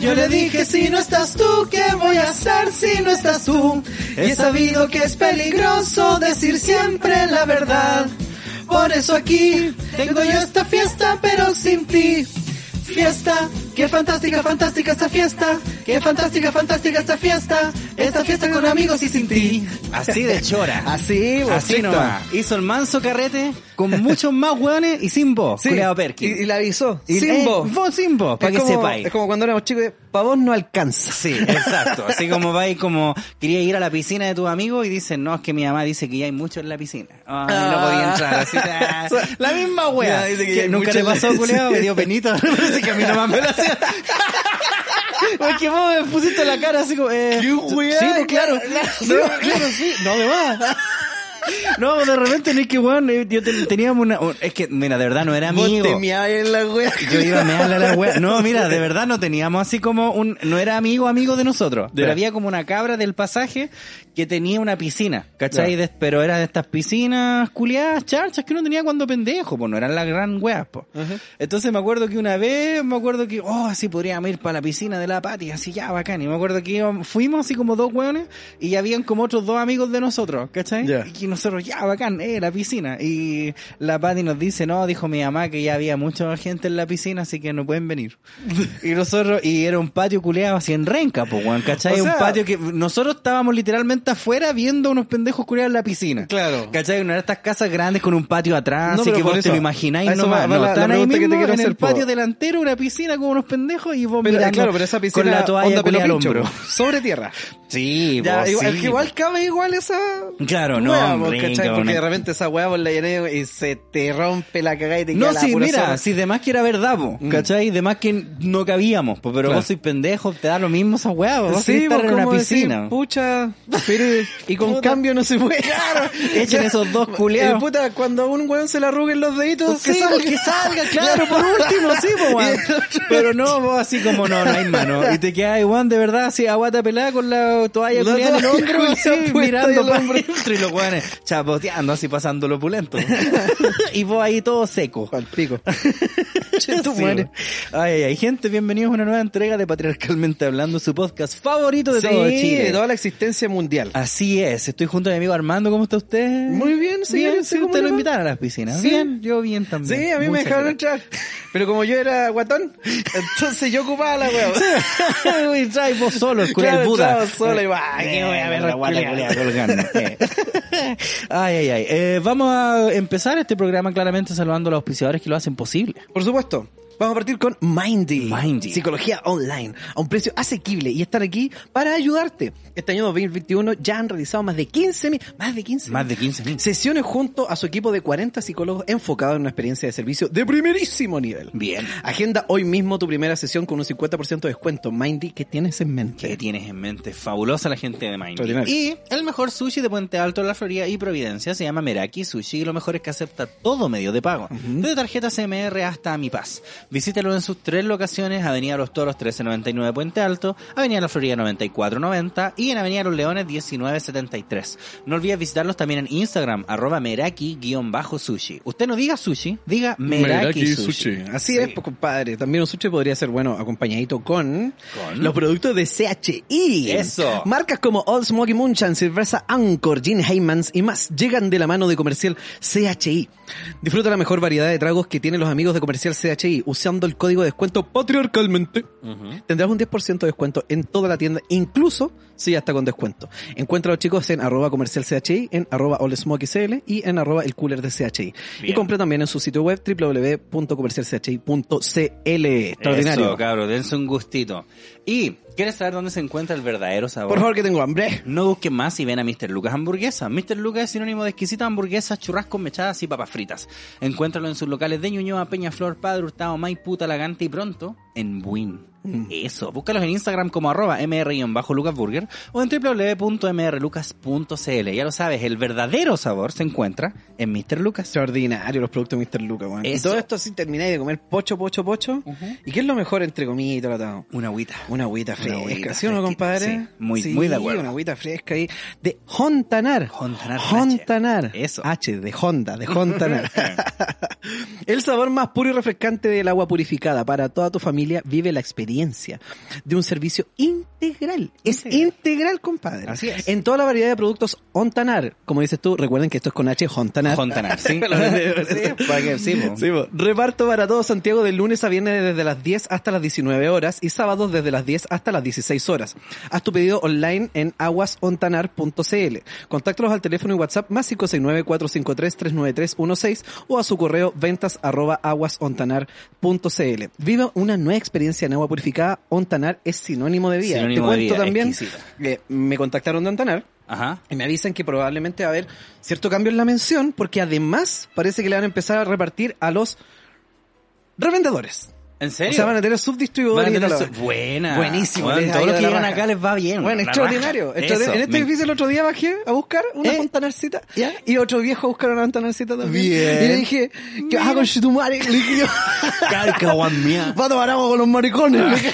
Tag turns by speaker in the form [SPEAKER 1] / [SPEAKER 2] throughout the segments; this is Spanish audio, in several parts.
[SPEAKER 1] Yo le dije, si no estás tú, ¿qué voy a hacer si no estás tú? He sabido que es peligroso decir siempre la verdad. Por eso aquí tengo yo esta fiesta, pero sin ti. Fiesta, qué fantástica, fantástica esta fiesta. Qué fantástica, fantástica esta fiesta. Esta fiesta con amigos y sin ti.
[SPEAKER 2] Así de chora.
[SPEAKER 1] Así,
[SPEAKER 2] Así
[SPEAKER 1] bocito.
[SPEAKER 2] nomás. Hizo el manso carrete con muchos más hueones y sin vos,
[SPEAKER 3] Sí,
[SPEAKER 2] culiao
[SPEAKER 3] y,
[SPEAKER 2] Perkin.
[SPEAKER 3] y la avisó.
[SPEAKER 2] Y-
[SPEAKER 3] sin
[SPEAKER 2] eh,
[SPEAKER 3] vos.
[SPEAKER 2] Vos sin vos, para
[SPEAKER 3] Es
[SPEAKER 2] que
[SPEAKER 3] como-
[SPEAKER 2] sepáis.
[SPEAKER 3] Es como cuando éramos chicos, para vos no alcanza.
[SPEAKER 2] Sí, exacto. Así como vais, como quería ir a la piscina de tus amigos y dicen, no, es que mi mamá dice que ya hay mucho en la piscina. Ay, no podía entrar. Así, ah, la misma wea.
[SPEAKER 3] Ya, dice que
[SPEAKER 2] Que
[SPEAKER 3] ya hay
[SPEAKER 2] nunca
[SPEAKER 3] mucho
[SPEAKER 2] te
[SPEAKER 3] en la-
[SPEAKER 2] pasó, culiao,
[SPEAKER 3] Sí.
[SPEAKER 2] me dio penita. Parece que a mí no me lo hacía. Porque vos me pusiste la cara así como, eh,
[SPEAKER 3] ¿Qué wea?
[SPEAKER 2] Sí, pues claro.
[SPEAKER 3] No,
[SPEAKER 2] No, claro, sí. No, de más. No, de repente, no es que, weón, eh, yo ten- teníamos una, es que, mira, de verdad no era
[SPEAKER 3] Vos
[SPEAKER 2] amigo.
[SPEAKER 3] te meabas en la wea.
[SPEAKER 2] Yo iba a mearle a la wea. No, mira, de verdad no teníamos así como un. No era amigo, amigo de nosotros. Pero
[SPEAKER 3] Ya.
[SPEAKER 2] había como una cabra del pasaje que tenía una piscina, ¿cachai?
[SPEAKER 3] Ya.
[SPEAKER 2] De- pero era de estas piscinas culiadas, charchas que uno tenía cuando pendejo, pues no eran las gran weas, pues. Entonces me acuerdo que una vez, me acuerdo que, oh, así podríamos ir para la piscina de la Pati, así ya, bacán. Y me acuerdo que íbamos- fuimos así como dos weones y ya habían como otros dos amigos de nosotros, ¿cachai?
[SPEAKER 3] Ya.
[SPEAKER 2] Y nosotros, ya, bacán, eh, la piscina. Y la Pati nos dice, no, dijo mi mamá que ya había mucha gente en la piscina, así que no pueden venir. y nosotros, y era un patio culeado así en renca, pues, weón, ¿cachai?
[SPEAKER 3] O sea-
[SPEAKER 2] un patio que nosotros estábamos literalmente afuera viendo unos pendejos culeados en la piscina.
[SPEAKER 3] Claro.
[SPEAKER 2] ¿Cachai? Una de estas casas grandes con un patio atrás,
[SPEAKER 3] No,
[SPEAKER 2] así
[SPEAKER 3] pero
[SPEAKER 2] que
[SPEAKER 3] por
[SPEAKER 2] vos te
[SPEAKER 3] eso,
[SPEAKER 2] lo imagináis
[SPEAKER 3] a eso
[SPEAKER 2] nomás.
[SPEAKER 3] va- va
[SPEAKER 2] no,
[SPEAKER 3] la-
[SPEAKER 2] están
[SPEAKER 3] la
[SPEAKER 2] ahí
[SPEAKER 3] pregunta que te
[SPEAKER 2] mismo
[SPEAKER 3] quiero
[SPEAKER 2] en el
[SPEAKER 3] hacer, po.
[SPEAKER 2] patio delantero, una piscina con unos pendejos y vos
[SPEAKER 3] Pero,
[SPEAKER 2] mirando
[SPEAKER 3] claro, pero esa piscina
[SPEAKER 2] con la toalla
[SPEAKER 3] onda
[SPEAKER 2] culiada al
[SPEAKER 3] pelopincho,
[SPEAKER 2] hombro.
[SPEAKER 3] po. sobre tierra.
[SPEAKER 2] Sí,
[SPEAKER 3] Ya,
[SPEAKER 2] po,
[SPEAKER 3] igual,
[SPEAKER 2] sí,
[SPEAKER 3] que igual cabe igual esa.
[SPEAKER 2] Claro, no,
[SPEAKER 3] hueá, po,
[SPEAKER 2] hombre,
[SPEAKER 3] ¿cachai?
[SPEAKER 2] cabrón.
[SPEAKER 3] Porque de repente esa hueá vos la llené y se te rompe la cagada y te
[SPEAKER 2] No,
[SPEAKER 3] queda la
[SPEAKER 2] sí,
[SPEAKER 3] pura
[SPEAKER 2] mira,
[SPEAKER 3] zorra.
[SPEAKER 2] si de más que era verdad, po,
[SPEAKER 3] Mm.
[SPEAKER 2] ¿cachai? De más que no cabíamos, po, pero
[SPEAKER 3] Claro.
[SPEAKER 2] vos sois pendejo, te da lo mismo esa weá, vos
[SPEAKER 3] Sí,
[SPEAKER 2] querés Oh, estar
[SPEAKER 3] vos
[SPEAKER 2] en una
[SPEAKER 3] como decís,
[SPEAKER 2] piscina.
[SPEAKER 3] pucha, pero- y con
[SPEAKER 2] Puta.
[SPEAKER 3] cambio no se puede. Claro,
[SPEAKER 2] Echen esos dos culiados.
[SPEAKER 3] Eh, puta, cuando a un weón se le arruguen los deditos,
[SPEAKER 2] Sí, pues, que salga, claro, por último, sí, po, weón. Pero no, vos así como no, no hay mano. Y te quedas igual, de verdad, así aguata pelada con la toalla
[SPEAKER 3] La
[SPEAKER 2] culiada en el
[SPEAKER 3] toalla
[SPEAKER 2] hombro, así,
[SPEAKER 3] culiada puesta en
[SPEAKER 2] mirando
[SPEAKER 3] el
[SPEAKER 2] para
[SPEAKER 3] hombro.
[SPEAKER 2] adentro y los weones chapoteando, así pasando lo opulento. y vos ahí todo seco.
[SPEAKER 3] Al pico.
[SPEAKER 2] Che, tu
[SPEAKER 3] Sí,
[SPEAKER 2] madre. Ay, ay, ay, gente, bienvenidos a una nueva entrega de Patriarcalmente Hablando, su podcast favorito de
[SPEAKER 3] Sí,
[SPEAKER 2] todo Chile.
[SPEAKER 3] de toda la existencia mundial.
[SPEAKER 2] Así es, estoy junto a mi amigo Armando, ¿cómo está usted?
[SPEAKER 3] Muy bien, señor,
[SPEAKER 2] Bien, sí,
[SPEAKER 3] ¿usted cómo
[SPEAKER 2] usted
[SPEAKER 3] le
[SPEAKER 2] lo
[SPEAKER 3] va?
[SPEAKER 2] invitaron a las piscinas.
[SPEAKER 3] Sí.
[SPEAKER 2] Bien, yo bien también.
[SPEAKER 3] Sí, a mí me
[SPEAKER 2] Ah, Muchas
[SPEAKER 3] dejaron
[SPEAKER 2] gracias.
[SPEAKER 3] entrar. Pero como yo era guatón, entonces yo ocupaba la hueá.
[SPEAKER 2] y trae vos solo, el culiao,
[SPEAKER 3] Claro,
[SPEAKER 2] el Buda.
[SPEAKER 3] entraba solo y va, aquí voy a ver
[SPEAKER 2] la
[SPEAKER 3] los
[SPEAKER 2] guata
[SPEAKER 3] culiados.
[SPEAKER 2] culiao colgando, eh. Ay, ay, ay. Eh, vamos a empezar este programa claramente saludando a los auspiciadores que lo hacen posible.
[SPEAKER 3] Por supuesto. Vamos a partir con Mindy.
[SPEAKER 2] Mindy.
[SPEAKER 3] Psicología online. A un precio asequible. Y están aquí para ayudarte. Este año 2021 ya han realizado más de 15 mil. Más de 15
[SPEAKER 2] Más de 15 mil.
[SPEAKER 3] Sesiones junto a su equipo de 40 psicólogos enfocados en una experiencia de servicio de primerísimo nivel.
[SPEAKER 2] Bien.
[SPEAKER 3] Agenda hoy mismo tu primera sesión con un 50% de descuento. Mindy, ¿qué tienes en mente?
[SPEAKER 2] ¿Qué tienes en mente? Fabulosa la gente de Mindy.
[SPEAKER 3] Extraordinario.
[SPEAKER 2] Y el mejor sushi de Puente Alto, La Florida y Providencia se llama Meraki Sushi y lo mejor es que acepta todo medio de pago. Desde tarjeta CMR hasta Mi Paz. Visítalo en sus tres locaciones, Avenida Los Toros 1399 Puente Alto, Avenida La Florida 9490 y en Avenida Los Leones 1973. No olvides visitarlos también en Instagram, arroba Meraki-sushi. Usted no diga sushi, diga Meraki, sushi.
[SPEAKER 3] Así es, pues, compadre. También un sushi podría ser bueno acompañadito con,
[SPEAKER 2] Con.
[SPEAKER 3] los productos de CHI.
[SPEAKER 2] Eso.
[SPEAKER 3] Marcas como Old Smoky Moonshine, Cerveza Anchor, Gin Heymans y más llegan de la mano de Comercial CHI. Disfruta la mejor variedad de tragos que tienen los amigos de Comercial CHI usando el código de descuento patriarcalmente. Tendrás un 10% de descuento en toda la tienda, incluso si ya está con descuento. Encuentra a los chicos en arroba comercial CHI, en arroba allsmokycl y en arroba el cooler de CHI. Y
[SPEAKER 2] Bien.
[SPEAKER 3] compra también en su sitio web www.comercialchi.cl.
[SPEAKER 2] Eso,
[SPEAKER 3] Extraordinario.
[SPEAKER 2] cabros, dense un gustito. Y, ¿quieres saber dónde se encuentra el verdadero sabor?
[SPEAKER 3] Por favor, que tengo hambre.
[SPEAKER 2] No busquen más y ven a Mr. Lucas Hamburguesa. Mr. Lucas es sinónimo de exquisitas hamburguesas, churrascos, mechadas y papas fritas. Encuéntralo en sus locales de Ñuñoa, Peñaflor, Padre Hurtado, Maipú, Talagante y pronto en Buin. Eso, búscalos en Instagram como arroba mr-lucasburger o en www.mrlucas.cl. Ya lo sabes, el verdadero sabor se encuentra en Mr. Lucas.
[SPEAKER 3] Extraordinario los productos de Mr. Luca, weón. Y
[SPEAKER 2] Eso.
[SPEAKER 3] todo esto así termináis de comer pocho, pocho, pocho. ¿Y qué es lo mejor entre comillas y todo lo atado?
[SPEAKER 2] Una agüita.
[SPEAKER 3] Una agüita
[SPEAKER 2] Una
[SPEAKER 3] fresca,
[SPEAKER 2] agüita
[SPEAKER 3] ¿sí o no,
[SPEAKER 2] fresquita,
[SPEAKER 3] compadre?
[SPEAKER 2] sí. Muy- muy de acuerdo.
[SPEAKER 3] Una agüita fresca ahí de Hontanar.
[SPEAKER 2] Hontanar con
[SPEAKER 3] Hontanar.
[SPEAKER 2] H. Eso. Eh.
[SPEAKER 3] H, de Honda, de Hontanar. El sabor más puro y refrescante del agua purificada para toda tu familia. Vive la experiencia. experiencia de un servicio integral. Es
[SPEAKER 2] Integral.
[SPEAKER 3] integral, compadre.
[SPEAKER 2] Así es.
[SPEAKER 3] En toda la variedad de productos Hontanar. Como dices tú, recuerden que esto es con H, Hontanar.
[SPEAKER 2] Jontanar, ¿sí? Sí, para que- sí, po.
[SPEAKER 3] Sí, po. Reparto para todo Santiago de lunes a viernes desde las 10 hasta las 19 horas y sábados desde las 10 hasta las 16 horas. Haz tu pedido online en aguasontanar.cl. Contáctalos al teléfono y WhatsApp más 569-453-39316 o a su correo ventas arroba aguasontanar.cl. Vive una nueva experiencia en agua purificada. Ontanar es sinónimo de vida.
[SPEAKER 2] Sinónimo
[SPEAKER 3] Te
[SPEAKER 2] de
[SPEAKER 3] cuento
[SPEAKER 2] vida,
[SPEAKER 3] también
[SPEAKER 2] exquisito.
[SPEAKER 3] que me contactaron de Ontanar.
[SPEAKER 2] Ajá.
[SPEAKER 3] Y me avisan que probablemente va a haber cierto cambio en la mención, porque además parece que le van a empezar a repartir a los revendedores.
[SPEAKER 2] ¿En
[SPEAKER 3] O
[SPEAKER 2] serio?
[SPEAKER 3] sea, van a tener
[SPEAKER 2] Van a
[SPEAKER 3] subdistribuidores. y
[SPEAKER 2] tener
[SPEAKER 3] toda la
[SPEAKER 2] su-
[SPEAKER 3] wea.
[SPEAKER 2] Buena.
[SPEAKER 3] Buenísimo,
[SPEAKER 2] Bueno,
[SPEAKER 3] les ha
[SPEAKER 2] todos los
[SPEAKER 3] ido
[SPEAKER 2] que
[SPEAKER 3] la
[SPEAKER 2] llegan
[SPEAKER 3] raja.
[SPEAKER 2] acá les va bien.
[SPEAKER 3] Bueno,
[SPEAKER 2] la
[SPEAKER 3] extraordinario.
[SPEAKER 2] raja. Eso,
[SPEAKER 3] extraordinario. En este
[SPEAKER 2] me-
[SPEAKER 3] edificio el otro día bajé a buscar una
[SPEAKER 2] ¿Eh?
[SPEAKER 3] fontanarcita
[SPEAKER 2] ¿Ya?
[SPEAKER 3] y otro viejo a buscar una fontanarcita también.
[SPEAKER 2] Bien.
[SPEAKER 3] Y le dije, ¿qué vas con Shitumare? Le dije yo,
[SPEAKER 2] Calca, guan mía.
[SPEAKER 3] pato paramos con los maricones. Le dije,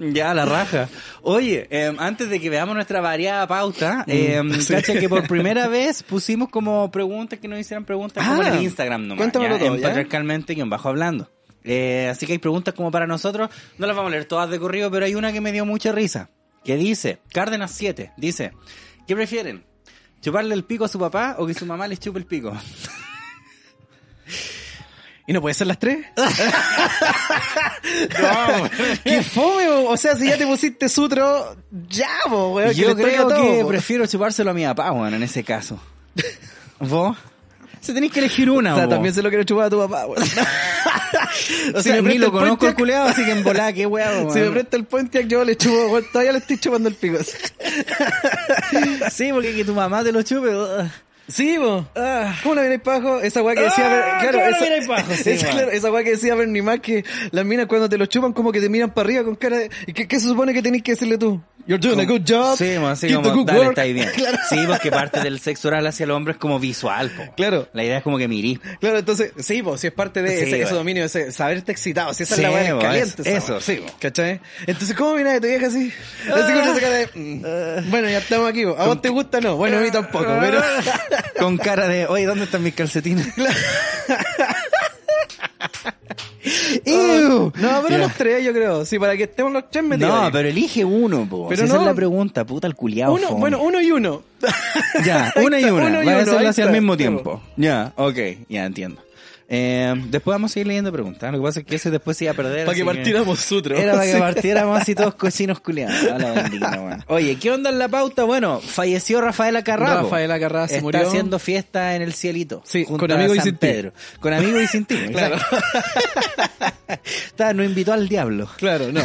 [SPEAKER 2] Ya, la raja. Oye, eh, antes de que veamos nuestra variada pauta,
[SPEAKER 3] Mm.
[SPEAKER 2] eh, cacha que por primera vez pusimos como preguntas que nos hicieran preguntas como
[SPEAKER 3] Ah,
[SPEAKER 2] en el Instagram nomás.
[SPEAKER 3] cuéntamelo
[SPEAKER 2] ya,
[SPEAKER 3] todo,
[SPEAKER 2] En
[SPEAKER 3] ¿ya?
[SPEAKER 2] patriarcalmente y en bajo hablando. Eh, así que hay preguntas como para nosotros, no las vamos a leer todas de corrido, pero hay una que me dio mucha risa, que dice, Cárdenas 7, dice, ¿qué prefieren? ¿Chuparle el pico a su papá o que su mamá les chupe el pico?
[SPEAKER 3] ¿Y no puede ser las tres?
[SPEAKER 2] No,
[SPEAKER 3] ¡Qué fome! bo! O sea, si ya te pusiste sutro, ya, bo, weón, que
[SPEAKER 2] Yo
[SPEAKER 3] le toca
[SPEAKER 2] creo
[SPEAKER 3] todo,
[SPEAKER 2] que
[SPEAKER 3] bo.
[SPEAKER 2] prefiero chupárselo a mi papá, bueno, en ese caso. ¿Vos? Si tenéis que elegir una,
[SPEAKER 3] O sea,
[SPEAKER 2] vos.
[SPEAKER 3] también se lo quiero chupar a tu papá, weón.
[SPEAKER 2] O
[SPEAKER 3] si
[SPEAKER 2] sea, ni
[SPEAKER 3] me presta
[SPEAKER 2] lo
[SPEAKER 3] el
[SPEAKER 2] conozco el
[SPEAKER 3] Pontiac-
[SPEAKER 2] culeado, así que en volá, qué weá,
[SPEAKER 3] Si me
[SPEAKER 2] weón.
[SPEAKER 3] presta el Pontiac, yo le chupo, weón. Todavía le estoy chupando el pico.
[SPEAKER 2] Sí, porque que tu mamá te lo chupe. uh,
[SPEAKER 3] Sí, bo. ¿Cómo la miráis pajo? Esa weá que decía...
[SPEAKER 2] Ah,
[SPEAKER 3] Ber-
[SPEAKER 2] ¿cómo la
[SPEAKER 3] esa,
[SPEAKER 2] miráis pa' abajo? Sí,
[SPEAKER 3] esa,
[SPEAKER 2] weón.
[SPEAKER 3] claro, esa weá que decía Bernie Mac, que las minas cuando te lo chupan como que te miran para arriba con cara de... ¿Y ¿Qué, qué se supone que tenés que decirle tú? You're doing a good job.
[SPEAKER 2] Sí, weón, así
[SPEAKER 3] keep the
[SPEAKER 2] como,
[SPEAKER 3] good
[SPEAKER 2] dale,
[SPEAKER 3] work.
[SPEAKER 2] estáis bien.
[SPEAKER 3] Claro.
[SPEAKER 2] Sí, porque parte del sexo oral hacia el hombre es como visual, po.
[SPEAKER 3] Claro.
[SPEAKER 2] La idea es como que mirís.
[SPEAKER 3] Claro, entonces, sí, pues, si es parte de
[SPEAKER 2] Sí,
[SPEAKER 3] ese,
[SPEAKER 2] bo.
[SPEAKER 3] ese dominio, ese saberte excitado, si esa
[SPEAKER 2] Sí,
[SPEAKER 3] es la weá del
[SPEAKER 2] bo,
[SPEAKER 3] caliente.
[SPEAKER 2] es-
[SPEAKER 3] esa
[SPEAKER 2] eso,
[SPEAKER 3] weá.
[SPEAKER 2] sí, Ah. bo.
[SPEAKER 3] ¿Cachai? Entonces, ¿cómo miras de tu vieja así? Así con esa cara de, mm, bueno, ya estamos aquí, bo. ¿a vos te gusta? No, bueno, a mí tampoco, pero...
[SPEAKER 2] Con cara de, oye, ¿dónde están mis calcetines?
[SPEAKER 3] Ew. No, pero
[SPEAKER 2] Oh. Ya.
[SPEAKER 3] los tres, yo creo. Sí, para que estemos los tres metidos.
[SPEAKER 2] No,
[SPEAKER 3] ahí.
[SPEAKER 2] pero elige uno, po.
[SPEAKER 3] Pero
[SPEAKER 2] Si Esa
[SPEAKER 3] no.
[SPEAKER 2] es la pregunta, puta, el culiado.
[SPEAKER 3] Uno, bueno, uno y uno.
[SPEAKER 2] Ya,
[SPEAKER 3] Ahí
[SPEAKER 2] una y
[SPEAKER 3] está,
[SPEAKER 2] una.
[SPEAKER 3] uno y
[SPEAKER 2] Van a
[SPEAKER 3] uno,
[SPEAKER 2] hacerlo
[SPEAKER 3] ahí
[SPEAKER 2] hacia el
[SPEAKER 3] está.
[SPEAKER 2] mismo tiempo. Ya, ok, ya entiendo. Eh, después vamos a seguir leyendo preguntas. Lo que pasa es que ese después se iba a perder.
[SPEAKER 3] Para
[SPEAKER 2] así
[SPEAKER 3] que partiéramos sutro.
[SPEAKER 2] Era para que
[SPEAKER 3] Sí.
[SPEAKER 2] partiéramos así todos cocinos culiados. A la bendita, weón. Oye, ¿qué onda en la pauta? Bueno, falleció Rafaela Carrá.
[SPEAKER 3] Rafaela Carrá se
[SPEAKER 2] Está
[SPEAKER 3] murió.
[SPEAKER 2] haciendo fiesta en el cielito.
[SPEAKER 3] Sí,
[SPEAKER 2] junto
[SPEAKER 3] con
[SPEAKER 2] a
[SPEAKER 3] Amigo y
[SPEAKER 2] San
[SPEAKER 3] Sin Ti.
[SPEAKER 2] Pedro. Con amigos y sin ti.
[SPEAKER 3] Claro.
[SPEAKER 2] exacto. Está, nos invitó al diablo.
[SPEAKER 3] Claro, no.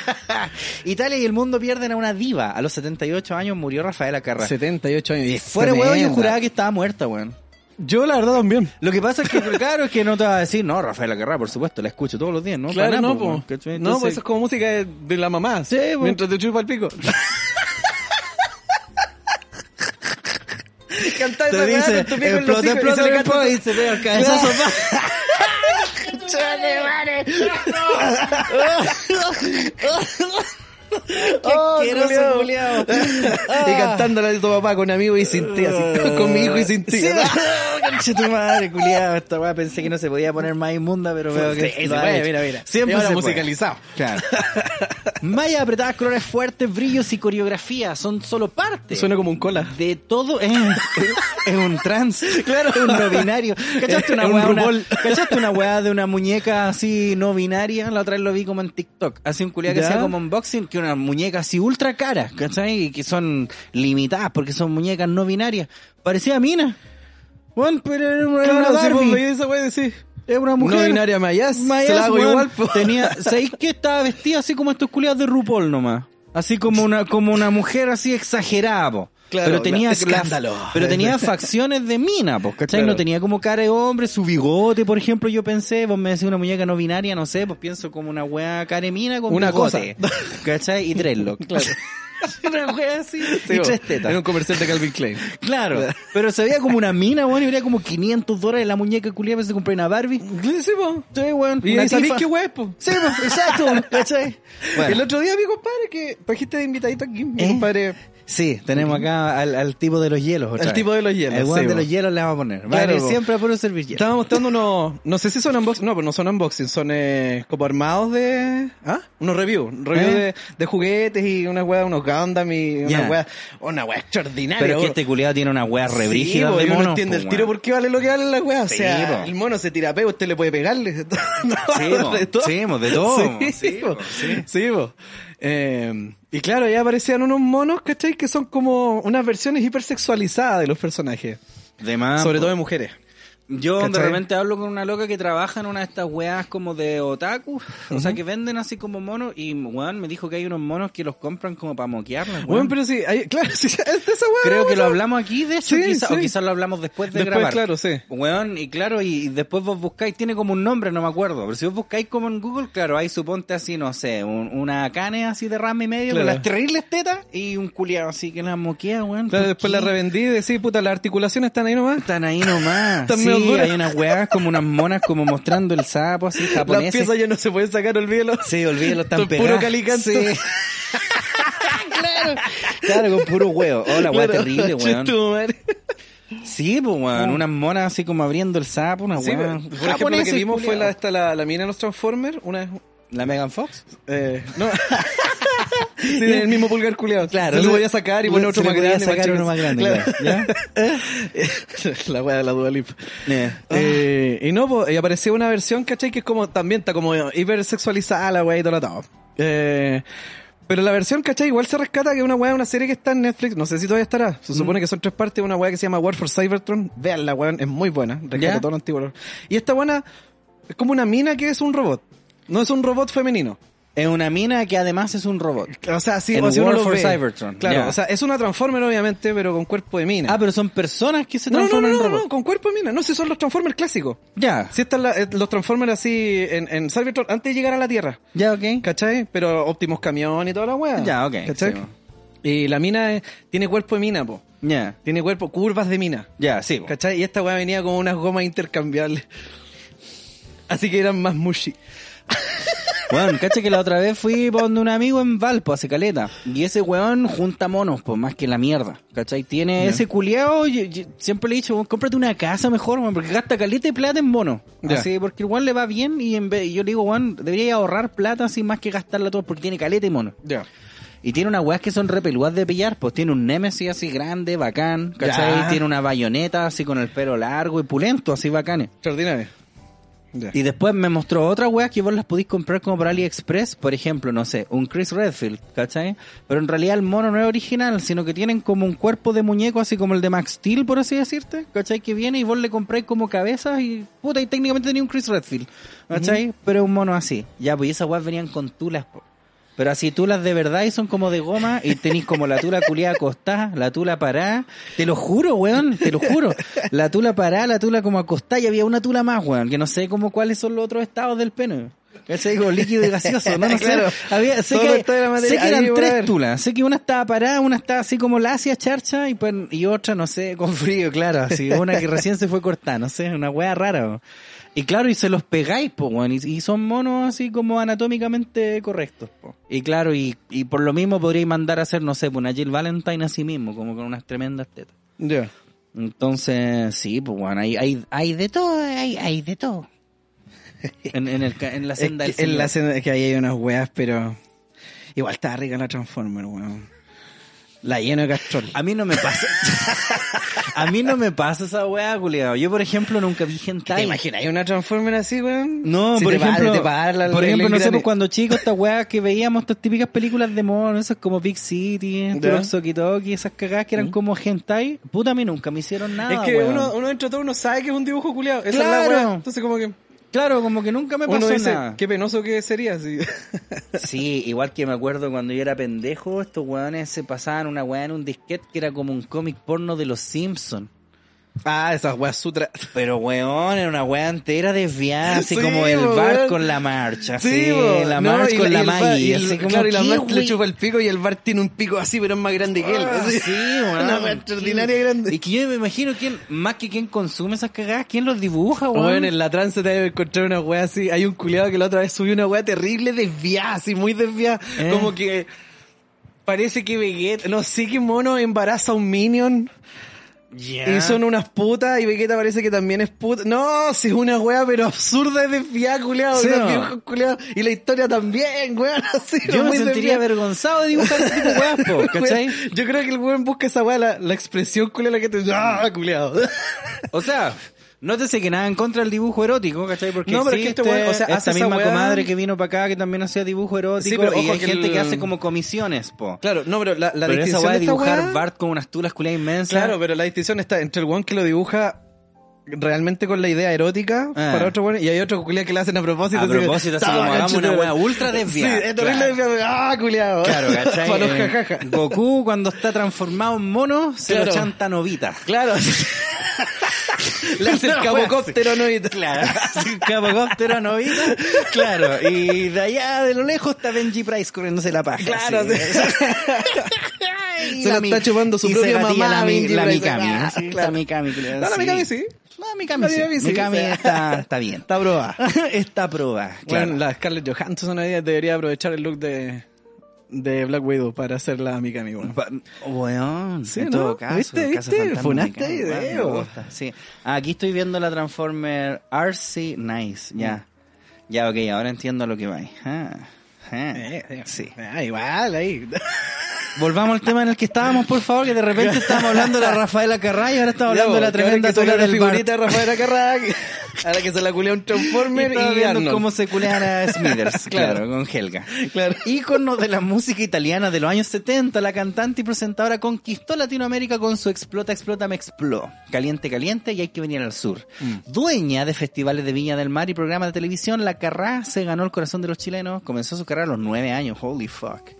[SPEAKER 2] Italia y el mundo pierden a una diva. A los 78 años murió Rafaela Carrá.
[SPEAKER 3] 78 años. y es
[SPEAKER 2] Fuera huevo, yo
[SPEAKER 3] tremenda.
[SPEAKER 2] juraba que estaba muerta, weón.
[SPEAKER 3] Yo, la verdad, también.
[SPEAKER 2] Lo que pasa es que, claro, es que no te va a decir, no, Rafaela Carrá, por supuesto, la escucho todos los días, ¿no?
[SPEAKER 3] Claro,
[SPEAKER 2] Para nada,
[SPEAKER 3] no,
[SPEAKER 2] po,
[SPEAKER 3] po.
[SPEAKER 2] weón, ¿cachai?
[SPEAKER 3] No,
[SPEAKER 2] Entonces,
[SPEAKER 3] pues eso es como música de, de la mamá.
[SPEAKER 2] Sí, po.
[SPEAKER 3] Mientras te chupa el pico. Cantá
[SPEAKER 2] te
[SPEAKER 3] pues, esa weá
[SPEAKER 2] dice,
[SPEAKER 3] con tu pico en los
[SPEAKER 2] explota,
[SPEAKER 3] hijos y se
[SPEAKER 2] explota,
[SPEAKER 3] le
[SPEAKER 2] explota,
[SPEAKER 3] canta-
[SPEAKER 2] y se pega el cabezazo. pa.
[SPEAKER 3] Oh,
[SPEAKER 2] asqueroso,
[SPEAKER 3] culiao.
[SPEAKER 2] culiao.
[SPEAKER 3] Y cantándola de tu papá con amigos y sin ti, así, con mi hijo y sin ti.
[SPEAKER 2] Sí, concha tu madre, culiado. Esta weá pensé que no se podía poner más inmunda, pero veo que.
[SPEAKER 3] Sí, se
[SPEAKER 2] lo ha
[SPEAKER 3] puede,
[SPEAKER 2] hecho.
[SPEAKER 3] mira, mira.
[SPEAKER 2] Siempre
[SPEAKER 3] Y ahora
[SPEAKER 2] se
[SPEAKER 3] musicalizado.
[SPEAKER 2] Puede. Claro. Maya apretadas, colores fuertes, brillos y coreografía son solo parte.
[SPEAKER 3] Suena como un cola.
[SPEAKER 2] de todo es, es un trans, claro, un no binario. ¿Cachaste una
[SPEAKER 3] Es un
[SPEAKER 2] weá? una-
[SPEAKER 3] RuPaul.
[SPEAKER 2] ¿Cachaste una weá de una muñeca así no binaria? La otra vez lo vi como en TikTok. Hace un culiado que
[SPEAKER 3] ¿Ya?
[SPEAKER 2] hacía como unboxing, que una muñeca así ultra cara, ¿cachai? Y que son limitadas porque son muñecas no binarias. Parecía mina. Bueno, pero era una,
[SPEAKER 3] Claro,
[SPEAKER 2] una
[SPEAKER 3] si vos
[SPEAKER 2] Barbie.
[SPEAKER 3] veis esa wea, decís.
[SPEAKER 2] Era una mujer.
[SPEAKER 3] No binaria mayas,
[SPEAKER 2] Mayas,
[SPEAKER 3] se la hago
[SPEAKER 2] weón,
[SPEAKER 3] igual. po.
[SPEAKER 2] Tenía, ¿sabéis que estaba vestida así como estos culiados de RuPaul nomás? Así como una, como una mujer así exagerada, po.
[SPEAKER 3] Claro,
[SPEAKER 2] pero tenía
[SPEAKER 3] la-
[SPEAKER 2] la-
[SPEAKER 3] escándalo.
[SPEAKER 2] pero tenía facciones de mina, po, ¿cachai?
[SPEAKER 3] Claro.
[SPEAKER 2] No tenía como cara de hombre, su bigote, por ejemplo, yo pensé, vos me decís una muñeca no binaria, no sé, pues pienso como una weá cara de mina con
[SPEAKER 3] Una
[SPEAKER 2] bigote, ¿cachai? Y tres locos. una weá así
[SPEAKER 3] Sí,
[SPEAKER 2] y
[SPEAKER 3] vos,
[SPEAKER 2] tres tetas.
[SPEAKER 3] Era un comercial de Calvin Klein.
[SPEAKER 2] Claro, pero se veía como una mina, weón, y valía como 500 dólares la muñeca culiada, pensé compré una Barbie.
[SPEAKER 3] Sí, po.
[SPEAKER 2] Sí, weón.
[SPEAKER 3] Y
[SPEAKER 2] una
[SPEAKER 3] ahí sabéis
[SPEAKER 2] tifa.
[SPEAKER 3] qué wea es, po.
[SPEAKER 2] Sí, pues, exacto, ¿cachai? Bueno.
[SPEAKER 3] El otro día, mi compadre, que trajiste de invitadito aquí, mi
[SPEAKER 2] ¿Eh?
[SPEAKER 3] compadre.
[SPEAKER 2] Sí, tenemos acá al, al tipo de los hielos. otra
[SPEAKER 3] Al
[SPEAKER 2] vez.
[SPEAKER 3] tipo de los hielos,
[SPEAKER 2] El weón
[SPEAKER 3] sí,
[SPEAKER 2] de
[SPEAKER 3] po.
[SPEAKER 2] los hielos pues. le vamos a poner. Va a
[SPEAKER 3] Claro,
[SPEAKER 2] venir
[SPEAKER 3] po.
[SPEAKER 2] siempre a puro servir hielo.
[SPEAKER 3] Estaba mostrando unos. No sé si son unboxing. No, pero no son unboxing. Son eh, como armados de. ¿Ah? Unos reviews. Reviews
[SPEAKER 2] ¿Eh?
[SPEAKER 3] de, de juguetes y una weá, unos Gundam y una
[SPEAKER 2] Ya.
[SPEAKER 3] weá. Una weá extraordinaria.
[SPEAKER 2] Pero es que
[SPEAKER 3] bro.
[SPEAKER 2] este culiado tiene una wea re
[SPEAKER 3] Sí,
[SPEAKER 2] brígida
[SPEAKER 3] po,
[SPEAKER 2] de
[SPEAKER 3] y uno
[SPEAKER 2] monos,
[SPEAKER 3] entiende
[SPEAKER 2] po,
[SPEAKER 3] el tiro
[SPEAKER 2] weón.
[SPEAKER 3] porque vale lo que vale la weá. O
[SPEAKER 2] Sí,
[SPEAKER 3] sea,
[SPEAKER 2] po.
[SPEAKER 3] el mono se tira a peo, usted le puede pegarle.
[SPEAKER 2] Sí, po.
[SPEAKER 3] De todo.
[SPEAKER 2] Sí, po, de todo. Sí, po, sí.
[SPEAKER 3] Sí, po. Eh, y claro, ya aparecían unos monos, ¿cachai? Que son como unas versiones hipersexualizadas de los personajes.
[SPEAKER 2] De más, pues.
[SPEAKER 3] sobre
[SPEAKER 2] Ah, po.
[SPEAKER 3] todo de mujeres.
[SPEAKER 2] Yo de
[SPEAKER 3] ¿Cachai?
[SPEAKER 2] repente hablo con una loca que trabaja en una de estas weas como de otaku, o sea que venden así como monos y weón me dijo que hay unos monos que los compran como para moquearlos. weón.
[SPEAKER 3] Bueno, pero sí, hay- claro, sí, es de esa weá.
[SPEAKER 2] Creo que lo
[SPEAKER 3] hablamos
[SPEAKER 2] hablamos aquí de hecho,
[SPEAKER 3] Sí,
[SPEAKER 2] quizá- o
[SPEAKER 3] sí.
[SPEAKER 2] quizás lo hablamos después de
[SPEAKER 3] Después,
[SPEAKER 2] grabar.
[SPEAKER 3] claro, sí.
[SPEAKER 2] Weón, y claro, y después vos buscáis, tiene como un nombre, no me acuerdo, pero si vos buscáis como en Google, claro, ahí suponte así, no sé, un- una cane así de rama y medio
[SPEAKER 3] Claro.
[SPEAKER 2] con las terribles tetas y un culiado así que las moquea, weón.
[SPEAKER 3] Claro,
[SPEAKER 2] ¿por
[SPEAKER 3] después
[SPEAKER 2] qué?
[SPEAKER 3] la revendí y decís, puta, las articulaciones están ahí nomás.
[SPEAKER 2] Están ahí nomás.
[SPEAKER 3] Están medio
[SPEAKER 2] sí,
[SPEAKER 3] duras.
[SPEAKER 2] hay unas weas como unas monas como mostrando el sapo así
[SPEAKER 3] Las
[SPEAKER 2] japonés.
[SPEAKER 3] piezas ya no se pueden sacar, olvídalo.
[SPEAKER 2] Sí, olvídalo, están
[SPEAKER 3] Son puro
[SPEAKER 2] pegadas.
[SPEAKER 3] calicanto.
[SPEAKER 2] Sí. Claro, con puro huevo. Oh, la wea
[SPEAKER 3] Claro,
[SPEAKER 2] terrible, weón.
[SPEAKER 3] chuta madre.
[SPEAKER 2] Sí, pues, weón. Unas monas así como abriendo el sapo, una
[SPEAKER 3] Uh. Sí, pues,
[SPEAKER 2] weá.
[SPEAKER 3] por ejemplo, lo que vimos fue la, esta, la, la mina de los Transformers, una vez...
[SPEAKER 2] ¿La Megan Fox.
[SPEAKER 3] Eh, no. Tiene el mismo pulgar culeado.
[SPEAKER 2] Claro.
[SPEAKER 3] Se lo voy a sacar y poner otro
[SPEAKER 2] Se le
[SPEAKER 3] más
[SPEAKER 2] podía
[SPEAKER 3] grande.
[SPEAKER 2] sacar
[SPEAKER 3] chico.
[SPEAKER 2] uno más grande, claro.
[SPEAKER 3] Claro. la wea de la Dua Lipa.
[SPEAKER 2] Eh.
[SPEAKER 3] Eh, y no, po, y apareció una versión, ¿cachai? Que es como, también está como hipersexualizada la wea y todo lo todo. Eh, pero la versión, ¿cachai? Igual se rescata que es una wea de una serie que está en Netflix, no sé si todavía estará.
[SPEAKER 2] Mm.
[SPEAKER 3] Se supone que son tres partes, una wea que se llama War for Cybertron. Veanla, weón, es muy buena. Rescata
[SPEAKER 2] ¿Ya?
[SPEAKER 3] todo lo antiguo. Y esta buena es como una mina que es un robot. No es un robot femenino.
[SPEAKER 2] Es una mina que además es un robot.
[SPEAKER 3] O sea, sí,
[SPEAKER 2] En
[SPEAKER 3] o si uno
[SPEAKER 2] War
[SPEAKER 3] lo
[SPEAKER 2] for
[SPEAKER 3] ve.
[SPEAKER 2] Cybertron,
[SPEAKER 3] Claro,
[SPEAKER 2] ya.
[SPEAKER 3] o sea, es una Transformer obviamente, pero con cuerpo de mina.
[SPEAKER 2] Ah, pero son personas que se
[SPEAKER 3] no, no, no,
[SPEAKER 2] transforman
[SPEAKER 3] no,
[SPEAKER 2] en
[SPEAKER 3] no,
[SPEAKER 2] robot.
[SPEAKER 3] con cuerpo de mina. No, si son los Transformers clásicos.
[SPEAKER 2] Ya.
[SPEAKER 3] Si están la- eh, los Transformers así en, en Cybertron antes de llegar a la Tierra.
[SPEAKER 2] Ya, ok.
[SPEAKER 3] ¿Cachai? Pero óptimos camión y toda la weá.
[SPEAKER 2] Ya, ok.
[SPEAKER 3] ¿Cachai?
[SPEAKER 2] sí, po.
[SPEAKER 3] Y la mina eh, tiene cuerpo de mina, po.
[SPEAKER 2] Ya.
[SPEAKER 3] Tiene cuerpo, curvas de mina.
[SPEAKER 2] Ya, sí. po.
[SPEAKER 3] ¿Cachai? Y esta weá venía con unas gomas intercambiables. Así que eran más mushy.
[SPEAKER 2] Weón, cacha que la otra vez fui por donde un amigo en Valpo, hace caleta. Y ese weón junta monos, pues más que la mierda. ¿Cachai? Tiene ese culiao, yo- yo siempre le he dicho, weón, cómprate una casa mejor, weón, porque gasta caleta y plata en monos.
[SPEAKER 3] Ya.
[SPEAKER 2] Así, porque igual le va bien y en vez, y yo le digo, weón, debería ahorrar plata así más que gastarla todo, porque tiene caleta y mono.
[SPEAKER 3] Ya.
[SPEAKER 2] Y tiene unas weas que son repeludas de pillar, pues tiene un Nemesis así grande, bacán, ¿cachai?
[SPEAKER 3] Ya.
[SPEAKER 2] Tiene una bayoneta así con el pelo largo y pulento, así bacanes.
[SPEAKER 3] Extraordinario. Ya.
[SPEAKER 2] Y después me mostró otra weá que vos las podís comprar como por AliExpress, por ejemplo, no sé, un Chris Redfield, ¿cachai? Pero en realidad el mono no es original, sino que tienen como un cuerpo de muñeco, así como el de Max Steel, por así decirte, ¿cachai? Que viene y vos le compráis como cabezas y puta, y técnicamente tenía un Chris Redfield, ¿cachai? Pero un mono así. Ya, pues y esas weas venían con tulas, po. Pero así tulas de verdad y son como de goma y tenéis como la tula culiada acostada, la tula parada. Te lo juro, weón, te lo juro. La tula parada, la tula como acostada y había una tula más, weón, que no sé como cuáles son los otros estados del pene. ¿Cachai? Como líquido y gaseoso, no, no sé.
[SPEAKER 3] Claro.
[SPEAKER 2] Había, sé,
[SPEAKER 3] Todo
[SPEAKER 2] que,
[SPEAKER 3] está de la materia.
[SPEAKER 2] sé que
[SPEAKER 3] Ahí,
[SPEAKER 2] eran
[SPEAKER 3] por
[SPEAKER 2] tres
[SPEAKER 3] haber.
[SPEAKER 2] tulas. Sé que una estaba parada, una estaba así como lacia, charcha y, pues- y otra, no sé, con frío, claro. Así, una que recién se fue cortada, no sé, una wea rara. weón. Y claro, y se los pegáis, po, weón. Y, y son monos así como anatómicamente correctos, po. Y claro, y, y por lo mismo podríais mandar a hacer, no sé, po, una Jill Valentine así mismo, como con unas tremendas tetas.
[SPEAKER 3] Ya.
[SPEAKER 2] Entonces, sí, pues, weón, hay, hay, hay de todo, hay, hay de todo. En, en, el, ca- en la
[SPEAKER 3] Es
[SPEAKER 2] senda
[SPEAKER 3] que,
[SPEAKER 2] del
[SPEAKER 3] en la
[SPEAKER 2] Señor.
[SPEAKER 3] senda- que ahí hay unas weas, pero. Igual estaba rica la Transformer, weón. La lleno de castrol.
[SPEAKER 2] A mí no me pasa. a mí no me pasa esa weá, culiao. Yo, por ejemplo, nunca vi
[SPEAKER 3] ¿Te
[SPEAKER 2] hentai.
[SPEAKER 3] imaginas? ¿Hay una Transformer así, weón?
[SPEAKER 2] No,
[SPEAKER 3] Si
[SPEAKER 2] por
[SPEAKER 3] te va-
[SPEAKER 2] ejemplo,
[SPEAKER 3] te va a dar la-
[SPEAKER 2] por
[SPEAKER 3] la-
[SPEAKER 2] ejemplo
[SPEAKER 3] la-
[SPEAKER 2] nosotros cuando chicos, estas weas que veíamos, estas típicas películas de monos, esas como Big City,
[SPEAKER 3] Ya.
[SPEAKER 2] Soki Toki, esas cagadas que eran como hentai, puta, a mí nunca me hicieron nada.
[SPEAKER 3] Es que
[SPEAKER 2] weón.
[SPEAKER 3] uno, uno entre todos uno sabe que es un dibujo culiado. Esa es
[SPEAKER 2] Claro.
[SPEAKER 3] la wea. Entonces, como que.
[SPEAKER 2] Claro, como que nunca me pasó
[SPEAKER 3] Uno dice,
[SPEAKER 2] nada.
[SPEAKER 3] qué penoso que sería. Sí.
[SPEAKER 2] Sí, igual que me acuerdo cuando yo era pendejo, estos weones se pasaban una weá en un disquete que era como un cómic porno de los Simpsons.
[SPEAKER 3] ah, esas weas sutra.
[SPEAKER 2] Pero weón, era una weá entera desviada, así
[SPEAKER 3] Sí,
[SPEAKER 2] como el
[SPEAKER 3] bo,
[SPEAKER 2] bar
[SPEAKER 3] weón.
[SPEAKER 2] con la marcha,
[SPEAKER 3] Sí,
[SPEAKER 2] así,
[SPEAKER 3] bo.
[SPEAKER 2] la
[SPEAKER 3] No,
[SPEAKER 2] marcha
[SPEAKER 3] y
[SPEAKER 2] con
[SPEAKER 3] y
[SPEAKER 2] la
[SPEAKER 3] el bar- y
[SPEAKER 2] Maggie,
[SPEAKER 3] el-
[SPEAKER 2] así como
[SPEAKER 3] Claro, y la
[SPEAKER 2] ¿qué,
[SPEAKER 3] March le
[SPEAKER 2] wey?
[SPEAKER 3] chupa el pico y el Bart tiene un pico así, pero es más grande que él.
[SPEAKER 2] Ah,
[SPEAKER 3] así.
[SPEAKER 2] sí, weón.
[SPEAKER 3] Una wea extraordinaria y grande.
[SPEAKER 2] Y que yo me imagino quién, más que quién consume esas cagadas, quién los dibuja, weón.
[SPEAKER 3] Bueno, en la tranza te debe encontrar una wea así. Hay un culiado que la otra vez subió una wea terrible desviada, así muy desviada.
[SPEAKER 2] ¿Eh?
[SPEAKER 3] Como que Parece que Vegeta, no sé qué mono embaraza a un minion
[SPEAKER 2] Ya.
[SPEAKER 3] y son unas putas y Vegeta parece que también es puta. No, si es una wea pero absurda es desviada, culiado.
[SPEAKER 2] Sí,
[SPEAKER 3] unos
[SPEAKER 2] no.
[SPEAKER 3] dibujos culiados. Y la historia también, weón, así.
[SPEAKER 2] Yo me
[SPEAKER 3] muy
[SPEAKER 2] sentiría
[SPEAKER 3] desviada.
[SPEAKER 2] avergonzado de dibujar ese tipo de weas, po, ¿cachai?
[SPEAKER 3] Weón, Yo creo que el weón busca esa weá, la, la expresión culiada la que te... ¡Ah, culiado!
[SPEAKER 2] O sea, nótese que nada en contra del dibujo erótico, ¿cachai? Porque
[SPEAKER 3] No, pero es que
[SPEAKER 2] existe
[SPEAKER 3] este weón, o sea, hace
[SPEAKER 2] esta
[SPEAKER 3] esa
[SPEAKER 2] misma
[SPEAKER 3] weá-
[SPEAKER 2] comadre que vino para acá que también hacía dibujo erótico
[SPEAKER 3] Sí, pero
[SPEAKER 2] y
[SPEAKER 3] ojo
[SPEAKER 2] hay
[SPEAKER 3] que
[SPEAKER 2] gente que
[SPEAKER 3] el-
[SPEAKER 2] hace como comisiones, po.
[SPEAKER 3] Claro, no, pero la, la
[SPEAKER 2] pero esa
[SPEAKER 3] distinción
[SPEAKER 2] weá de
[SPEAKER 3] de esta
[SPEAKER 2] dibujar
[SPEAKER 3] weá-
[SPEAKER 2] Bart con unas tulas culias inmensas.
[SPEAKER 3] Claro, pero la distinción está entre el one que lo dibuja realmente con la idea erótica
[SPEAKER 2] Ah.
[SPEAKER 3] para otro weón y hay otro culiado que lo hacen a propósito.
[SPEAKER 2] A
[SPEAKER 3] que-
[SPEAKER 2] propósito, así como
[SPEAKER 3] ¡Ah,
[SPEAKER 2] hagamos una
[SPEAKER 3] cachete!
[SPEAKER 2] weá ultra desviada,
[SPEAKER 3] Sí, es terrible
[SPEAKER 2] claro.
[SPEAKER 3] desviada. ¡Ah, culiado!
[SPEAKER 2] Claro, ¿cachai?
[SPEAKER 3] Para los
[SPEAKER 2] Eh,
[SPEAKER 3] jajaja.
[SPEAKER 2] Goku cuando está transformado en mono se lo
[SPEAKER 3] Claro.
[SPEAKER 2] chanta a Novita.
[SPEAKER 3] Claro. Le hace el
[SPEAKER 2] Una weá
[SPEAKER 3] cabocóptero no y-
[SPEAKER 2] Claro, así, capocóptero a Novita. Claro, y de allá de lo lejos está Benji Price corriéndose la paja.
[SPEAKER 3] Claro,
[SPEAKER 2] así.
[SPEAKER 3] sí.
[SPEAKER 2] Y
[SPEAKER 3] Se
[SPEAKER 2] la
[SPEAKER 3] lo
[SPEAKER 2] mi-
[SPEAKER 3] está chupando su
[SPEAKER 2] y se
[SPEAKER 3] propia
[SPEAKER 2] gatilla
[SPEAKER 3] mamá,
[SPEAKER 2] La, mi-
[SPEAKER 3] Benji
[SPEAKER 2] la
[SPEAKER 3] Price.
[SPEAKER 2] Mikami.
[SPEAKER 3] Ah,
[SPEAKER 2] sí,
[SPEAKER 3] claro.
[SPEAKER 2] La Mikami, creo,
[SPEAKER 3] No, la Mikami sí.
[SPEAKER 2] La Mikami
[SPEAKER 3] La
[SPEAKER 2] sí.
[SPEAKER 3] Mikami sí,
[SPEAKER 2] Mikami
[SPEAKER 3] sí.
[SPEAKER 2] está, está bien.
[SPEAKER 3] Está probada.
[SPEAKER 2] está probada.
[SPEAKER 3] Bueno,
[SPEAKER 2] Claro.
[SPEAKER 3] la Scarlett Johansson hoy día debería aprovechar el look de, de Black Widow para hacer la amiga mi weón.
[SPEAKER 2] Pa- Weón,
[SPEAKER 3] Sí,
[SPEAKER 2] en
[SPEAKER 3] ¿no?
[SPEAKER 2] todo caso.
[SPEAKER 3] ¿Viste?
[SPEAKER 2] el caso
[SPEAKER 3] ¿Viste?
[SPEAKER 2] fantasma
[SPEAKER 3] Fue una
[SPEAKER 2] me cae,
[SPEAKER 3] idea,
[SPEAKER 2] weón, me
[SPEAKER 3] weón.
[SPEAKER 2] gusta, Sí. Ah, Aquí estoy viendo la Transformer RC Nice. Ya.
[SPEAKER 3] Mm.
[SPEAKER 2] Ya, ok, ahora entiendo lo que va. ahí. Ah, ah, Sí.
[SPEAKER 3] Ah, igual, ahí.
[SPEAKER 2] Volvamos al tema en el que estábamos, por favor, que de repente estábamos hablando de la Rafaela Carrá y ahora estamos hablando
[SPEAKER 3] pues,
[SPEAKER 2] de la tremenda
[SPEAKER 3] tula
[SPEAKER 2] tula
[SPEAKER 3] la
[SPEAKER 2] del figurita.
[SPEAKER 3] figurita de Rafael Carrac. Ahora que se la culea un Transformer
[SPEAKER 2] estaba
[SPEAKER 3] y,
[SPEAKER 2] viendo
[SPEAKER 3] Arnold.
[SPEAKER 2] cómo se culean a Smithers,
[SPEAKER 3] Claro.
[SPEAKER 2] claro, con Helga.
[SPEAKER 3] Claro.
[SPEAKER 2] Ícono de la música italiana de los años 70, la cantante y presentadora conquistó Latinoamérica con su Explota, Explota, Me Expló. Caliente, caliente y hay que venir al sur.
[SPEAKER 3] Mm.
[SPEAKER 2] Dueña de festivales de Viña del Mar y programas de televisión, la Carrá se ganó el corazón de los chilenos. Comenzó su carrera a los nueve años, holy fuck.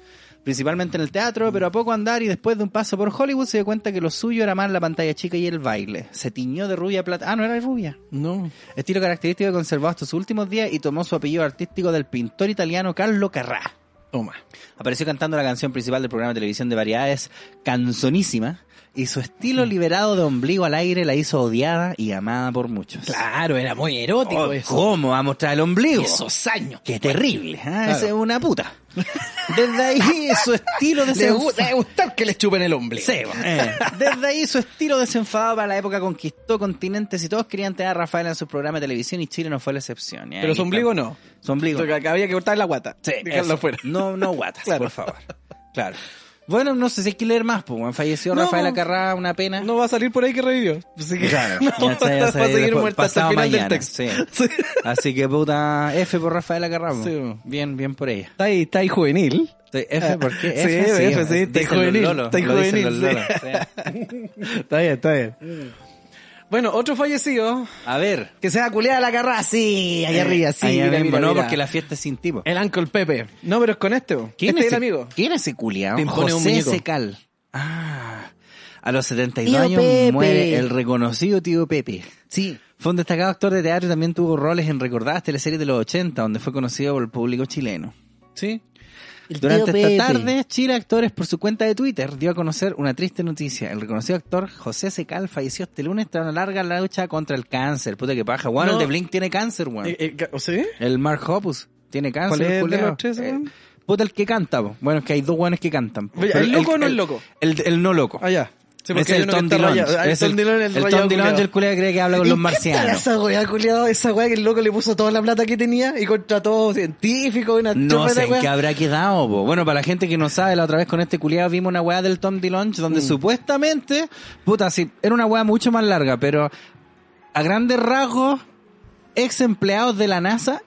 [SPEAKER 2] Principalmente en el
[SPEAKER 3] Mm.
[SPEAKER 2] teatro, pero a poco andar y después de un paso por Hollywood se dio cuenta que lo suyo era más la pantalla chica y el baile. Se tiñó de rubia plata. Ah, no era rubia.
[SPEAKER 3] No.
[SPEAKER 2] Estilo característico que conservó hasta sus últimos días y tomó su apellido artístico del pintor italiano Carlo Carrà.
[SPEAKER 3] Toma.
[SPEAKER 2] Apareció cantando la canción principal del programa de televisión de variedades, Canzonísima, y su estilo liberado de ombligo al aire la hizo odiada y amada por muchos.
[SPEAKER 3] Claro, era muy erótico
[SPEAKER 2] Oh, ¿Cómo va a mostrar el ombligo?
[SPEAKER 3] años.
[SPEAKER 2] Qué terrible, ¿eh? Esa es
[SPEAKER 3] Claro.
[SPEAKER 2] una puta. Desde ahí su estilo de
[SPEAKER 3] Le gusta, debe gustar que les chupen el ombligo.
[SPEAKER 2] Sí, bueno, eh. Desde ahí su estilo desenfadado para la época conquistó continentes y todos querían tener a Rafael en sus programas de televisión y Chile no fue la excepción. Y ahí
[SPEAKER 3] Pero su
[SPEAKER 2] está.
[SPEAKER 3] ombligo no.
[SPEAKER 2] Su ombligo.
[SPEAKER 3] Porque acá había que cortar la guata.
[SPEAKER 2] Sí,
[SPEAKER 3] Dejarlo
[SPEAKER 2] eso.
[SPEAKER 3] afuera.
[SPEAKER 2] No, no guatas,
[SPEAKER 3] Claro.
[SPEAKER 2] por favor. Claro. Bueno, no sé si hay que leer más, pues, weón. falleció
[SPEAKER 3] No.
[SPEAKER 2] Rafael Acarrá, una pena.
[SPEAKER 3] No va a salir por ahí que revivió. Así que
[SPEAKER 2] Claro,
[SPEAKER 3] no,
[SPEAKER 2] ya
[SPEAKER 3] va a
[SPEAKER 2] sé, ya sé,
[SPEAKER 3] seguir
[SPEAKER 2] después-
[SPEAKER 3] muerta hasta el
[SPEAKER 2] pasado
[SPEAKER 3] final
[SPEAKER 2] mañana,
[SPEAKER 3] del texto.
[SPEAKER 2] sí. Así que puta F por Rafael Acarrá. po.
[SPEAKER 3] Sí, po.
[SPEAKER 2] Bien, bien por ella.
[SPEAKER 3] Está ahí, está ahí juvenil.
[SPEAKER 2] Sí, F, ¿por qué?
[SPEAKER 3] Sí, F, sí, está
[SPEAKER 2] dicen los
[SPEAKER 3] juvenil,
[SPEAKER 2] lolos,
[SPEAKER 3] está
[SPEAKER 2] lo dicen los
[SPEAKER 3] juvenil,
[SPEAKER 2] lolos, sí.
[SPEAKER 3] Está bien, está bien. Mm. Bueno, otro fallecido
[SPEAKER 2] A ver.
[SPEAKER 3] que se da culeada la carra. Sí, allá
[SPEAKER 2] Eh,
[SPEAKER 3] arriba, sí.
[SPEAKER 2] allá
[SPEAKER 3] mira,
[SPEAKER 2] mismo,
[SPEAKER 3] mira,
[SPEAKER 2] no,
[SPEAKER 3] mira.
[SPEAKER 2] porque la fiesta es sin tipo.
[SPEAKER 3] El Uncle Pepe. No, pero es con este. bo. este es el amigo.
[SPEAKER 2] ¿Quién es ese culiao?
[SPEAKER 3] Te impone un
[SPEAKER 2] José
[SPEAKER 3] muñeco.
[SPEAKER 2] Secal. Ah. A los 72
[SPEAKER 3] Tío
[SPEAKER 2] años
[SPEAKER 3] Pepe.
[SPEAKER 2] muere el reconocido tío Pepe.
[SPEAKER 3] Sí.
[SPEAKER 2] Fue un destacado actor de teatro y también tuvo roles en recordadas teleseries de los 80, donde fue conocido por el público chileno.
[SPEAKER 3] Sí.
[SPEAKER 2] Durante esta tarde, Chile Actores, por su cuenta de Twitter, dio a conocer una triste noticia. El reconocido actor José Secal falleció este lunes tras una larga lucha contra el cáncer. Puta que paja. Bueno,
[SPEAKER 3] No.
[SPEAKER 2] el de Blink tiene cáncer, weón.
[SPEAKER 3] Eh, eh, ca- ¿Sí?
[SPEAKER 2] El Mark Hoppus tiene cáncer.
[SPEAKER 3] ¿Cuál es el de
[SPEAKER 2] culiao.
[SPEAKER 3] los tres,
[SPEAKER 2] Eh,
[SPEAKER 3] weón?
[SPEAKER 2] Puta, el que canta, po. Bueno, es que hay dos weones que cantan. po.
[SPEAKER 3] Oye,
[SPEAKER 2] Pero
[SPEAKER 3] ¿el loco o no el loco?
[SPEAKER 2] El, el no loco.
[SPEAKER 3] Ah, ya. Sí, porque
[SPEAKER 2] es
[SPEAKER 3] hay
[SPEAKER 2] el
[SPEAKER 3] uno que
[SPEAKER 2] Tom
[SPEAKER 3] está
[SPEAKER 2] Dillon.
[SPEAKER 3] rayado. Ah, el
[SPEAKER 2] Es
[SPEAKER 3] Tom Dillon, el
[SPEAKER 2] Tom
[SPEAKER 3] rayado
[SPEAKER 2] Dillon,
[SPEAKER 3] culiao.
[SPEAKER 2] el culiao que cree que habla con los
[SPEAKER 3] ¿Y qué tal
[SPEAKER 2] marcianos.
[SPEAKER 3] Esa weá, culiado, esa weá que el loco le puso toda la plata que tenía y contrató científicos y una
[SPEAKER 2] No
[SPEAKER 3] chupa de
[SPEAKER 2] sé en
[SPEAKER 3] weá.
[SPEAKER 2] qué habrá quedado, po. Bueno, para la gente que no sabe, la otra vez con este culiado vimos una weá del Tom DeLonge
[SPEAKER 3] Mm.
[SPEAKER 2] donde supuestamente, puta, sí, era una weá mucho más larga, pero a grandes rasgos, ex empleados de la NASA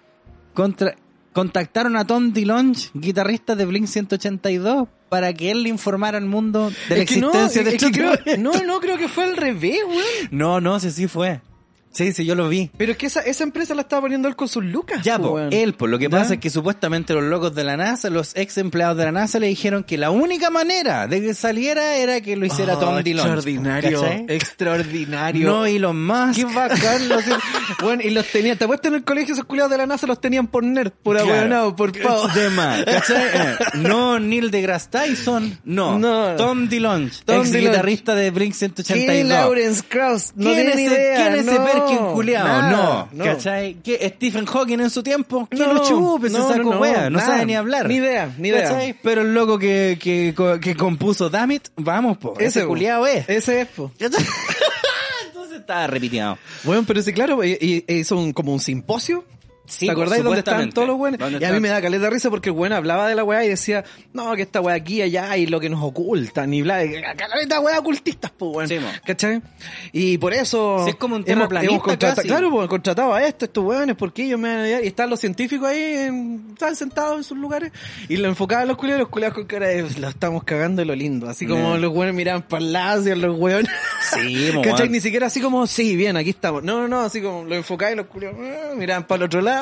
[SPEAKER 2] contra- contactaron a Tom DeLonge, guitarrista de Blink 182, para que él le informara al mundo de la
[SPEAKER 3] Es que no,
[SPEAKER 2] existencia de
[SPEAKER 3] es que creo-
[SPEAKER 2] extraterrestres.
[SPEAKER 3] No, no, creo que fue al revés, weón.
[SPEAKER 2] No, no, sí, sí fue. Sí, sí, yo lo vi.
[SPEAKER 3] Pero es que esa, esa empresa la estaba poniendo él con sus lucas.
[SPEAKER 2] Ya, po,
[SPEAKER 3] weón.
[SPEAKER 2] él, po. Lo que
[SPEAKER 3] Ya.
[SPEAKER 2] pasa es que supuestamente los locos de la NASA, los ex empleados de la NASA, le dijeron que la única manera de que saliera era que lo hiciera
[SPEAKER 3] Oh,
[SPEAKER 2] Tom Dillon.
[SPEAKER 3] Extraordinario,
[SPEAKER 2] ¿cachai?
[SPEAKER 3] extraordinario.
[SPEAKER 2] No, Elon Musk.
[SPEAKER 3] Qué bacán los... bueno, y los tenían, te apuesto en el colegio esos culiados de la NASA los tenían por nerd, por
[SPEAKER 2] Claro.
[SPEAKER 3] abuelonado, por pavo.
[SPEAKER 2] Es de más, ¿cachai? Eh, No Neil deGrasse Tyson, no.
[SPEAKER 3] No.
[SPEAKER 2] Tom DeLonge,
[SPEAKER 3] Tom
[SPEAKER 2] ex
[SPEAKER 3] DeLonge.
[SPEAKER 2] guitarrista de Blink
[SPEAKER 3] ¿Quién
[SPEAKER 2] 182.
[SPEAKER 3] Lawrence Krauss? No tiene
[SPEAKER 2] es
[SPEAKER 3] ni
[SPEAKER 2] ese-
[SPEAKER 3] idea.
[SPEAKER 2] ¿Quién es ese
[SPEAKER 3] no,
[SPEAKER 2] Tolkien culeado,
[SPEAKER 3] nada,
[SPEAKER 2] no,
[SPEAKER 3] no.
[SPEAKER 2] ¿Cachai? ¿Qué? Stephen Hawking en su tiempo, que
[SPEAKER 3] No,
[SPEAKER 2] lo chupe, se
[SPEAKER 3] no,
[SPEAKER 2] sacó
[SPEAKER 3] no, no,
[SPEAKER 2] wea, no
[SPEAKER 3] nada,
[SPEAKER 2] sabe ni hablar.
[SPEAKER 3] ni idea, ni idea.
[SPEAKER 2] ¿Cachai? Pero el loco que, que, que compuso Damit, vamos, po. Ese,
[SPEAKER 3] po. Eh.
[SPEAKER 2] culeado es.
[SPEAKER 3] Ese es, po.
[SPEAKER 2] ¿Cachai? Entonces estaba repiteado.
[SPEAKER 3] Bueno, pero sí, claro, y- y- e hizo un- como un simposio.
[SPEAKER 2] Sí,
[SPEAKER 3] ¿Te
[SPEAKER 2] po,
[SPEAKER 3] acordáis dónde estaban
[SPEAKER 2] supuestamente.
[SPEAKER 3] todos los buenos?
[SPEAKER 2] ¿Dónde
[SPEAKER 3] Y a mí
[SPEAKER 2] están?
[SPEAKER 3] me da caleta de risa porque el bueno hablaba de la weá y decía, no, que esta weá aquí, allá, y lo que nos ocultan, y bla, y- caleta weá ocultistas, pues, weón.
[SPEAKER 2] Sí, mo.
[SPEAKER 3] ¿Cachai? Y por eso.
[SPEAKER 2] Sí, es como un tema planista
[SPEAKER 3] contrata-
[SPEAKER 2] casi.
[SPEAKER 3] Claro, pues, contratado a estos, estos weones, porque ellos me van a ayudar. Y están los científicos ahí, en- están sentados en sus lugares, y lo enfocaban los culiados, los culiados con cara de, lo estamos cagando de lo lindo. Así como
[SPEAKER 2] Mm.
[SPEAKER 3] los weones miraban para el lado, hacia los weones.
[SPEAKER 2] Sí, mo,
[SPEAKER 3] ¿Cachai?
[SPEAKER 2] weón.
[SPEAKER 3] Ni siquiera así como, sí, bien, aquí estamos. No, no, no, así como lo enfocáis y los culiados ah, miraban para el otro lado.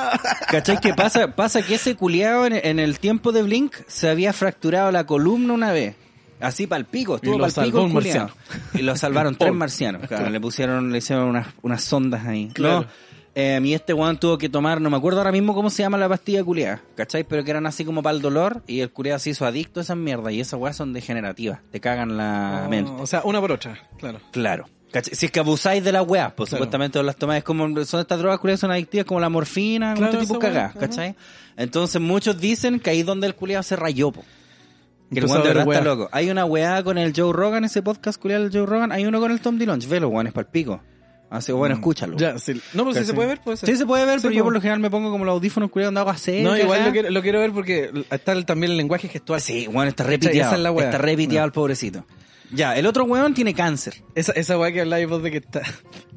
[SPEAKER 2] ¿Cachai? Que pasa, pasa que ese culiado en, en el tiempo de Blink se había fracturado la columna una vez. Así pal pico,
[SPEAKER 3] Y
[SPEAKER 2] estuvo
[SPEAKER 3] lo
[SPEAKER 2] pal pico
[SPEAKER 3] salvó
[SPEAKER 2] el
[SPEAKER 3] un Oh.
[SPEAKER 2] culiao. Y lo salvaron tres
[SPEAKER 3] Paul.
[SPEAKER 2] marcianos. claro, le pusieron, le hicieron unas, unas sondas ahí.
[SPEAKER 3] Claro.
[SPEAKER 2] No, eh, y este weón tuvo que tomar, no me acuerdo ahora mismo cómo se llama la pastilla culiada, ¿cachai? Pero que eran así como para el dolor y el culiado se hizo adicto a esas mierdas y esas weas son degenerativas, te cagan
[SPEAKER 3] Oh.
[SPEAKER 2] la mente.
[SPEAKER 3] o sea, una por otra, claro.
[SPEAKER 2] Claro. ¿Cachai? Si es que abusáis de las weas, pues
[SPEAKER 3] Claro.
[SPEAKER 2] supuestamente o las tomáis como son estas drogas culiadas son adictivas como la morfina, como
[SPEAKER 3] Claro,
[SPEAKER 2] este tipo de
[SPEAKER 3] esa wea,
[SPEAKER 2] cagadas,
[SPEAKER 3] ajá.
[SPEAKER 2] ¿cachai? Entonces muchos dicen que ahí es donde el culiado se rayó, po. Que el
[SPEAKER 3] Empezó
[SPEAKER 2] weón de
[SPEAKER 3] a ver
[SPEAKER 2] verdad está
[SPEAKER 3] wea.
[SPEAKER 2] loco. Hay una weá con el Joe Rogan, ese podcast culiado del Joe Rogan, hay uno con el Tom DeLonge, velo, weón, es palpico. Así que bueno, escúchalo.
[SPEAKER 3] Mm. Ya, sí. No, pero si
[SPEAKER 2] ¿Cachai?
[SPEAKER 3] se puede ver, puede ser.
[SPEAKER 2] Sí, se puede ver,
[SPEAKER 3] Sí,
[SPEAKER 2] pero yo
[SPEAKER 3] po.
[SPEAKER 2] por lo general me pongo como los audífonos culiados andaba a hacer.
[SPEAKER 3] No, igual
[SPEAKER 2] cagada.
[SPEAKER 3] lo quiero, lo quiero ver porque está el- también el lenguaje gestual.
[SPEAKER 2] Sí, weón, está
[SPEAKER 3] Esa-
[SPEAKER 2] repiteado.
[SPEAKER 3] esa es la wea.
[SPEAKER 2] está repiteado
[SPEAKER 3] No.
[SPEAKER 2] el pobrecito. Ya, el otro weón tiene cáncer.
[SPEAKER 3] Esa, esa weá que habláis vos de que, está,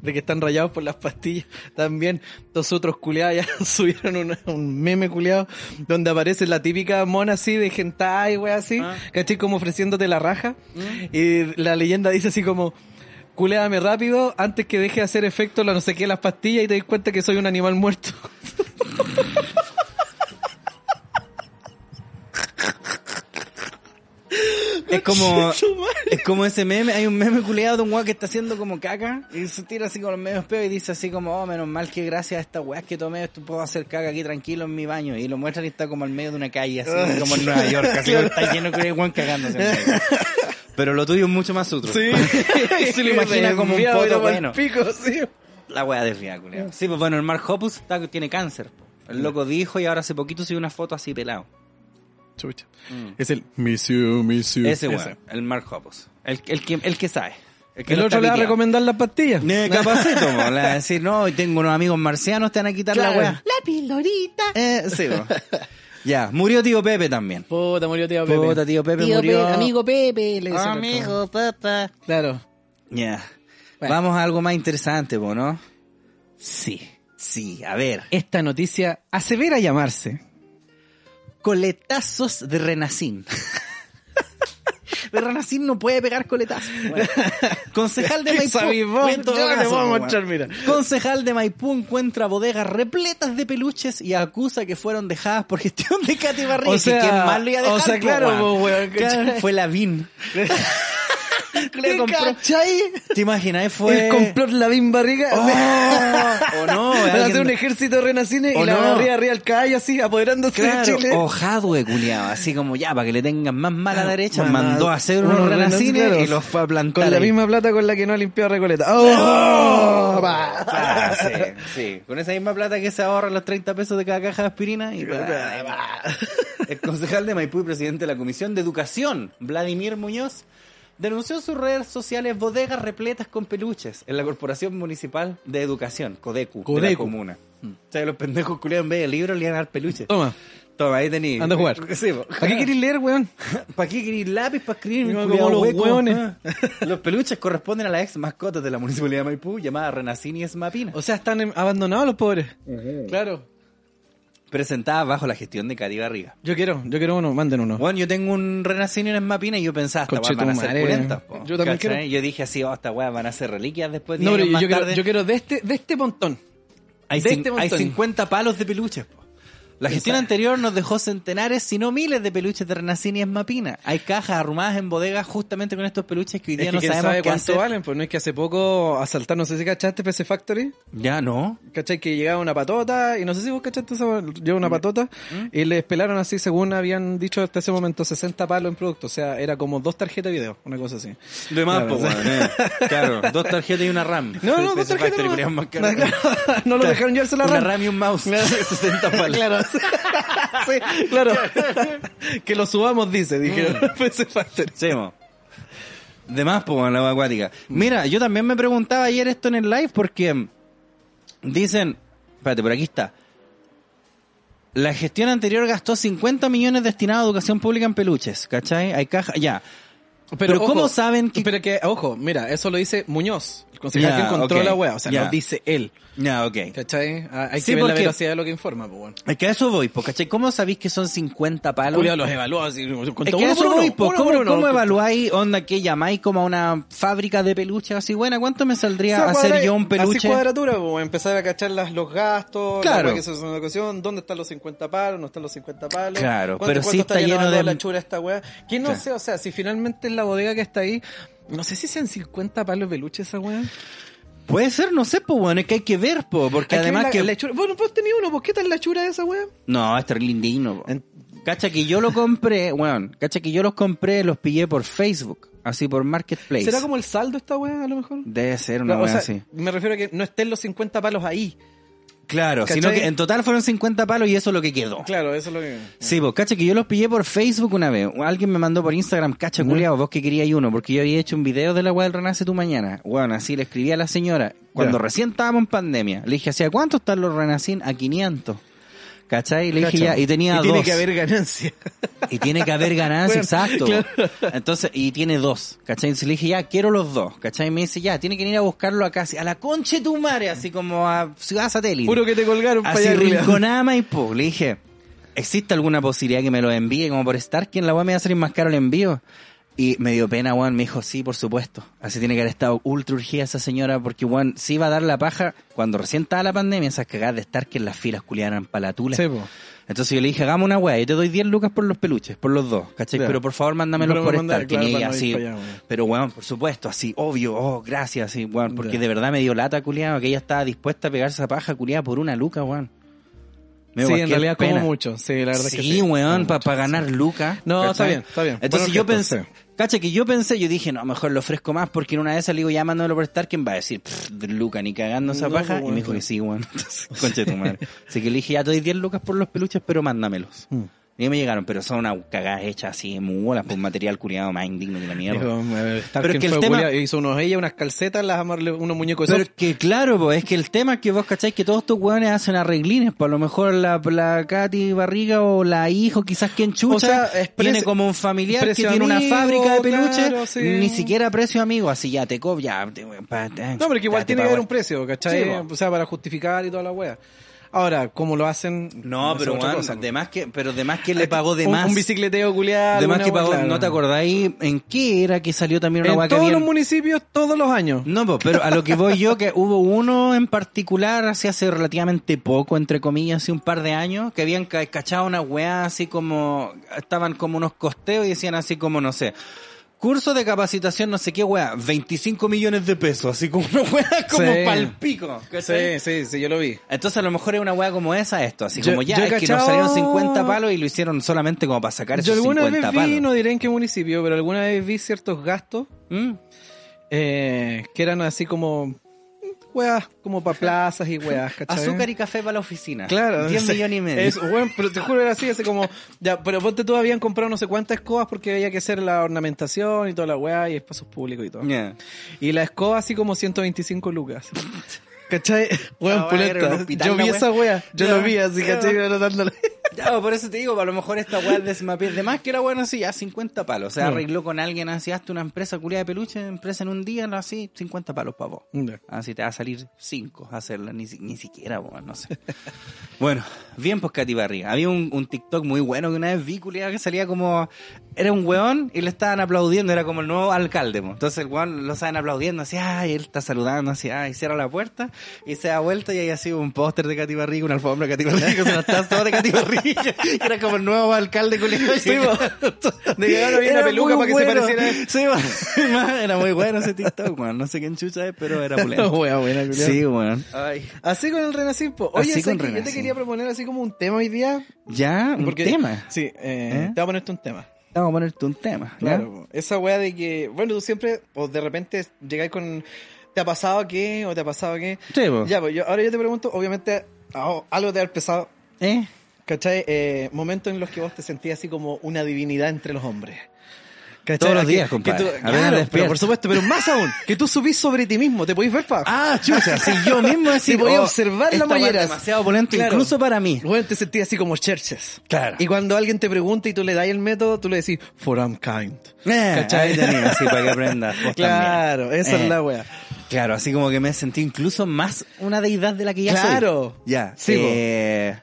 [SPEAKER 3] de que están rayados por las pastillas. También, los otros culiados ya subieron un, un meme culiado donde aparece la típica mona así de hentai, weá así,
[SPEAKER 2] Ah. Mm.
[SPEAKER 3] ¿cachai? Como ofreciéndote la raja. Y la leyenda dice así como. Culeame rápido antes que deje de hacer efecto la no sé qué las pastillas y te des cuenta que soy un animal muerto.
[SPEAKER 2] Es como,
[SPEAKER 3] Su madre.
[SPEAKER 2] es como ese meme, hay un meme culeado de un weón que está haciendo como caca y se tira así con los medios peos y dice así como, oh, menos mal que gracias a esta weá que tomé esto puedo hacer caca aquí tranquilo en mi baño. Y lo muestran y está como al medio de una calle,
[SPEAKER 3] Ah,
[SPEAKER 2] así como en Nueva York, así como está lleno de weón cagándose. en medio. Pero lo tuyo es mucho más sutro.
[SPEAKER 3] Sí.
[SPEAKER 2] Se lo imagina como un
[SPEAKER 3] Desviado,
[SPEAKER 2] poto
[SPEAKER 3] era pa'l
[SPEAKER 2] bueno.
[SPEAKER 3] pico, sí.
[SPEAKER 2] La weá desviada, culeado. Sí, pues bueno, el Mark Hoppus está- tiene cáncer. po.
[SPEAKER 3] Mm.
[SPEAKER 2] El loco dijo y ahora hace poquito subió una foto así pelado.
[SPEAKER 3] Chucha.
[SPEAKER 2] Mm.
[SPEAKER 3] Es el Miss You, Miss You.
[SPEAKER 2] Ese weón, el Mark Hoppus. El, el, que, el que sabe. que
[SPEAKER 3] El
[SPEAKER 2] no
[SPEAKER 3] otro
[SPEAKER 2] está
[SPEAKER 3] le va a
[SPEAKER 2] piteado.
[SPEAKER 3] recomendar las pastillas.
[SPEAKER 2] Me capacito, po, le va a decir, no, hoy tengo unos amigos marcianos, te van a quitar la
[SPEAKER 3] Claro.
[SPEAKER 2] weá. La pildorita. Eh, sí, po. Ya, murió tío Pepe también.
[SPEAKER 3] Puta, murió tío Pepe.
[SPEAKER 2] Puta, tío Pepe murió.
[SPEAKER 3] Pepe, le
[SPEAKER 2] Ah,
[SPEAKER 3] dice el otro.
[SPEAKER 2] papá.
[SPEAKER 3] Claro.
[SPEAKER 2] Ya.
[SPEAKER 3] Bueno.
[SPEAKER 2] Vamos a algo más interesante, po, ¿no? Sí, sí, a ver.
[SPEAKER 3] Esta noticia asevera llamarse.
[SPEAKER 2] Coletazos de Renacín. Pero Renacín no puede pegar coletazos. bueno. Concejal de
[SPEAKER 3] ¿Qué
[SPEAKER 2] Maipú.
[SPEAKER 3] sabís vos?
[SPEAKER 2] en todo
[SPEAKER 3] Yo te
[SPEAKER 2] caso,
[SPEAKER 3] puedo
[SPEAKER 2] po,
[SPEAKER 3] mostrar,
[SPEAKER 2] bueno.
[SPEAKER 3] mira.
[SPEAKER 2] Concejal de Maipú encuentra bodegas repletas de peluches y acusa que fueron dejadas por gestión de Katy Barriga.
[SPEAKER 3] O sea,
[SPEAKER 2] que mal lo iba a
[SPEAKER 3] o
[SPEAKER 2] dejar,
[SPEAKER 3] sea,
[SPEAKER 2] po,
[SPEAKER 3] claro,
[SPEAKER 2] weón.
[SPEAKER 3] po, weón,
[SPEAKER 2] Claro,
[SPEAKER 3] ¿cachai?
[SPEAKER 2] Fue la VIN. Le compró.
[SPEAKER 3] cachai?
[SPEAKER 2] ¿Te imaginas? Fue...
[SPEAKER 3] El complot la Lavín Barriga.
[SPEAKER 2] Oh, o no,
[SPEAKER 3] Van a hacer
[SPEAKER 2] alguien-
[SPEAKER 3] un ejército renacine
[SPEAKER 2] O
[SPEAKER 3] y la
[SPEAKER 2] no.
[SPEAKER 3] barriga arriba al caballo así, apoderándose
[SPEAKER 2] Claro, Oh,
[SPEAKER 3] de Chile. Ah,
[SPEAKER 2] o Jadwe, culiao, así como ya, para que le tengan más mala derecha,
[SPEAKER 3] Van a-
[SPEAKER 2] mandó a hacer unos
[SPEAKER 3] unos
[SPEAKER 2] renacines
[SPEAKER 3] renacines,
[SPEAKER 2] y los fue a plantar.
[SPEAKER 3] Con la
[SPEAKER 2] ahí.
[SPEAKER 3] misma plata con la que no ha limpiado Recoleta. ¡Oh! Pa.
[SPEAKER 2] Ah, sí, sí. Con esa misma plata que se ahorra los 30 pesos de cada caja de aspirina y pa. El concejal de Maipú y presidente de la Comisión de Educación, Vladimir Muñoz, denunció en sus redes sociales bodegas repletas con peluches en la Corporación Municipal de Educación, Codecu, de la
[SPEAKER 3] Codecu.
[SPEAKER 2] comuna. Mm. O sea, los pendejos culiados en vez de libros le iban a dar peluches.
[SPEAKER 3] Toma,
[SPEAKER 2] Toma, ahí tení.
[SPEAKER 3] Oh. Anda a jugar.
[SPEAKER 2] Sí, po.
[SPEAKER 3] ¿para qué queréis leer, weón?
[SPEAKER 2] ¿Para qué queréis lápiz para escribir?
[SPEAKER 3] No,
[SPEAKER 2] culiao
[SPEAKER 3] como los
[SPEAKER 2] hueco?
[SPEAKER 3] hueones.
[SPEAKER 2] Ah. Los peluches corresponden a las ex mascotas de la Municipalidad de Maipú llamada Renacini y Esmapina.
[SPEAKER 3] O sea, están em- abandonados los pobres. Claro.
[SPEAKER 2] presentada bajo la gestión de Cati Barriga.
[SPEAKER 3] Yo quiero, yo quiero uno, manden uno.
[SPEAKER 2] Bueno, yo tengo un Renacini en Mapina y yo pensaba, esta
[SPEAKER 3] Conche
[SPEAKER 2] weá van a
[SPEAKER 3] tu
[SPEAKER 2] ser
[SPEAKER 3] madre,
[SPEAKER 2] pulentas.
[SPEAKER 3] weón.
[SPEAKER 2] po,
[SPEAKER 3] Yo también
[SPEAKER 2] ¿cachai?
[SPEAKER 3] quiero.
[SPEAKER 2] Yo dije así, oh, esta weá van a ser reliquias después de
[SPEAKER 3] No, pero yo,
[SPEAKER 2] más
[SPEAKER 3] yo quiero,
[SPEAKER 2] tarde.
[SPEAKER 3] yo quiero de este, de este montón.
[SPEAKER 2] hay,
[SPEAKER 3] de
[SPEAKER 2] cin-
[SPEAKER 3] este
[SPEAKER 2] hay
[SPEAKER 3] montón.
[SPEAKER 2] 50 palos de peluches, po. La gestión anterior nos dejó centenares, si no miles, de peluches de Renacini y Esmapina. Hay cajas arrumadas en bodegas justamente con estos peluches que hoy día
[SPEAKER 3] Es que
[SPEAKER 2] no
[SPEAKER 3] quién
[SPEAKER 2] sabemos
[SPEAKER 3] sabe
[SPEAKER 2] qué
[SPEAKER 3] cuánto
[SPEAKER 2] hacer.
[SPEAKER 3] valen, pues no es que hace poco asaltaron, no sé si cachaste PC Factory,
[SPEAKER 2] Ya no.
[SPEAKER 3] ¿cachai? Que llegaba una patota, y no sé si vos cachaste esa, llegó
[SPEAKER 2] Mm.
[SPEAKER 3] una patota, y les pelaron así, según habían dicho hasta ese momento, 60 palos en producto, o sea, era como dos tarjetas de video, una cosa así.
[SPEAKER 2] De más,
[SPEAKER 3] Claro,
[SPEAKER 2] po,
[SPEAKER 3] sí.
[SPEAKER 2] weón, eh. Claro, dos tarjetas y una RAM.
[SPEAKER 3] No, no,
[SPEAKER 2] Ese
[SPEAKER 3] dos tarjetas.
[SPEAKER 2] factory
[SPEAKER 3] No,
[SPEAKER 2] culiao más caro.
[SPEAKER 3] no, claro, no lo dejaron llevarse la
[SPEAKER 2] Una
[SPEAKER 3] RAM.
[SPEAKER 2] RAM y un mouse. 60 palos.
[SPEAKER 3] Claro. sí, claro. que lo subamos, dice, dijeron.
[SPEAKER 2] Mm.
[SPEAKER 3] PC Factory.
[SPEAKER 2] Sí, mo. De más, po, en la agua acuática. Mira, yo también me preguntaba ayer esto en el live porque mm, dicen, espérate, por aquí está. La gestión anterior gastó 50 millones destinados a educación pública en peluches, ¿cachai? Hay caja, ya. Pero, ¿cómo
[SPEAKER 3] ojo,
[SPEAKER 2] saben que...
[SPEAKER 3] Pero que, ojo, mira, eso lo dice Muñoz, el concejal
[SPEAKER 2] Ya,
[SPEAKER 3] que encontró
[SPEAKER 2] ok,
[SPEAKER 3] la wea. O sea,
[SPEAKER 2] ya.
[SPEAKER 3] lo dice él.
[SPEAKER 2] Ya, ok.
[SPEAKER 3] ¿Cachai? Ah, Hay
[SPEAKER 2] Sí,
[SPEAKER 3] que ver la
[SPEAKER 2] porque-
[SPEAKER 3] velocidad de lo que informa, pues bueno.
[SPEAKER 2] Es que a eso voy, po, ¿cachai? ¿Cómo sabéis que son 50 palos?
[SPEAKER 3] Julio los evaluó así.
[SPEAKER 2] Es que a eso voy,
[SPEAKER 3] pues,
[SPEAKER 2] po, ¿cómo, cómo evaluáis, onda, que llamáis como a una fábrica de peluches así? Bueno, ¿cuánto me saldría hacer yo un
[SPEAKER 3] Así
[SPEAKER 2] peluche?
[SPEAKER 3] cuadratura, pues, empezar a cachar las, los gastos,
[SPEAKER 2] Claro.
[SPEAKER 3] la wea que se hace en la ocasión, dónde están los 50 palos, no están los 50 palos.
[SPEAKER 2] Claro,
[SPEAKER 3] cuánto-
[SPEAKER 2] pero
[SPEAKER 3] cuánto
[SPEAKER 2] sí está lleno
[SPEAKER 3] llevando
[SPEAKER 2] de-
[SPEAKER 3] la chura esta weá. Que no
[SPEAKER 2] Claro.
[SPEAKER 3] sé, o sea, si finalmente es la bodega que está ahí, no sé si sean 50 palos de peluche esa weá.
[SPEAKER 2] Puede ser, no sé, pues bueno, es que hay que ver, po, porque
[SPEAKER 3] Hay ver
[SPEAKER 2] además
[SPEAKER 3] la-
[SPEAKER 2] que...
[SPEAKER 3] la hechura- Bueno, vos tenías uno, pues ¿qué tal la chura de esa weá?
[SPEAKER 2] No, es lindino. po.
[SPEAKER 3] En-
[SPEAKER 2] Cacha que yo lo compré, weón, cacha que yo los compré, los pillé por Facebook, así por Marketplace.
[SPEAKER 3] ¿Será como el saldo esta weá a lo mejor?
[SPEAKER 2] Debe ser
[SPEAKER 3] No,
[SPEAKER 2] una
[SPEAKER 3] o
[SPEAKER 2] weá
[SPEAKER 3] sea,
[SPEAKER 2] así.
[SPEAKER 3] me refiero a que no estén los 50 palos ahí.
[SPEAKER 2] Claro,
[SPEAKER 3] ¿cachai?
[SPEAKER 2] sino que en total fueron 50 palos y eso es lo que quedó.
[SPEAKER 3] Claro, eso es lo que...
[SPEAKER 2] Sí, pues, cacha, que yo los pillé por Facebook una vez. Alguien me mandó por Instagram, cacha, culiao, vos que queríais uno, porque yo había hecho un video de la weá del Renace tu mañana. Bueno, así le escribí a la señora, cuando
[SPEAKER 3] Ya.
[SPEAKER 2] recién estábamos en pandemia. Le dije, ¿hacia cuánto están los Renacin? A 500. ¿Cachai? Le dije ya, y tenía dos.
[SPEAKER 3] tiene que haber ganancia.
[SPEAKER 2] Y tiene que haber ganancia, exacto.
[SPEAKER 3] claro.
[SPEAKER 2] Entonces, y tiene dos, ¿cachai? Entonces le dije, ya, quiero los dos, ¿cachai? Y me dice, ya, tiene que ir a buscarlo acá, así, a la concha de tu madre, así como a Ciudad Satélite.
[SPEAKER 3] Puro que te colgaron para
[SPEAKER 2] Así
[SPEAKER 3] allá, Julián.
[SPEAKER 2] rinconada Maipú. pues, Le dije, ¿existe alguna posibilidad que me lo envíe como por estar? ¿Quién la weá me va a salir más caro el envío? Y me dio pena, Juan. Me dijo, sí, por supuesto. Así tiene que haber estado ultra urgida esa señora, porque Juan sí iba a dar la paja cuando recién estaba la pandemia, esas cagadas de estar que en las filas culiaran para la tula.
[SPEAKER 3] Sí, po.
[SPEAKER 2] Entonces yo le dije, hagamos una weá, yo te doy 10 lucas por los peluches, por los dos, ¿cachai?
[SPEAKER 3] Ya.
[SPEAKER 2] Pero por favor, mándamelos
[SPEAKER 3] Pero
[SPEAKER 2] por
[SPEAKER 3] manda-
[SPEAKER 2] estar.
[SPEAKER 3] claro,
[SPEAKER 2] que ni ella,
[SPEAKER 3] para no ir
[SPEAKER 2] así.
[SPEAKER 3] para allá, weón.
[SPEAKER 2] Pero weón, por supuesto, así, obvio, oh, gracias, así, weón, porque
[SPEAKER 3] Ya.
[SPEAKER 2] de verdad me dio lata, culiado, que ella estaba dispuesta a pegarse esa paja, culiada, por una luca, weón. Me dio
[SPEAKER 3] Sí, en
[SPEAKER 2] cualquier
[SPEAKER 3] realidad
[SPEAKER 2] pena.
[SPEAKER 3] como mucho. Sí, la verdad
[SPEAKER 2] sí,
[SPEAKER 3] es que sí.
[SPEAKER 2] weón,
[SPEAKER 3] Como
[SPEAKER 2] para
[SPEAKER 3] mucho, sí.
[SPEAKER 2] ganar lucas.
[SPEAKER 3] No,
[SPEAKER 2] ¿cachai?
[SPEAKER 3] está bien, está bien.
[SPEAKER 2] Entonces
[SPEAKER 3] Buenos
[SPEAKER 2] yo
[SPEAKER 3] gestos,
[SPEAKER 2] pensé,
[SPEAKER 3] sí.
[SPEAKER 2] cacha, que yo pensé, yo dije, no, mejor le ofrezco más, porque en una de esas le digo, ya mándamelo por estar, ¿quién va a decir, "Pff, Luca, ni cagando esa
[SPEAKER 3] No,
[SPEAKER 2] paja?
[SPEAKER 3] pues,
[SPEAKER 2] y
[SPEAKER 3] bueno,
[SPEAKER 2] me dijo
[SPEAKER 3] claro.
[SPEAKER 2] que sí, weón. Entonces, concha de tu madre. Así que le dije, ya te doy 10 lucas por los peluches, pero mándamelos.
[SPEAKER 3] Mm.
[SPEAKER 2] Y me llegaron, pero son unas cagadas hechas así, muy bolas, por material curiado más indigno que la mierda.
[SPEAKER 3] Dijo, eh, Starkin
[SPEAKER 2] Pero es que el
[SPEAKER 3] fue
[SPEAKER 2] tema-
[SPEAKER 3] culiao, hizo unos ella, unas calcetas, las amarle unos muñecos de
[SPEAKER 2] Pero
[SPEAKER 3] soft.
[SPEAKER 2] que claro, po, es que el tema es que vos cacháis que todos estos hueones hacen arreglines, pues a lo mejor la, la Katy Barriga o la hijo, quizás quien chucha,
[SPEAKER 3] O sea, es precio-
[SPEAKER 2] tiene como un familiar que
[SPEAKER 3] precio
[SPEAKER 2] tiene una
[SPEAKER 3] amigo,
[SPEAKER 2] fábrica de peluches,
[SPEAKER 3] claro, sí.
[SPEAKER 2] ni siquiera precio amigo, así ya te cobra, ya, te- pa- te-
[SPEAKER 3] No, pero que igual
[SPEAKER 2] ya te
[SPEAKER 3] tiene que
[SPEAKER 2] pago.
[SPEAKER 3] haber un precio, ¿cachai?
[SPEAKER 2] Sí, po.
[SPEAKER 3] o sea, para justificar y toda la wea. Ahora, ¿cómo lo hacen?
[SPEAKER 2] No,
[SPEAKER 3] Esa
[SPEAKER 2] pero
[SPEAKER 3] es otra
[SPEAKER 2] weón,
[SPEAKER 3] cosa, po.
[SPEAKER 2] de más que, pero de más que le pagó de
[SPEAKER 3] Un-
[SPEAKER 2] más.
[SPEAKER 3] Un bicicleteo culiado.
[SPEAKER 2] de más que pagó, no te acordáis en qué era que salió también una hueá
[SPEAKER 3] En
[SPEAKER 2] que
[SPEAKER 3] todos
[SPEAKER 2] había-
[SPEAKER 3] los municipios, todos los años.
[SPEAKER 2] No, po, pero a lo que voy yo, que hubo uno en particular así hace relativamente poco, entre comillas, hace un par de años, que habían ca- cachado una weá así como, estaban como unos costeos y decían así como, no sé, curso de capacitación, no sé qué weá, 25 millones de pesos, así como una weá como
[SPEAKER 3] Sí.
[SPEAKER 2] palpico. ¿cachai?
[SPEAKER 3] Sí, sí, sí, yo lo vi.
[SPEAKER 2] Entonces a lo mejor es una weá como esa esto, así
[SPEAKER 3] Yo-
[SPEAKER 2] como ya,
[SPEAKER 3] yo he
[SPEAKER 2] es que nos
[SPEAKER 3] cachado-
[SPEAKER 2] salieron 50 palos y lo hicieron solamente como para sacar
[SPEAKER 3] Yo
[SPEAKER 2] esos
[SPEAKER 3] alguna
[SPEAKER 2] 50
[SPEAKER 3] vez vi,
[SPEAKER 2] palos.
[SPEAKER 3] no diré en qué municipio, pero alguna vez vi ciertos gastos
[SPEAKER 2] ¿Mm?
[SPEAKER 3] eh, que eran así como mm, weas, como para plazas y weas, ¿cachai?
[SPEAKER 2] Azúcar y café para la oficina.
[SPEAKER 3] Claro.
[SPEAKER 2] 10
[SPEAKER 3] sí.
[SPEAKER 2] millones y medio.
[SPEAKER 3] Es, bueno, pero te juro, era así, así como, ya, pero ponte tú, habían comprado no sé cuántas escobas porque había que hacer la ornamentación y toda la wea y espacios públicos y todo.
[SPEAKER 2] Yeah.
[SPEAKER 3] Y la escoba así como 125 lucas. ¿Cachai?
[SPEAKER 2] Ahora
[SPEAKER 3] Weón,
[SPEAKER 2] era un
[SPEAKER 3] puleta.
[SPEAKER 2] hospital,
[SPEAKER 3] Yo
[SPEAKER 2] la
[SPEAKER 3] vi
[SPEAKER 2] wea.
[SPEAKER 3] esa wea. Yo
[SPEAKER 2] Ya.
[SPEAKER 3] lo vi así, ¿cachai? Yo era dándole.
[SPEAKER 2] Ya, pues, por eso te digo, a lo mejor esta weá de Smapé, de más que era bueno así, ya 50 palos. O sea,
[SPEAKER 3] Mm.
[SPEAKER 2] arregló con alguien así, hazte una empresa culia de peluche, empresa en un día, no así, 50 palos, pavo.
[SPEAKER 3] Ya.
[SPEAKER 2] Así Ah, te va a salir 5 hacerla, ni, si- ni siquiera, weón, no sé. bueno, bien, pues Katy Barry. Había un, un TikTok muy bueno que una vez vi, culia, que salía como. Era un weón y le estaban aplaudiendo, era como el nuevo alcalde, po. Entonces el weón lo estaban aplaudiendo, así, ay, él está saludando, así, ay, cierra la puerta y se da vuelta y hay así un póster de Katy Barriga, una alfombra de Katy Barriga, se las tazas todas de Katy Barriga, que era como el nuevo alcalde culiado.
[SPEAKER 3] Sí, po. De que ahora había una
[SPEAKER 2] Era
[SPEAKER 3] peluca
[SPEAKER 2] muy
[SPEAKER 3] para que
[SPEAKER 2] bueno.
[SPEAKER 3] se pareciera.
[SPEAKER 2] Sí, po. Man, era muy bueno ese TikTok, man. No sé quién chucha es, pero era
[SPEAKER 3] No,
[SPEAKER 2] pulento.
[SPEAKER 3] wea, buena, culiao.
[SPEAKER 2] Sí, weón.
[SPEAKER 3] Así con el Renacimpo. Oye,
[SPEAKER 2] Así
[SPEAKER 3] sé
[SPEAKER 2] con
[SPEAKER 3] que yo te
[SPEAKER 2] Renacimpo.
[SPEAKER 3] quería proponer así como un tema hoy día.
[SPEAKER 2] Ya, un tema.
[SPEAKER 3] Sí, eh,
[SPEAKER 2] ¿Eh?
[SPEAKER 3] te voy a ponerte un tema.
[SPEAKER 2] Vamos a ponerte un tema. ¿ya?
[SPEAKER 3] Claro, po. esa wea de que, bueno, tú siempre, o de repente llegáis con, ¿te ha pasado qué? ¿O te ha pasado qué?
[SPEAKER 2] Sí, po.
[SPEAKER 3] Ya, pues yo, ahora yo te pregunto, obviamente, ah, algo te ha pesado,
[SPEAKER 2] ¿Eh?
[SPEAKER 3] ¿cachai? Eh, momentos en los que vos te sentías así como una divinidad entre los hombres. ¿Cachai?
[SPEAKER 2] Todos los
[SPEAKER 3] Que-
[SPEAKER 2] días,
[SPEAKER 3] que
[SPEAKER 2] compadre.
[SPEAKER 3] tú-
[SPEAKER 2] Apenas
[SPEAKER 3] claro, pero
[SPEAKER 2] despierto.
[SPEAKER 3] por supuesto, pero más aún, que tú subís sobre ti mismo, te podís ver, pa.
[SPEAKER 2] Ah, chucha, si yo mismo así
[SPEAKER 3] Te podía observar la
[SPEAKER 2] oh, esta weá es
[SPEAKER 3] mollera.
[SPEAKER 2] demasiado opulento,
[SPEAKER 3] Claro.
[SPEAKER 2] incluso para mí.
[SPEAKER 3] Bueno, te sentías así como Churches.
[SPEAKER 2] Claro.
[SPEAKER 3] Y cuando alguien te pregunta y tú le das el método, tú le decís, for I'm kind.
[SPEAKER 2] Eh,
[SPEAKER 3] ¿Cachai?
[SPEAKER 2] ahí tenés, así para que aprendas. vos
[SPEAKER 3] Claro,
[SPEAKER 2] también.
[SPEAKER 3] esa
[SPEAKER 2] Eh,
[SPEAKER 3] es la wea.
[SPEAKER 2] Claro, así como que me sentí incluso más una deidad de la que ya soy.
[SPEAKER 3] Claro.
[SPEAKER 2] Ya.
[SPEAKER 3] Sí, po.
[SPEAKER 2] eh,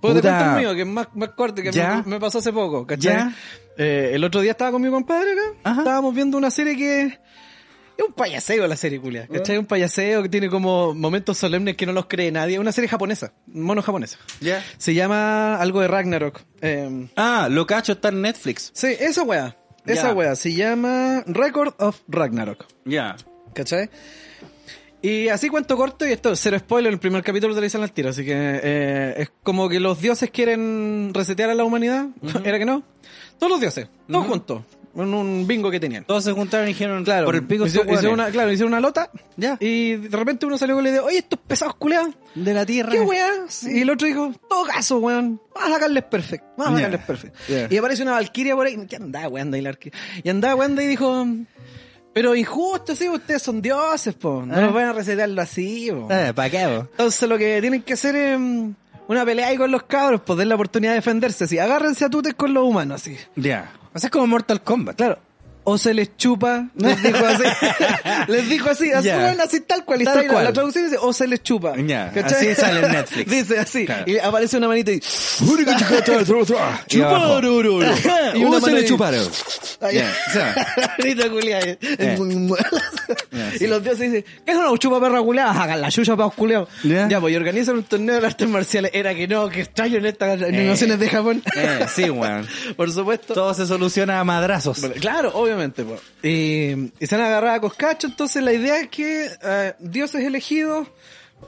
[SPEAKER 3] Puedo te
[SPEAKER 2] Puta.
[SPEAKER 3] contar el mío, que es más, más corto, que
[SPEAKER 2] Ya.
[SPEAKER 3] me, me pasó hace poco, ¿cachai?
[SPEAKER 2] Ya.
[SPEAKER 3] Eh, el otro día estaba con mi compadre acá,
[SPEAKER 2] Ajá.
[SPEAKER 3] estábamos viendo una serie que es un payaseo la serie, culia, ¿cachai? Un payaseo que tiene como momentos solemnes que no los cree nadie, una serie japonesa, mono japonesa.
[SPEAKER 2] Ya.
[SPEAKER 3] Se llama algo de Ragnarok. Eh,
[SPEAKER 2] Ah, lo cacho está en Netflix.
[SPEAKER 3] sí, esa wea, esa
[SPEAKER 2] Ya.
[SPEAKER 3] wea, se llama Record of Ragnarok.
[SPEAKER 2] Ya.
[SPEAKER 3] ¿Cachai? Y así cuento corto y esto, cero spoiler, el primer capítulo te lo dicen al tiro, así que eh, es como que los dioses quieren resetear a la humanidad, ¿era que no? Todos los dioses, todos juntos, en un bingo que tenían.
[SPEAKER 2] Todos se juntaron y dijeron,
[SPEAKER 3] Claro,
[SPEAKER 2] por el pico estos
[SPEAKER 3] hicieron, hicieron
[SPEAKER 2] hueones.
[SPEAKER 3] una, claro, hicieron una lota
[SPEAKER 2] Ya.
[SPEAKER 3] y de repente uno salió con la idea, oye, estos pesados culeados,
[SPEAKER 2] de la tierra.
[SPEAKER 3] ¿Qué weá? Y el otro dijo, todo caso, weón. Vamos a sacarles perfect. Vamos a
[SPEAKER 2] Yeah.
[SPEAKER 3] sacarles perfect.
[SPEAKER 2] Yeah.
[SPEAKER 3] Y aparece una valquiria por ahí. ¿Qué andaba, weón? de ahí la valquiria? Y andaba, weón, de ahí y dijo, pero injusto, sí, ustedes son dioses, po. No
[SPEAKER 2] Ah.
[SPEAKER 3] nos van a recetarlo así, po.
[SPEAKER 2] Eh, ¿Para qué, vos?
[SPEAKER 3] Entonces lo que tienen que hacer es mm, una pelea ahí con los cabros, pues den la oportunidad de defenderse, así. Agárrense a tutes con los humanos, así.
[SPEAKER 2] Ya. O sea, es como Mortal Kombat.
[SPEAKER 3] Claro. O se les chupa, les dijo así. les dijo así, así,
[SPEAKER 2] Ya.
[SPEAKER 3] bueno, así tal cual. Y
[SPEAKER 2] Tal
[SPEAKER 3] está ahí la-
[SPEAKER 2] cual.
[SPEAKER 3] La, traducción dice, o se les chupa.
[SPEAKER 2] Ya, así sale en Netflix.
[SPEAKER 3] dice así.
[SPEAKER 2] Claro.
[SPEAKER 3] Y aparece una manita y...
[SPEAKER 2] Y abajo.
[SPEAKER 3] Y una
[SPEAKER 2] Uh, se
[SPEAKER 3] mano
[SPEAKER 2] le
[SPEAKER 3] ahí.
[SPEAKER 2] chuparon.
[SPEAKER 3] Ay,
[SPEAKER 2] Ya, o sea.
[SPEAKER 3] Manita culiada.
[SPEAKER 2] Ya,
[SPEAKER 3] Y
[SPEAKER 2] sí.
[SPEAKER 3] los dioses dicen, ¿qué es una chupa perra culiada? Hagan la chucha para culiados.
[SPEAKER 2] Ya.
[SPEAKER 3] Ya, pues, y organizan un torneo de artes marciales. Era que no, que extraño en estas animaciones de Japón.
[SPEAKER 2] Eh, sí, weón.
[SPEAKER 3] Por supuesto.
[SPEAKER 2] Todo se soluciona a madrazos.
[SPEAKER 3] Bueno, claro, obviamente. po. Y, y se han agarrado a coscacho, entonces la idea es que eh, dioses elegidos,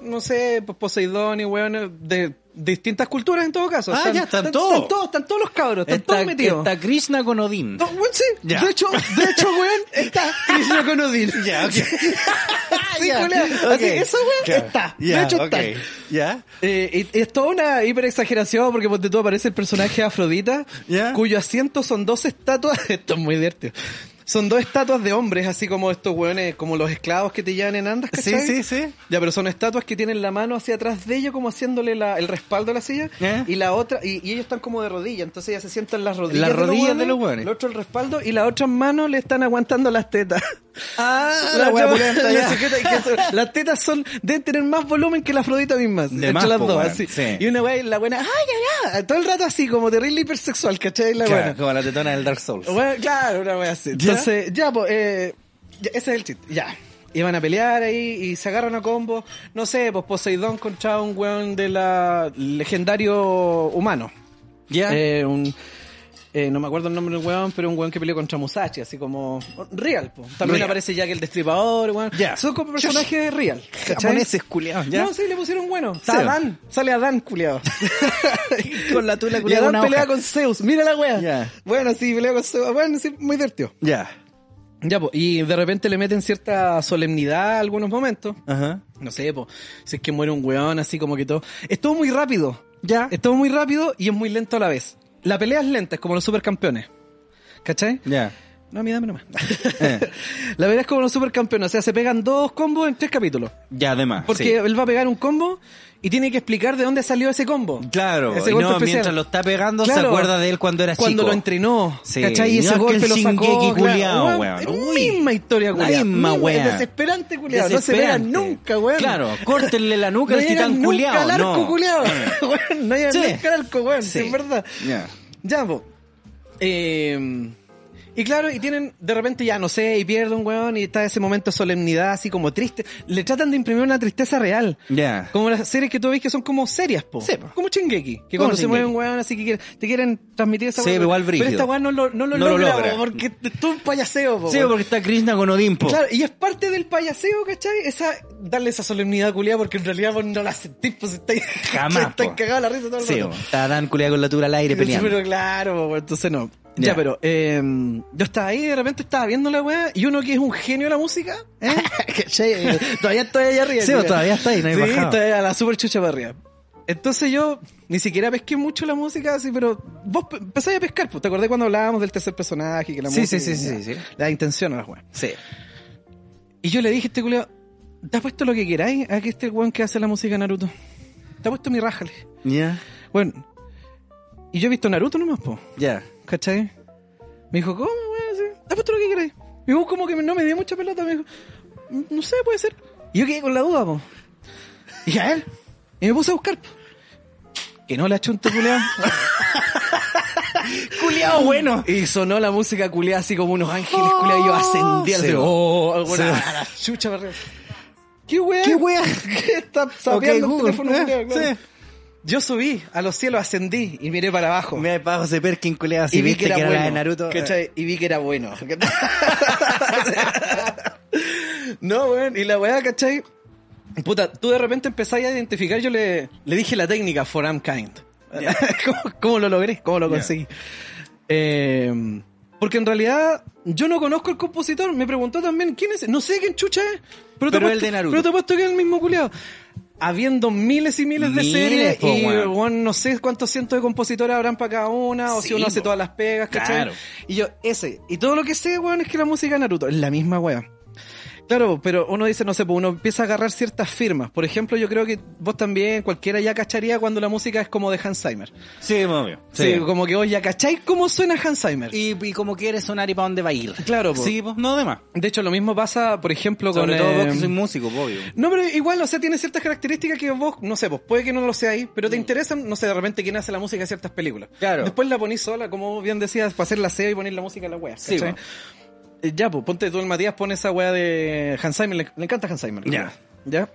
[SPEAKER 3] no sé, pues Poseidón y hueones de distintas culturas en todo caso.
[SPEAKER 2] Ah, ya, están todos.
[SPEAKER 3] Están todos, están todos los cabros, están todos metidos.
[SPEAKER 2] está Krishna con Odín.
[SPEAKER 3] No, weón, sí,
[SPEAKER 2] Ya.
[SPEAKER 3] de hecho, de hecho, weón, está Krishna con Odín.
[SPEAKER 2] Ya, ok.
[SPEAKER 3] Sí,
[SPEAKER 2] Ya,
[SPEAKER 3] culiao. Así,
[SPEAKER 2] ok.
[SPEAKER 3] eso, weón,
[SPEAKER 2] Ya,
[SPEAKER 3] está.
[SPEAKER 2] ya,
[SPEAKER 3] de hecho,
[SPEAKER 2] ok.
[SPEAKER 3] está.
[SPEAKER 2] Ya.
[SPEAKER 3] Eh, y, y es toda una hiperexageración porque ponte tú aparece el personaje de Afrodita,
[SPEAKER 2] Ya.
[SPEAKER 3] cuyo asiento son dos estatuas. Esto es muy divertido. Son dos estatuas de hombres, así como estos hueones, como los esclavos que te llevan en andas.
[SPEAKER 2] Sí,
[SPEAKER 3] ¿cachai?
[SPEAKER 2] sí, sí.
[SPEAKER 3] Ya, pero son estatuas que tienen la mano hacia atrás de ellos, como haciéndole la- el respaldo a la silla.
[SPEAKER 2] Ya.
[SPEAKER 3] Y la otra, y, y ellos están como de rodilla, entonces ya se sientan las rodillas.
[SPEAKER 2] Las
[SPEAKER 3] de los
[SPEAKER 2] rodillas de
[SPEAKER 3] hueones,
[SPEAKER 2] los hueones.
[SPEAKER 3] El otro el respaldo y las otras manos le están aguantando las tetas.
[SPEAKER 2] Ah,
[SPEAKER 3] La
[SPEAKER 2] wea
[SPEAKER 3] chava-
[SPEAKER 2] pulenta,
[SPEAKER 3] la
[SPEAKER 2] ya.
[SPEAKER 3] secreta- que son- Las tetas son, deben tener más volumen que la Afrodita misma.
[SPEAKER 2] De
[SPEAKER 3] entre
[SPEAKER 2] más,
[SPEAKER 3] las
[SPEAKER 2] po,
[SPEAKER 3] dos,
[SPEAKER 2] weón,
[SPEAKER 3] así.
[SPEAKER 2] sí.
[SPEAKER 3] Y una weá, la buena, ay, ya, ya. Todo el rato así, como terrible hipersexual, ¿cachai? La
[SPEAKER 2] Claro,
[SPEAKER 3] buena.
[SPEAKER 2] como la tetona del Dark Souls.
[SPEAKER 3] Bueno, claro, una wea así.
[SPEAKER 2] ¿Ya?
[SPEAKER 3] Entonces, ya, pues, eh, ya, ese es el chiste, ya. Y van a pelear ahí y se agarran a combo. No sé, pues Poseidón contra un weón de la legendario humano.
[SPEAKER 2] Ya.
[SPEAKER 3] Eh, un, eh, no me acuerdo el nombre del weón, pero un weón que peleó contra Musashi, así como real. po. También
[SPEAKER 2] Real.
[SPEAKER 3] aparece Jack el Destripador, weón.
[SPEAKER 2] Ya.
[SPEAKER 3] Son como personajes real. ¿cachai?
[SPEAKER 2] Japoneses, culiao, ya.
[SPEAKER 3] No, sí, le pusieron bueno. Está
[SPEAKER 2] Sí.
[SPEAKER 3] Adán. Sale Adán, culiado.
[SPEAKER 2] Con la tula,
[SPEAKER 3] y
[SPEAKER 2] culiao,
[SPEAKER 3] Adán
[SPEAKER 2] una
[SPEAKER 3] pelea
[SPEAKER 2] hoja.
[SPEAKER 3] con Zeus. Mira la weá.
[SPEAKER 2] Ya.
[SPEAKER 3] Bueno, sí, pelea con Zeus. Bueno, sí, muy divertido.
[SPEAKER 2] Ya.
[SPEAKER 3] Ya, po, y de repente le meten cierta solemnidad a algunos momentos.
[SPEAKER 2] Ajá.
[SPEAKER 3] No sé, po, si es que muere un weón, así como que todo. Es todo muy rápido.
[SPEAKER 2] Ya.
[SPEAKER 3] Es todo muy rápido y es muy lento a la vez. La pelea es lenta, es como los supercampeones. ¿Cachai?
[SPEAKER 2] Ya.
[SPEAKER 3] No, a mí dame nomás. Eh. la verdad es como los supercampeones. O sea, se pegan dos combos en tres capítulos.
[SPEAKER 2] Ya, además.
[SPEAKER 3] Porque él va a pegar un combo y tiene que explicar de dónde salió ese combo.
[SPEAKER 2] sí. Claro,
[SPEAKER 3] Ese
[SPEAKER 2] y
[SPEAKER 3] golpe
[SPEAKER 2] no,
[SPEAKER 3] especial.
[SPEAKER 2] mientras lo está pegando se
[SPEAKER 3] Claro.
[SPEAKER 2] acuerda de él cuando era
[SPEAKER 3] Cuando
[SPEAKER 2] chico.
[SPEAKER 3] lo entrenó.
[SPEAKER 2] Sí.
[SPEAKER 3] ¿Cachai? Y
[SPEAKER 2] No,
[SPEAKER 3] ese
[SPEAKER 2] que
[SPEAKER 3] golpe
[SPEAKER 2] el
[SPEAKER 3] lo
[SPEAKER 2] Shingeki
[SPEAKER 3] sacó.
[SPEAKER 2] culiao,
[SPEAKER 3] claro,
[SPEAKER 2] weón.
[SPEAKER 3] weón,
[SPEAKER 2] Uy.
[SPEAKER 3] misma historia,
[SPEAKER 2] La
[SPEAKER 3] culiao.
[SPEAKER 2] misma,
[SPEAKER 3] Misma-
[SPEAKER 2] weón.
[SPEAKER 3] Desesperante, Este culiao. No se vea
[SPEAKER 2] Desesperante.
[SPEAKER 3] nunca, weón.
[SPEAKER 2] Claro, córtenle la nuca
[SPEAKER 3] No
[SPEAKER 2] al
[SPEAKER 3] llegan
[SPEAKER 2] titán
[SPEAKER 3] nunca
[SPEAKER 2] culiao.
[SPEAKER 3] al arco,
[SPEAKER 2] no.
[SPEAKER 3] culiao. Weón, no llegan
[SPEAKER 2] Sí.
[SPEAKER 3] nunca al arco, weón.
[SPEAKER 2] Sí.
[SPEAKER 3] Es verdad.
[SPEAKER 2] Ya.
[SPEAKER 3] Ya, po. Eh, y claro, y tienen, de repente ya no sé, y pierde un weón, y está ese momento de solemnidad, así como triste. Le tratan de imprimir una tristeza real.
[SPEAKER 2] Ya.
[SPEAKER 3] Como las series que tú ves que son como serias, po.
[SPEAKER 2] Sí, po.
[SPEAKER 3] Como Chingeki. Que
[SPEAKER 2] Como
[SPEAKER 3] cuando se
[SPEAKER 2] Shingeki.
[SPEAKER 3] mueve un weón, así que quieren- te quieren transmitir esa
[SPEAKER 2] Sí,
[SPEAKER 3] weá,
[SPEAKER 2] igual
[SPEAKER 3] Pero
[SPEAKER 2] brígido.
[SPEAKER 3] esta weón no lo, no lo
[SPEAKER 2] No lo
[SPEAKER 3] logra,
[SPEAKER 2] logra.
[SPEAKER 3] po, porque es todo un payaseo, po.
[SPEAKER 2] Sí,
[SPEAKER 3] weón.
[SPEAKER 2] porque está Krishna con Odimpo.
[SPEAKER 3] Claro, y es parte del payaseo, ¿cachai? Esa, darle esa solemnidad culiada porque en realidad vos no la sentís, pues estáis,
[SPEAKER 2] Jamás,
[SPEAKER 3] estáis
[SPEAKER 2] po.
[SPEAKER 3] cagados la risa todo el
[SPEAKER 2] Sí,
[SPEAKER 3] rato.
[SPEAKER 2] bo. está Dan culiao con la tura al aire
[SPEAKER 3] Sí,
[SPEAKER 2] peleando.
[SPEAKER 3] Pero claro, po, entonces no.
[SPEAKER 2] Ya.
[SPEAKER 3] Ya, pero eh, yo estaba ahí, de repente estaba viendo la weá, y uno que es un genio de la música, ¿eh? ¿Cachai? todavía estoy ahí arriba.
[SPEAKER 2] Sí, bo,
[SPEAKER 3] culiao.
[SPEAKER 2] todavía está ahí, no hay
[SPEAKER 3] Sí,
[SPEAKER 2] bajado.
[SPEAKER 3] estoy a la super chucha para arriba. Entonces yo ni siquiera pesqué mucho la música, así, pero vos pe- empezáis a pescar, pues, ¿te acordás cuando hablábamos del tercer personaje? Que la
[SPEAKER 2] Sí,
[SPEAKER 3] música,
[SPEAKER 2] sí, sí, sí,
[SPEAKER 3] y-
[SPEAKER 2] sí.
[SPEAKER 3] La intención a la weá.
[SPEAKER 2] Sí.
[SPEAKER 3] Y yo le dije a este culiao, te has puesto lo que queráis a que este weón que hace la música de Naruto. Te ha puesto mi rájale.
[SPEAKER 2] Ya.
[SPEAKER 3] Bueno, y yo he visto Naruto nomás, po.
[SPEAKER 2] Ya.
[SPEAKER 3] ¿Cachai? Me dijo, ¿cómo, weón? Sí, Haz puesto lo que queráis. Y vos como que no me dio mucha pelota, me dijo, "Mm, no sé, puede ser. Y yo quedé con la duda, po. Y a él, y me puse a buscar, po. Que no la chunto culeado.
[SPEAKER 2] Culiao bueno.
[SPEAKER 3] y sonó la música culeada así como unos ángeles culeados. Y yo ascendí al
[SPEAKER 2] Sí,
[SPEAKER 3] cielo.
[SPEAKER 2] po.
[SPEAKER 3] Oh, alguna-
[SPEAKER 2] Sí, po.
[SPEAKER 3] a la chucha, para arriba. ¿Qué weá?
[SPEAKER 2] ¿Qué wea?
[SPEAKER 3] ¿Qué está sapeando el teléfono
[SPEAKER 2] eh,
[SPEAKER 3] culiao, claro.
[SPEAKER 2] sí.
[SPEAKER 3] Yo subí a los cielos, ascendí y miré para abajo.
[SPEAKER 2] Mira el pajo se Perkin culiao si viste que era, la de
[SPEAKER 3] bueno,
[SPEAKER 2] Naruto.
[SPEAKER 3] ¿cachai? Y vi que era bueno. no, weón. Y la weá, ¿cachai? Puta, tú de repente empezás a identificar. Yo le, le dije la técnica for I'm kind. ¿Cómo, cómo lo logré? ¿Cómo lo
[SPEAKER 2] Ya.
[SPEAKER 3] conseguí? Eh, porque en realidad yo no conozco el compositor. Me preguntó también quién es. No sé quién chucha es. Pero, te
[SPEAKER 2] Pero
[SPEAKER 3] apuesto-
[SPEAKER 2] el de Naruto.
[SPEAKER 3] Pero te apuesto que es el mismo culiado. Habiendo miles y miles de
[SPEAKER 2] Miles,
[SPEAKER 3] series
[SPEAKER 2] po,
[SPEAKER 3] y
[SPEAKER 2] weón.
[SPEAKER 3] weón, no sé cuántos cientos de compositores habrán para cada una o
[SPEAKER 2] Sí,
[SPEAKER 3] si uno hace
[SPEAKER 2] po.
[SPEAKER 3] todas las pegas, ¿cachai?
[SPEAKER 2] Claro.
[SPEAKER 3] Y yo, ese. Y todo lo que sé, weón, es que la música de Naruto es la misma, weón. Claro, pero uno dice, no sé, pues uno empieza a agarrar ciertas firmas. Por ejemplo, yo creo que vos también, cualquiera ya cacharía cuando la música es como de Hans Zimmer.
[SPEAKER 2] Sí, obvio.
[SPEAKER 3] Sí. como que vos ya cacháis cómo suena Hans Zimmer.
[SPEAKER 2] Y, y como quieres sonar y para dónde va a ir.
[SPEAKER 3] Claro, po.
[SPEAKER 2] Sí, pues no de más.
[SPEAKER 3] De hecho, lo mismo pasa, por ejemplo,
[SPEAKER 2] Sobre
[SPEAKER 3] con...
[SPEAKER 2] todo vos
[SPEAKER 3] eh,
[SPEAKER 2] que soy músico, po, obvio.
[SPEAKER 3] No, pero igual, o sea, tiene ciertas características que vos, no sé, pues puede que no lo seáis, pero te interesan, no sé, de repente quién hace la música de ciertas películas.
[SPEAKER 2] Mm. Claro.
[SPEAKER 3] Después la ponís sola, como bien decías, para hacer la SEO y poner la música a la wea.
[SPEAKER 2] Sí,
[SPEAKER 3] ¿cachai?
[SPEAKER 2] po.
[SPEAKER 3] Eh, Ya, pues ponte tú el Matías, pone esa wea de Hans Zimmer, le, le encanta Hans Zimmer.
[SPEAKER 2] Ya.
[SPEAKER 3] Ya.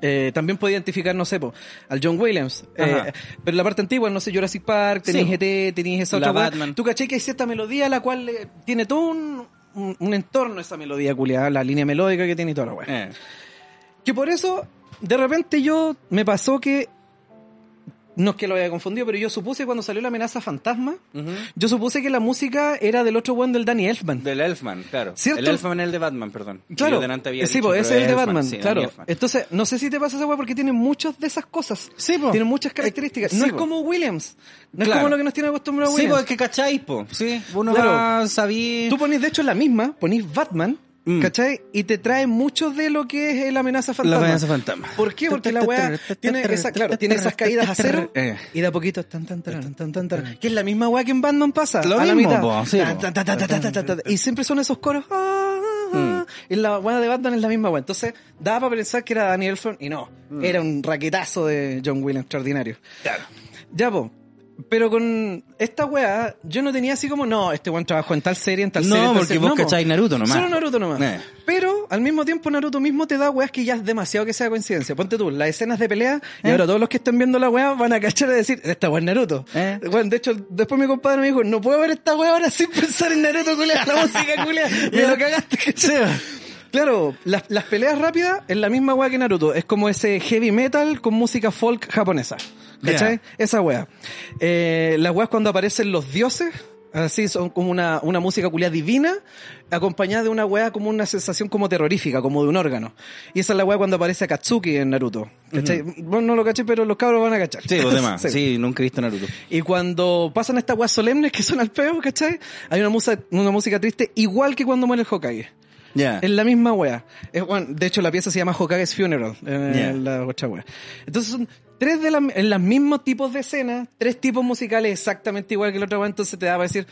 [SPEAKER 3] Eh, también puede identificar, no sé, po, al John Williams.
[SPEAKER 2] Ajá.
[SPEAKER 3] Eh, pero la parte antigua, no sé, Jurassic Park, tenéis
[SPEAKER 2] Sí.
[SPEAKER 3] GT, tenéis esa
[SPEAKER 2] La
[SPEAKER 3] otra wea.
[SPEAKER 2] Batman.
[SPEAKER 3] Tú caché que hay cierta melodía la cual eh, tiene todo un, un, un entorno esa melodía culiada, la línea melódica que tiene y toda la wea.
[SPEAKER 2] Eh.
[SPEAKER 3] Que por eso, de repente yo me pasó que. No es que lo haya confundido, pero yo supuse cuando salió la amenaza fantasma, yo supuse que la música era del otro buen del Danny Elfman.
[SPEAKER 2] Del Elfman, claro.
[SPEAKER 3] ¿Cierto?
[SPEAKER 2] El Elfman es el de Batman, perdón.
[SPEAKER 3] claro,
[SPEAKER 2] Yo delante había
[SPEAKER 3] sí,
[SPEAKER 2] dicho,
[SPEAKER 3] pues
[SPEAKER 2] pero
[SPEAKER 3] ese es el de
[SPEAKER 2] Elfman,
[SPEAKER 3] Batman,
[SPEAKER 2] sí,
[SPEAKER 3] claro. Eh,
[SPEAKER 2] Danny Elfman.
[SPEAKER 3] Entonces, no sé si te pasa esa weá porque tiene muchas de esas cosas.
[SPEAKER 2] Sí, po.
[SPEAKER 3] Tiene muchas características.
[SPEAKER 2] Eh,
[SPEAKER 3] no
[SPEAKER 2] sí,
[SPEAKER 3] es
[SPEAKER 2] po.
[SPEAKER 3] como Williams. No
[SPEAKER 2] Claro.
[SPEAKER 3] es como lo que nos tiene acostumbrado
[SPEAKER 2] Sí,
[SPEAKER 3] Williams.
[SPEAKER 2] pues es que cacháis, po. Sí, uno
[SPEAKER 3] Claro.
[SPEAKER 2] va, sabía...
[SPEAKER 3] Tú ponís, de hecho, la misma, ponís Batman,
[SPEAKER 2] Mm.
[SPEAKER 3] ¿cachai? Y te trae mucho de lo que es el amenaza fantasma.
[SPEAKER 2] amenaza fantasma.
[SPEAKER 3] ¿Por qué? Porque la weá tiene, esa, claro, tiene esas caídas a cero
[SPEAKER 2] Eh.
[SPEAKER 3] y de a poquito tan tan tan tan tan tan que es la misma weá que en Batman pasa.
[SPEAKER 2] Lo
[SPEAKER 3] a la
[SPEAKER 2] mismo,
[SPEAKER 3] mitad.
[SPEAKER 2] po, sí,
[SPEAKER 3] Tan,
[SPEAKER 2] po.
[SPEAKER 3] tan, tan, tan, tan, tan, tan, tan. Y siempre son esos coros. ah, ah, ah.
[SPEAKER 2] Mm.
[SPEAKER 3] Y la weá de Batman es la misma weá. Entonces, daba para pensar que era Daniel Elfman y no. Era un raquetazo de John Williams extraordinario.
[SPEAKER 2] Mm. Claro.
[SPEAKER 3] Ya, po. Pero con esta weá, yo no tenía así como, no, este weón trabajó en tal serie, en tal
[SPEAKER 2] No,
[SPEAKER 3] serie. en tal
[SPEAKER 2] porque
[SPEAKER 3] serie.
[SPEAKER 2] vos
[SPEAKER 3] po.
[SPEAKER 2] cacháis Naruto nomás.
[SPEAKER 3] Solo Naruto nomás.
[SPEAKER 2] Eh.
[SPEAKER 3] Pero al mismo tiempo, Naruto mismo te da weas que ya es demasiado que sea coincidencia. Ponte tú, las escenas de pelea, y
[SPEAKER 2] Eh.
[SPEAKER 3] ahora todos los que estén viendo la weá van a cachar y decir, esta weá es Naruto.
[SPEAKER 2] Eh.
[SPEAKER 3] Bueno, de hecho, después mi compadre me dijo, no puedo ver esta weá ahora sin pensar en Naruto, culea, la música, culea. Me lo cagaste, ¿cachai? Claro, las, las peleas rápidas es la misma weá que Naruto. Es como ese heavy metal con música folk japonesa. ¿Cachai?
[SPEAKER 2] Ya.
[SPEAKER 3] Esa weá. Eh, las weas cuando aparecen los dioses. Así son como una, una música culia divina, acompañada de una weá como una sensación como terrorífica, como de un órgano. Y esa es la weá cuando aparece Akatsuki en Naruto. ¿Cachai? Vos no lo caché, pero los cabros van a cachar.
[SPEAKER 2] Sí, los demás.
[SPEAKER 3] Sí.
[SPEAKER 2] Sí. nunca he visto Naruto.
[SPEAKER 3] Y cuando pasan estas weas solemnes que son al peo, ¿cachai? Hay una, musa, una música triste igual que cuando muere el Hokage.
[SPEAKER 2] Ya.
[SPEAKER 3] Es la misma wea. Es, bueno, de hecho, la pieza se llama Hokage's Funeral. eh,
[SPEAKER 2] Yeah.
[SPEAKER 3] La otra wea. Entonces son tres de las en los mismos tipos de escenas, tres tipos musicales exactamente igual que la otra wea. Entonces te da para decir,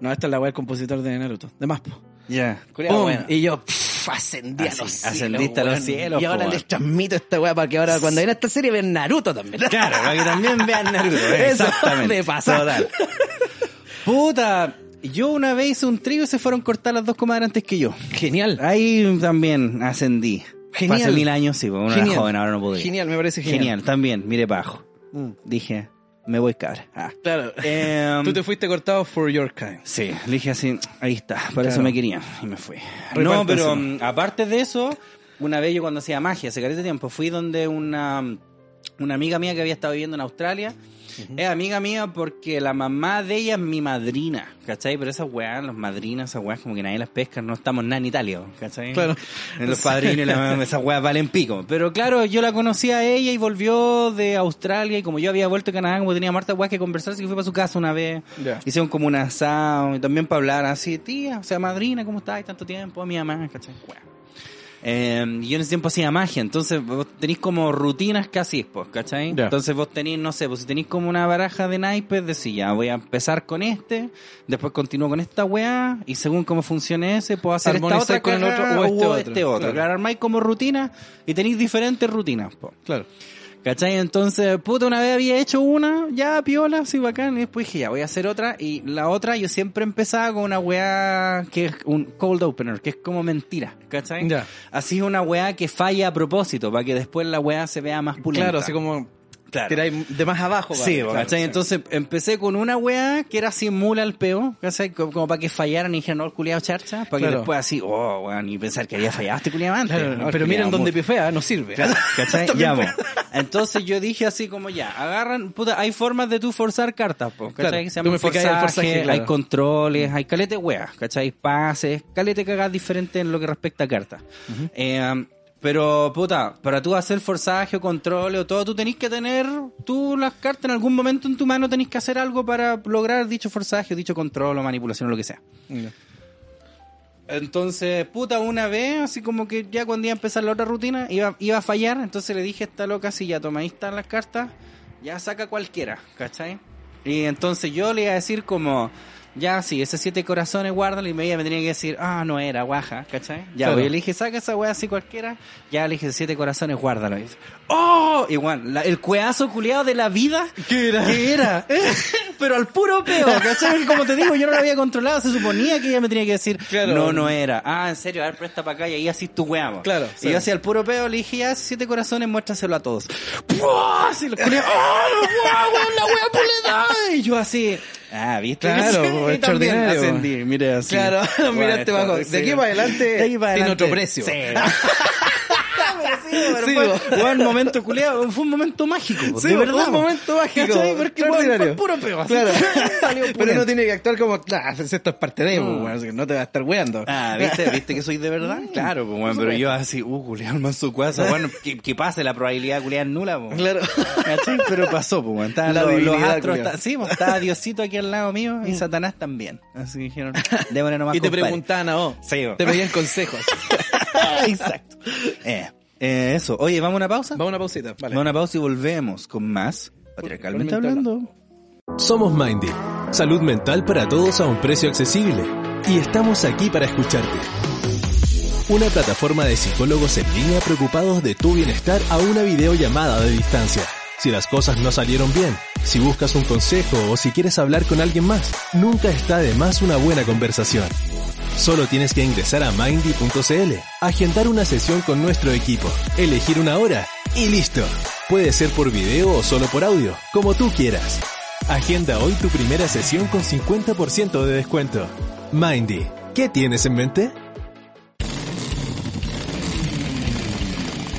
[SPEAKER 3] no, esta es la wea del compositor de Naruto. De más, po.
[SPEAKER 2] Ya.
[SPEAKER 3] ¡Pum!
[SPEAKER 2] Buena.
[SPEAKER 3] Y yo, pff, ascendí a
[SPEAKER 2] Así,
[SPEAKER 3] los cielos.
[SPEAKER 2] ascendiste a los
[SPEAKER 3] weón.
[SPEAKER 2] cielos,
[SPEAKER 3] Y
[SPEAKER 2] po,
[SPEAKER 3] ahora
[SPEAKER 2] weón.
[SPEAKER 3] les transmito esta wea para que ahora cuando vean esta serie vean Naruto también.
[SPEAKER 2] Claro, para que también vean Naruto. eh,
[SPEAKER 3] Eso,
[SPEAKER 2] Exactamente.
[SPEAKER 3] de pasada.
[SPEAKER 2] Total. Puta. Yo una vez hice un trío y se fueron cortar las dos comadres antes que yo.
[SPEAKER 3] Genial.
[SPEAKER 2] Ahí también ascendí.
[SPEAKER 3] Genial.
[SPEAKER 2] Hace mil años, sí, porque uno era
[SPEAKER 3] Genial.
[SPEAKER 2] joven, ahora no podía.
[SPEAKER 3] Genial, me parece
[SPEAKER 2] Genial,
[SPEAKER 3] genial.
[SPEAKER 2] también, mire bajo. Dije, me voy cabra. Ah.
[SPEAKER 3] Claro.
[SPEAKER 2] Em,
[SPEAKER 3] Tú te fuiste cortado for your kind.
[SPEAKER 2] Sí, le dije así, ahí está, para eso
[SPEAKER 3] Claro.
[SPEAKER 2] me querían y me fui. No,
[SPEAKER 3] Repártaselo.
[SPEAKER 2] pero mm, aparte de eso, una vez yo cuando hacía magia, hace de tiempo, fui donde una, una amiga mía que había estado viviendo en Australia, es amiga mía porque la mamá de ella es mi madrina, ¿cachai? Pero esas weas, las madrinas, esas weas como que nadie las pesca, no estamos nada en Italia, ¿cachai?
[SPEAKER 3] Claro.
[SPEAKER 2] Los padrinos y la mamá, esas weas valen pico. Pero claro, yo la conocí a ella y volvió de Australia y como yo había vuelto a Canadá, como tenía Marta weas que conversar, así que fui para su casa una vez.
[SPEAKER 3] Ya.
[SPEAKER 2] Hicieron como un asado y también para hablar así, tía, o sea, madrina, ¿cómo estás? Tanto tiempo, mi mamá, ¿cachai? Wea. Eh, yo en ese tiempo hacía magia, entonces vos tenéis como rutinas casi, pues, ¿cachai?
[SPEAKER 3] Ya.
[SPEAKER 2] Entonces vos tenéis, no sé, pues si tenéis como una baraja de naipes, decís, ya, voy a empezar con este, después continúo con esta weá, y según cómo funcione ese, puedo hacer esta
[SPEAKER 3] Armonizar
[SPEAKER 2] otra
[SPEAKER 3] con
[SPEAKER 2] con
[SPEAKER 3] el
[SPEAKER 2] otro o este otro.
[SPEAKER 3] claro.
[SPEAKER 2] Claro, armáis como rutinas y tenéis diferentes rutinas, pues.
[SPEAKER 3] Claro.
[SPEAKER 2] ¿Cachai? Entonces, puta, una vez había hecho una, ya piola, sí, bacán, y después dije, ya voy a hacer otra, y la otra yo siempre empezaba con una weá que es un cold opener, que es como mentira, ¿cachai?
[SPEAKER 3] Ya.
[SPEAKER 2] Así una weá que falla a propósito, para que después la weá se vea más pulenta.
[SPEAKER 3] Claro, así como
[SPEAKER 2] Claro.
[SPEAKER 3] tiráis de más abajo.
[SPEAKER 2] Sí,
[SPEAKER 3] vale, claro,
[SPEAKER 2] ¿cachai?
[SPEAKER 3] sí.
[SPEAKER 2] Entonces empecé con una weá que era así mula al peo, ¿cachai? Como, como para que fallaran y dijeran, no, el culiao charcha, para que
[SPEAKER 3] Claro.
[SPEAKER 2] después así, oh, weón, y pensar que había fallado este culiao antes.
[SPEAKER 3] Claro,
[SPEAKER 2] ¿no? El
[SPEAKER 3] pero
[SPEAKER 2] culiao
[SPEAKER 3] miren
[SPEAKER 2] mu-
[SPEAKER 3] donde pifea, no sirve.
[SPEAKER 2] Claro, ¿cachai? Ya, po. Entonces yo dije así como ya, agarran, puta, hay formas de tú forzar cartas, po, ¿cachai?
[SPEAKER 3] Claro,
[SPEAKER 2] que se
[SPEAKER 3] tú
[SPEAKER 2] llaman
[SPEAKER 3] me explicas el
[SPEAKER 2] forzaje,
[SPEAKER 3] forzaje, claro.
[SPEAKER 2] hay controles, hay calete weas, ¿cachai? Pases, calete cagadas diferentes en lo que respecta a cartas. Eh, pero, puta, para tú hacer forzaje o control o todo, tú tenés que tener tú las cartas en algún momento en tu mano, tenés que hacer algo para lograr dicho forzaje, o dicho control o manipulación o lo que sea.
[SPEAKER 3] Ya.
[SPEAKER 2] Entonces, puta, una vez, así como que ya cuando iba a empezar la otra rutina, iba, iba a fallar, entonces le dije a esta loca, si ya toma, ahí están las cartas, ya saca cualquiera, ¿cachai? Y entonces yo le iba a decir como, ya, sí, ese siete corazones, guárdalo, y media me tenía que decir, ah, no era, guaja, ¿cachai? Ya,
[SPEAKER 3] Claro.
[SPEAKER 2] pues, yo le dije, saca esa weá así cualquiera, ya le dije, siete corazones, guárdalo. Y dice, ¡Oh! Igual, la- el cueazo culeado de la vida,
[SPEAKER 3] ¿Qué era?
[SPEAKER 2] que era, Eh, pero al puro peo, ¿cachai? Como te digo, yo no lo había controlado, se suponía que ella me tenía que decir,
[SPEAKER 3] Claro.
[SPEAKER 2] no, no era. Ah, en serio, a ver, presta para acá y ahí así tú weamos.
[SPEAKER 3] Claro,
[SPEAKER 2] Y
[SPEAKER 3] sí.
[SPEAKER 2] yo hacía el puro peo, le dije, ya, siete corazones, muéstraselo a todos. ¡Puah! Así los culiados, ¡ah, la weá, weón, la weá puleta! Y yo así, ah, ¿viste? y
[SPEAKER 3] Claro,
[SPEAKER 2] también
[SPEAKER 3] extraordinario.
[SPEAKER 2] ascendí, mire así.
[SPEAKER 3] Claro,
[SPEAKER 2] Bueno,
[SPEAKER 3] miraste bajo.
[SPEAKER 2] esto,
[SPEAKER 3] De
[SPEAKER 2] sí.
[SPEAKER 3] aquí para adelante
[SPEAKER 2] De aquí para
[SPEAKER 3] tiene
[SPEAKER 2] adelante.
[SPEAKER 3] otro precio.
[SPEAKER 2] Sí. Sí, pero
[SPEAKER 3] Sí,
[SPEAKER 2] fue,
[SPEAKER 3] vos.
[SPEAKER 2] fue un momento culiado, fue un momento mágico,
[SPEAKER 3] Sí,
[SPEAKER 2] de verdad.
[SPEAKER 3] un momento mágico.
[SPEAKER 2] ¿Cachai? Porque fue- fue
[SPEAKER 3] extraordinario.
[SPEAKER 2] puro peo, así.
[SPEAKER 3] Claro.
[SPEAKER 2] Salió
[SPEAKER 3] Pero
[SPEAKER 2] pulento.
[SPEAKER 3] uno tiene que actuar como, claro, esto es parte de, pues, bueno, así que no te va a estar weando.
[SPEAKER 2] Ah, ¿viste? ¿Viste que soy de verdad? claro, pues, bueno, pero yo así, uh, culiado, el manso cuazo, bueno, que, que pase, la probabilidad de culiar es nula, pues. bueno.
[SPEAKER 3] Claro.
[SPEAKER 2] ¿Cachai? Pero pasó, pues, bueno, estaban
[SPEAKER 3] La
[SPEAKER 2] los, los
[SPEAKER 3] divinidad,
[SPEAKER 2] astros,
[SPEAKER 3] culiao.
[SPEAKER 2] esta- sí, pues, estaba Diosito aquí al lado mío y Satanás también. Así que dijeron, démosle nomás
[SPEAKER 3] Y te
[SPEAKER 2] compadre.
[SPEAKER 3] preguntaban a vos.
[SPEAKER 2] Sí, vos.
[SPEAKER 3] Te pedían consejos.
[SPEAKER 2] Exacto. Eh, eh, eso. Oye, ¿vamos a una pausa?
[SPEAKER 3] Vamos a una pausita. Vale.
[SPEAKER 2] Vamos a una pausa y volvemos con más. Patriarcalmente hablando.
[SPEAKER 4] Somos Mindy, salud mental para todos a un precio accesible. Y estamos aquí para escucharte. Una plataforma de psicólogos en línea preocupados de tu bienestar a una videollamada de distancia. Si las cosas no salieron bien, si buscas un consejo o si quieres hablar con alguien más, nunca está de más una buena conversación. Solo tienes que ingresar a mindy.cl, agendar una sesión con nuestro equipo, elegir una hora y listo. Puede ser por video o solo por audio, como tú quieras. Agenda hoy tu primera sesión con 50% de descuento. Mindy, ¿qué tienes en mente?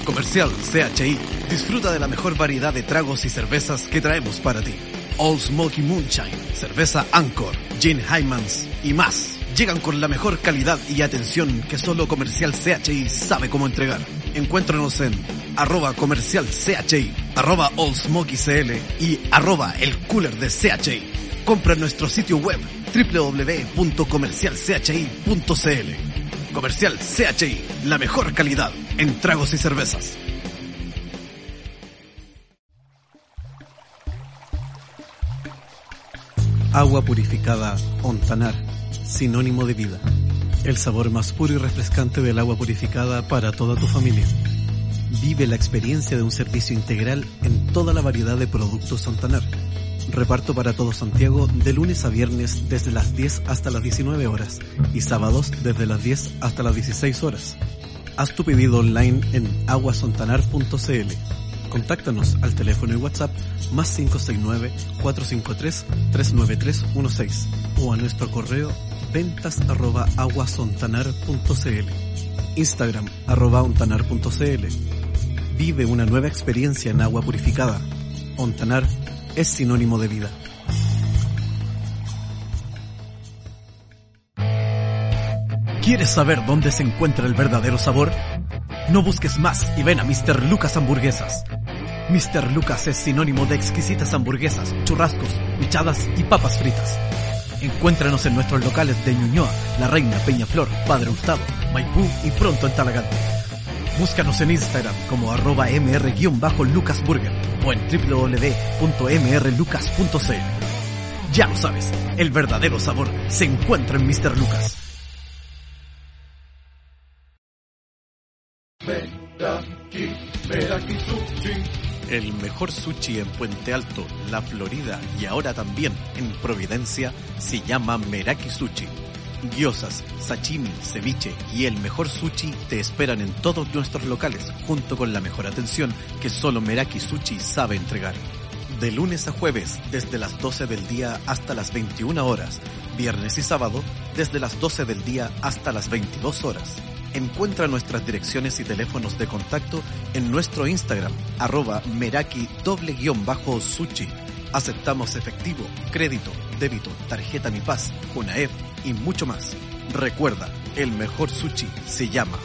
[SPEAKER 5] Comercial CHI. Disfruta de la mejor variedad de tragos y cervezas que traemos para ti. All Smoky Moonshine, cerveza Anchor, Gin Hymans y más. Llegan con la mejor calidad y atención que solo Comercial CHI sabe cómo entregar. Encuéntranos en arroba comercial CHI, arroba All Smoky CL y arroba el cooler de CHI. Compra en nuestro sitio web www.comercialchi.cl. Comercial CHI, la mejor calidad en tragos y cervezas.
[SPEAKER 6] Agua purificada Ontanar, sinónimo de vida. El sabor más puro y refrescante del agua purificada para toda tu familia. Vive la experiencia de un servicio integral en toda la variedad de productos Ontanar. Reparto para todo Santiago de lunes a viernes desde las 10 hasta las 19 horas y sábados desde las 10 hasta las 16 horas. Haz tu pedido online en aguasontanar.cl. Contáctanos al teléfono y WhatsApp más 569-453-39316 o a nuestro correo ventas arroba aguasontanar.cl, Instagram arroba ontanar.cl. Vive una nueva experiencia en agua purificada. Ontanar es sinónimo de vida.
[SPEAKER 5] ¿Quieres saber dónde se encuentra el verdadero sabor? No busques más y ven a Mr. Lucas Hamburguesas. Mr. Lucas es sinónimo de exquisitas hamburguesas, churrascos, michadas y papas fritas. Encuéntranos en nuestros locales de Ñuñoa, La Reina, Peñaflor, Padre Hurtado, Maipú y pronto en Talagante. Búscanos en Instagram como arroba mr-lucasburger o en www.mrlucas.cl. Ya lo sabes, el verdadero sabor se encuentra en Mr. Lucas.
[SPEAKER 6] El mejor sushi en Puente Alto, La Florida y ahora también en Providencia se llama Meraki Sushi. Gyozas, sashimi, ceviche y el mejor sushi te esperan en todos nuestros locales junto con la mejor atención que solo Meraki Sushi sabe entregar. De lunes a jueves desde las 12 del día hasta las 21 horas, viernes y sábado desde las 12 del día hasta las 22 horas. Encuentra nuestras direcciones y teléfonos de contacto en nuestro Instagram, arroba meraki doble guión bajo sushi. Aceptamos efectivo, crédito, débito, tarjeta Mi Paz, UNAEP y mucho más. Recuerda, el mejor sushi se llama.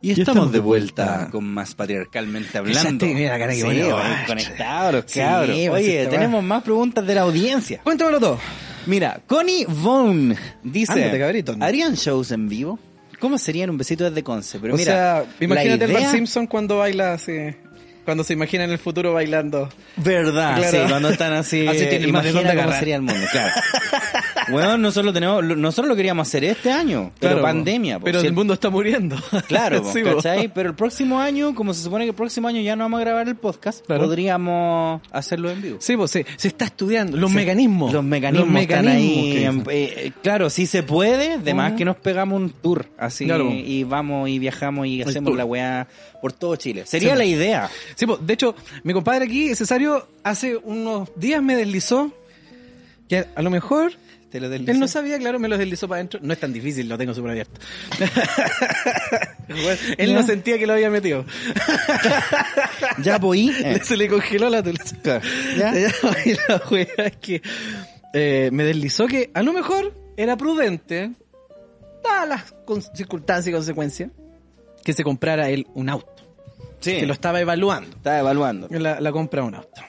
[SPEAKER 2] Y estamos de vuelta con más patriarcalmente hablando.
[SPEAKER 7] estoy, mira, cara, que
[SPEAKER 2] Sí,
[SPEAKER 7] bonito,
[SPEAKER 2] oye,
[SPEAKER 7] macho.
[SPEAKER 2] conectados,
[SPEAKER 7] Sí,
[SPEAKER 2] cabros.
[SPEAKER 7] pues,
[SPEAKER 2] Oye,
[SPEAKER 7] esta
[SPEAKER 2] tenemos más preguntas de la audiencia.
[SPEAKER 7] Cuéntamelo todo.
[SPEAKER 2] Mira, Connie Vaughn dice,
[SPEAKER 7] Ándate, cabrito.
[SPEAKER 2] ¿harían shows en vivo? ¿Cómo serían un besito desde Conce? Pero
[SPEAKER 3] o
[SPEAKER 2] mira,
[SPEAKER 3] sea,
[SPEAKER 2] la
[SPEAKER 3] imagínate el
[SPEAKER 2] idea-
[SPEAKER 3] Bart Simpson cuando baila así. Cuando se imagina en el futuro bailando.
[SPEAKER 2] Verdad,
[SPEAKER 3] Claro.
[SPEAKER 2] sí, cuando están así.
[SPEAKER 3] Así tienen más de
[SPEAKER 2] imagina
[SPEAKER 3] dónde
[SPEAKER 2] cómo
[SPEAKER 3] agarrar.
[SPEAKER 2] sería el mundo, claro. bueno, nosotros lo tenemos, lo- nosotros lo queríamos hacer este año, pero
[SPEAKER 3] Claro,
[SPEAKER 2] pandemia. po.
[SPEAKER 3] Pero
[SPEAKER 2] Si
[SPEAKER 3] el mundo está muriendo.
[SPEAKER 2] Claro, po,
[SPEAKER 3] Sí, po.
[SPEAKER 2] ¿cachai? Pero el próximo año, como se supone que el próximo año ya no vamos a grabar el podcast,
[SPEAKER 3] Claro.
[SPEAKER 2] podríamos hacerlo en vivo.
[SPEAKER 7] Sí, pues sí. Se está estudiando los
[SPEAKER 2] Sí.
[SPEAKER 7] mecanismos.
[SPEAKER 2] Los mecanismos,
[SPEAKER 7] Los
[SPEAKER 2] están
[SPEAKER 7] mecanismos
[SPEAKER 2] ahí.
[SPEAKER 7] que
[SPEAKER 2] en- eh, eh, claro, si se puede, de más que nos pegamos un tour así
[SPEAKER 3] Claro.
[SPEAKER 2] y vamos y viajamos y hacemos
[SPEAKER 3] tour.
[SPEAKER 2] la weá por todo Chile. Sería
[SPEAKER 3] Sí.
[SPEAKER 2] la idea.
[SPEAKER 3] Sí, po. de hecho, mi compadre aquí, Cesario, hace unos días me deslizó que a lo mejor
[SPEAKER 2] Te lo
[SPEAKER 3] él no sabía, claro, me lo deslizó para adentro. No es tan difícil, lo tengo súper abierto. Bueno, él no sentía que lo había metido.
[SPEAKER 2] Ya
[SPEAKER 3] pues,
[SPEAKER 2] voy.
[SPEAKER 3] Se le congeló la tulaza. Y la wea es que eh, me deslizó que a lo mejor era prudente, dadas las con- circunstancias y consecuencias, que se comprara él un auto.
[SPEAKER 2] Sí.
[SPEAKER 3] Que lo estaba evaluando.
[SPEAKER 2] Está evaluando.
[SPEAKER 3] La, la compra de un auto.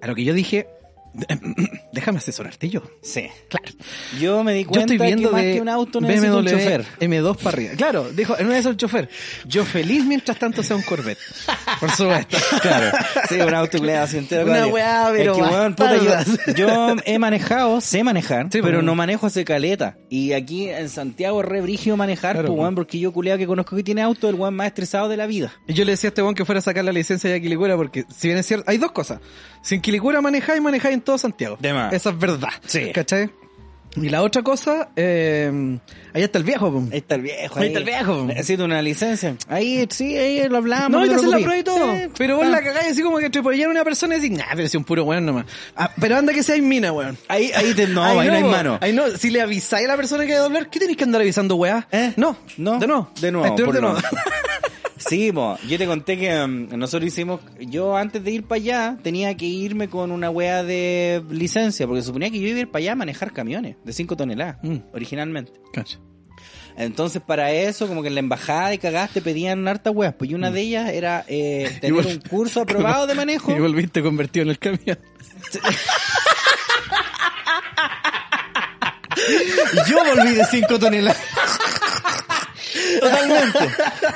[SPEAKER 3] A lo que yo dije, "Em, déjame asesorarte yo.
[SPEAKER 2] Sí.
[SPEAKER 3] Claro.
[SPEAKER 2] Yo me di
[SPEAKER 3] Yo
[SPEAKER 2] cuenta
[SPEAKER 3] estoy viendo
[SPEAKER 2] que más
[SPEAKER 3] de
[SPEAKER 2] que un auto necesito
[SPEAKER 3] BMW
[SPEAKER 2] un chofer.
[SPEAKER 3] M2 para arriba. Claro, dijo, en una de esas el chofer. Yo feliz mientras tanto sea un Corvette. Por supuesto.
[SPEAKER 2] Claro, sí, un auto que le da así entero.
[SPEAKER 3] Una
[SPEAKER 2] código.
[SPEAKER 3] weá, pero
[SPEAKER 2] Es que, weón, puta, yo,
[SPEAKER 3] bastardas.
[SPEAKER 2] yo he manejado, sé manejar,
[SPEAKER 3] Sí,
[SPEAKER 2] pero
[SPEAKER 3] pues.
[SPEAKER 2] no manejo hace caleta. Y aquí en Santiago es re brígido manejar,
[SPEAKER 3] Claro,
[SPEAKER 2] pues,
[SPEAKER 3] pues.
[SPEAKER 2] weón, porque yo culeado que conozco que tiene auto, el weón más estresado de la vida.
[SPEAKER 3] Y Yo le decía a este weón que fuera a sacar la licencia de Quilicura porque, si bien es cierto, hay dos cosas. Si en Quilicura manejáis, manejáis en todo Santiago.
[SPEAKER 2] De más.
[SPEAKER 3] Esa es verdad.
[SPEAKER 2] Sí.
[SPEAKER 3] ¿Cachai? Y la otra cosa, eh, allá está el viejo. po.
[SPEAKER 2] Ahí está el viejo.
[SPEAKER 3] Ahí está el viejo. pues.
[SPEAKER 2] Necesito una licencia. Ahí, sí, ahí lo hablamos.
[SPEAKER 3] No, hay que
[SPEAKER 2] te
[SPEAKER 3] hacer la prueba y
[SPEAKER 2] preocupes.
[SPEAKER 3] todo.
[SPEAKER 2] Sí, Ah.
[SPEAKER 3] pero vos
[SPEAKER 2] pa.
[SPEAKER 3] la cagáis así como que tripollar a una persona y decís, nah, pero si un puro weón nomás. Ah, pero anda que seáis mina, weón.
[SPEAKER 2] Ahí, ahí te, no, ahí, no hay
[SPEAKER 3] po.
[SPEAKER 2] mano.
[SPEAKER 3] Ahí no, si le avisáis a la persona que hay que doblar, ¿qué tenéis que andar avisando, weá?
[SPEAKER 2] ¿Eh?
[SPEAKER 3] No,
[SPEAKER 2] no.
[SPEAKER 3] De nuevo.
[SPEAKER 2] De nuevo.
[SPEAKER 3] Estoy
[SPEAKER 2] por
[SPEAKER 3] de
[SPEAKER 2] lo
[SPEAKER 3] nuevo.
[SPEAKER 2] menos. Sí, po, yo te conté que mm, nosotros hicimos, yo antes de ir para allá tenía que irme con una wea de licencia, porque suponía que yo iba a ir para allá a manejar camiones de 5 toneladas,
[SPEAKER 3] Mm.
[SPEAKER 2] originalmente.
[SPEAKER 3] Cacha.
[SPEAKER 2] Entonces para eso, como que en la embajada y cagaste pedían hartas weas, pues y una de ellas era eh, tener
[SPEAKER 3] Mm. Igual-
[SPEAKER 2] un curso aprobado de manejo.
[SPEAKER 3] Y volviste convertido en el camión.
[SPEAKER 2] Yo volví de 5 toneladas. Totalmente,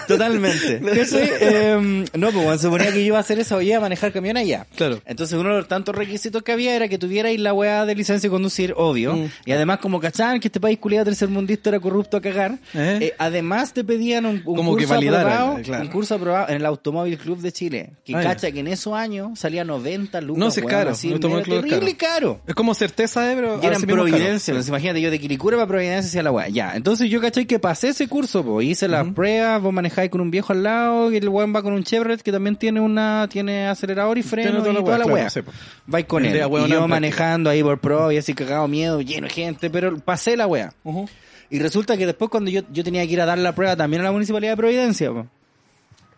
[SPEAKER 2] totalmente. Entonces, eh, no, pues bueno, suponía que yo iba a hacer eso, iba a manejar camión allá.
[SPEAKER 3] Claro.
[SPEAKER 2] Entonces, uno de los tantos requisitos que había era que tuvierais la weá de licencia de conducir, obvio.
[SPEAKER 3] Mm.
[SPEAKER 2] Y además, como cachaban que este país culiado tercermundista era corrupto a cagar,
[SPEAKER 3] ¿Eh?
[SPEAKER 2] eh, además te pedían un, un
[SPEAKER 3] Como que
[SPEAKER 2] curso
[SPEAKER 3] validaran,
[SPEAKER 2] aprobado,
[SPEAKER 3] claro.
[SPEAKER 2] un curso aprobado en el Automóvil Club de Chile. Que
[SPEAKER 3] Ah, ya.
[SPEAKER 2] cacha que en esos años salía 90 lucas.
[SPEAKER 3] No, sí es
[SPEAKER 2] weón,
[SPEAKER 3] caro,
[SPEAKER 2] así,
[SPEAKER 3] el Automóvil
[SPEAKER 2] era
[SPEAKER 3] Club es
[SPEAKER 2] terrible caro.
[SPEAKER 3] Es como certeza, eh, pero.
[SPEAKER 2] Y era
[SPEAKER 3] así
[SPEAKER 2] en
[SPEAKER 3] mismo
[SPEAKER 2] Providencia,
[SPEAKER 3] caro.
[SPEAKER 2] pues, imagínate, yo de Quilicura para Providencia hacia la weá. Ya, entonces yo caché que pasé ese curso, po, hice las pruebas, vos manejáis con un viejo al lado, y el weón va con un Chevrolet que también tiene una, tiene acelerador y freno
[SPEAKER 3] toda
[SPEAKER 2] y
[SPEAKER 3] la
[SPEAKER 2] toda
[SPEAKER 3] weá,
[SPEAKER 2] la
[SPEAKER 3] claro,
[SPEAKER 2] weá.
[SPEAKER 3] sí, po.
[SPEAKER 2] Vais con
[SPEAKER 3] El de
[SPEAKER 2] él.
[SPEAKER 3] la
[SPEAKER 2] Y
[SPEAKER 3] weá no
[SPEAKER 2] yo
[SPEAKER 3] en práctica.
[SPEAKER 2] manejando ahí por pro y así cagado miedo, lleno de gente, pero pasé la weá.
[SPEAKER 3] Ujú.
[SPEAKER 2] Y resulta que después cuando yo, yo tenía que ir a dar la prueba también a la Municipalidad de Providencia, po.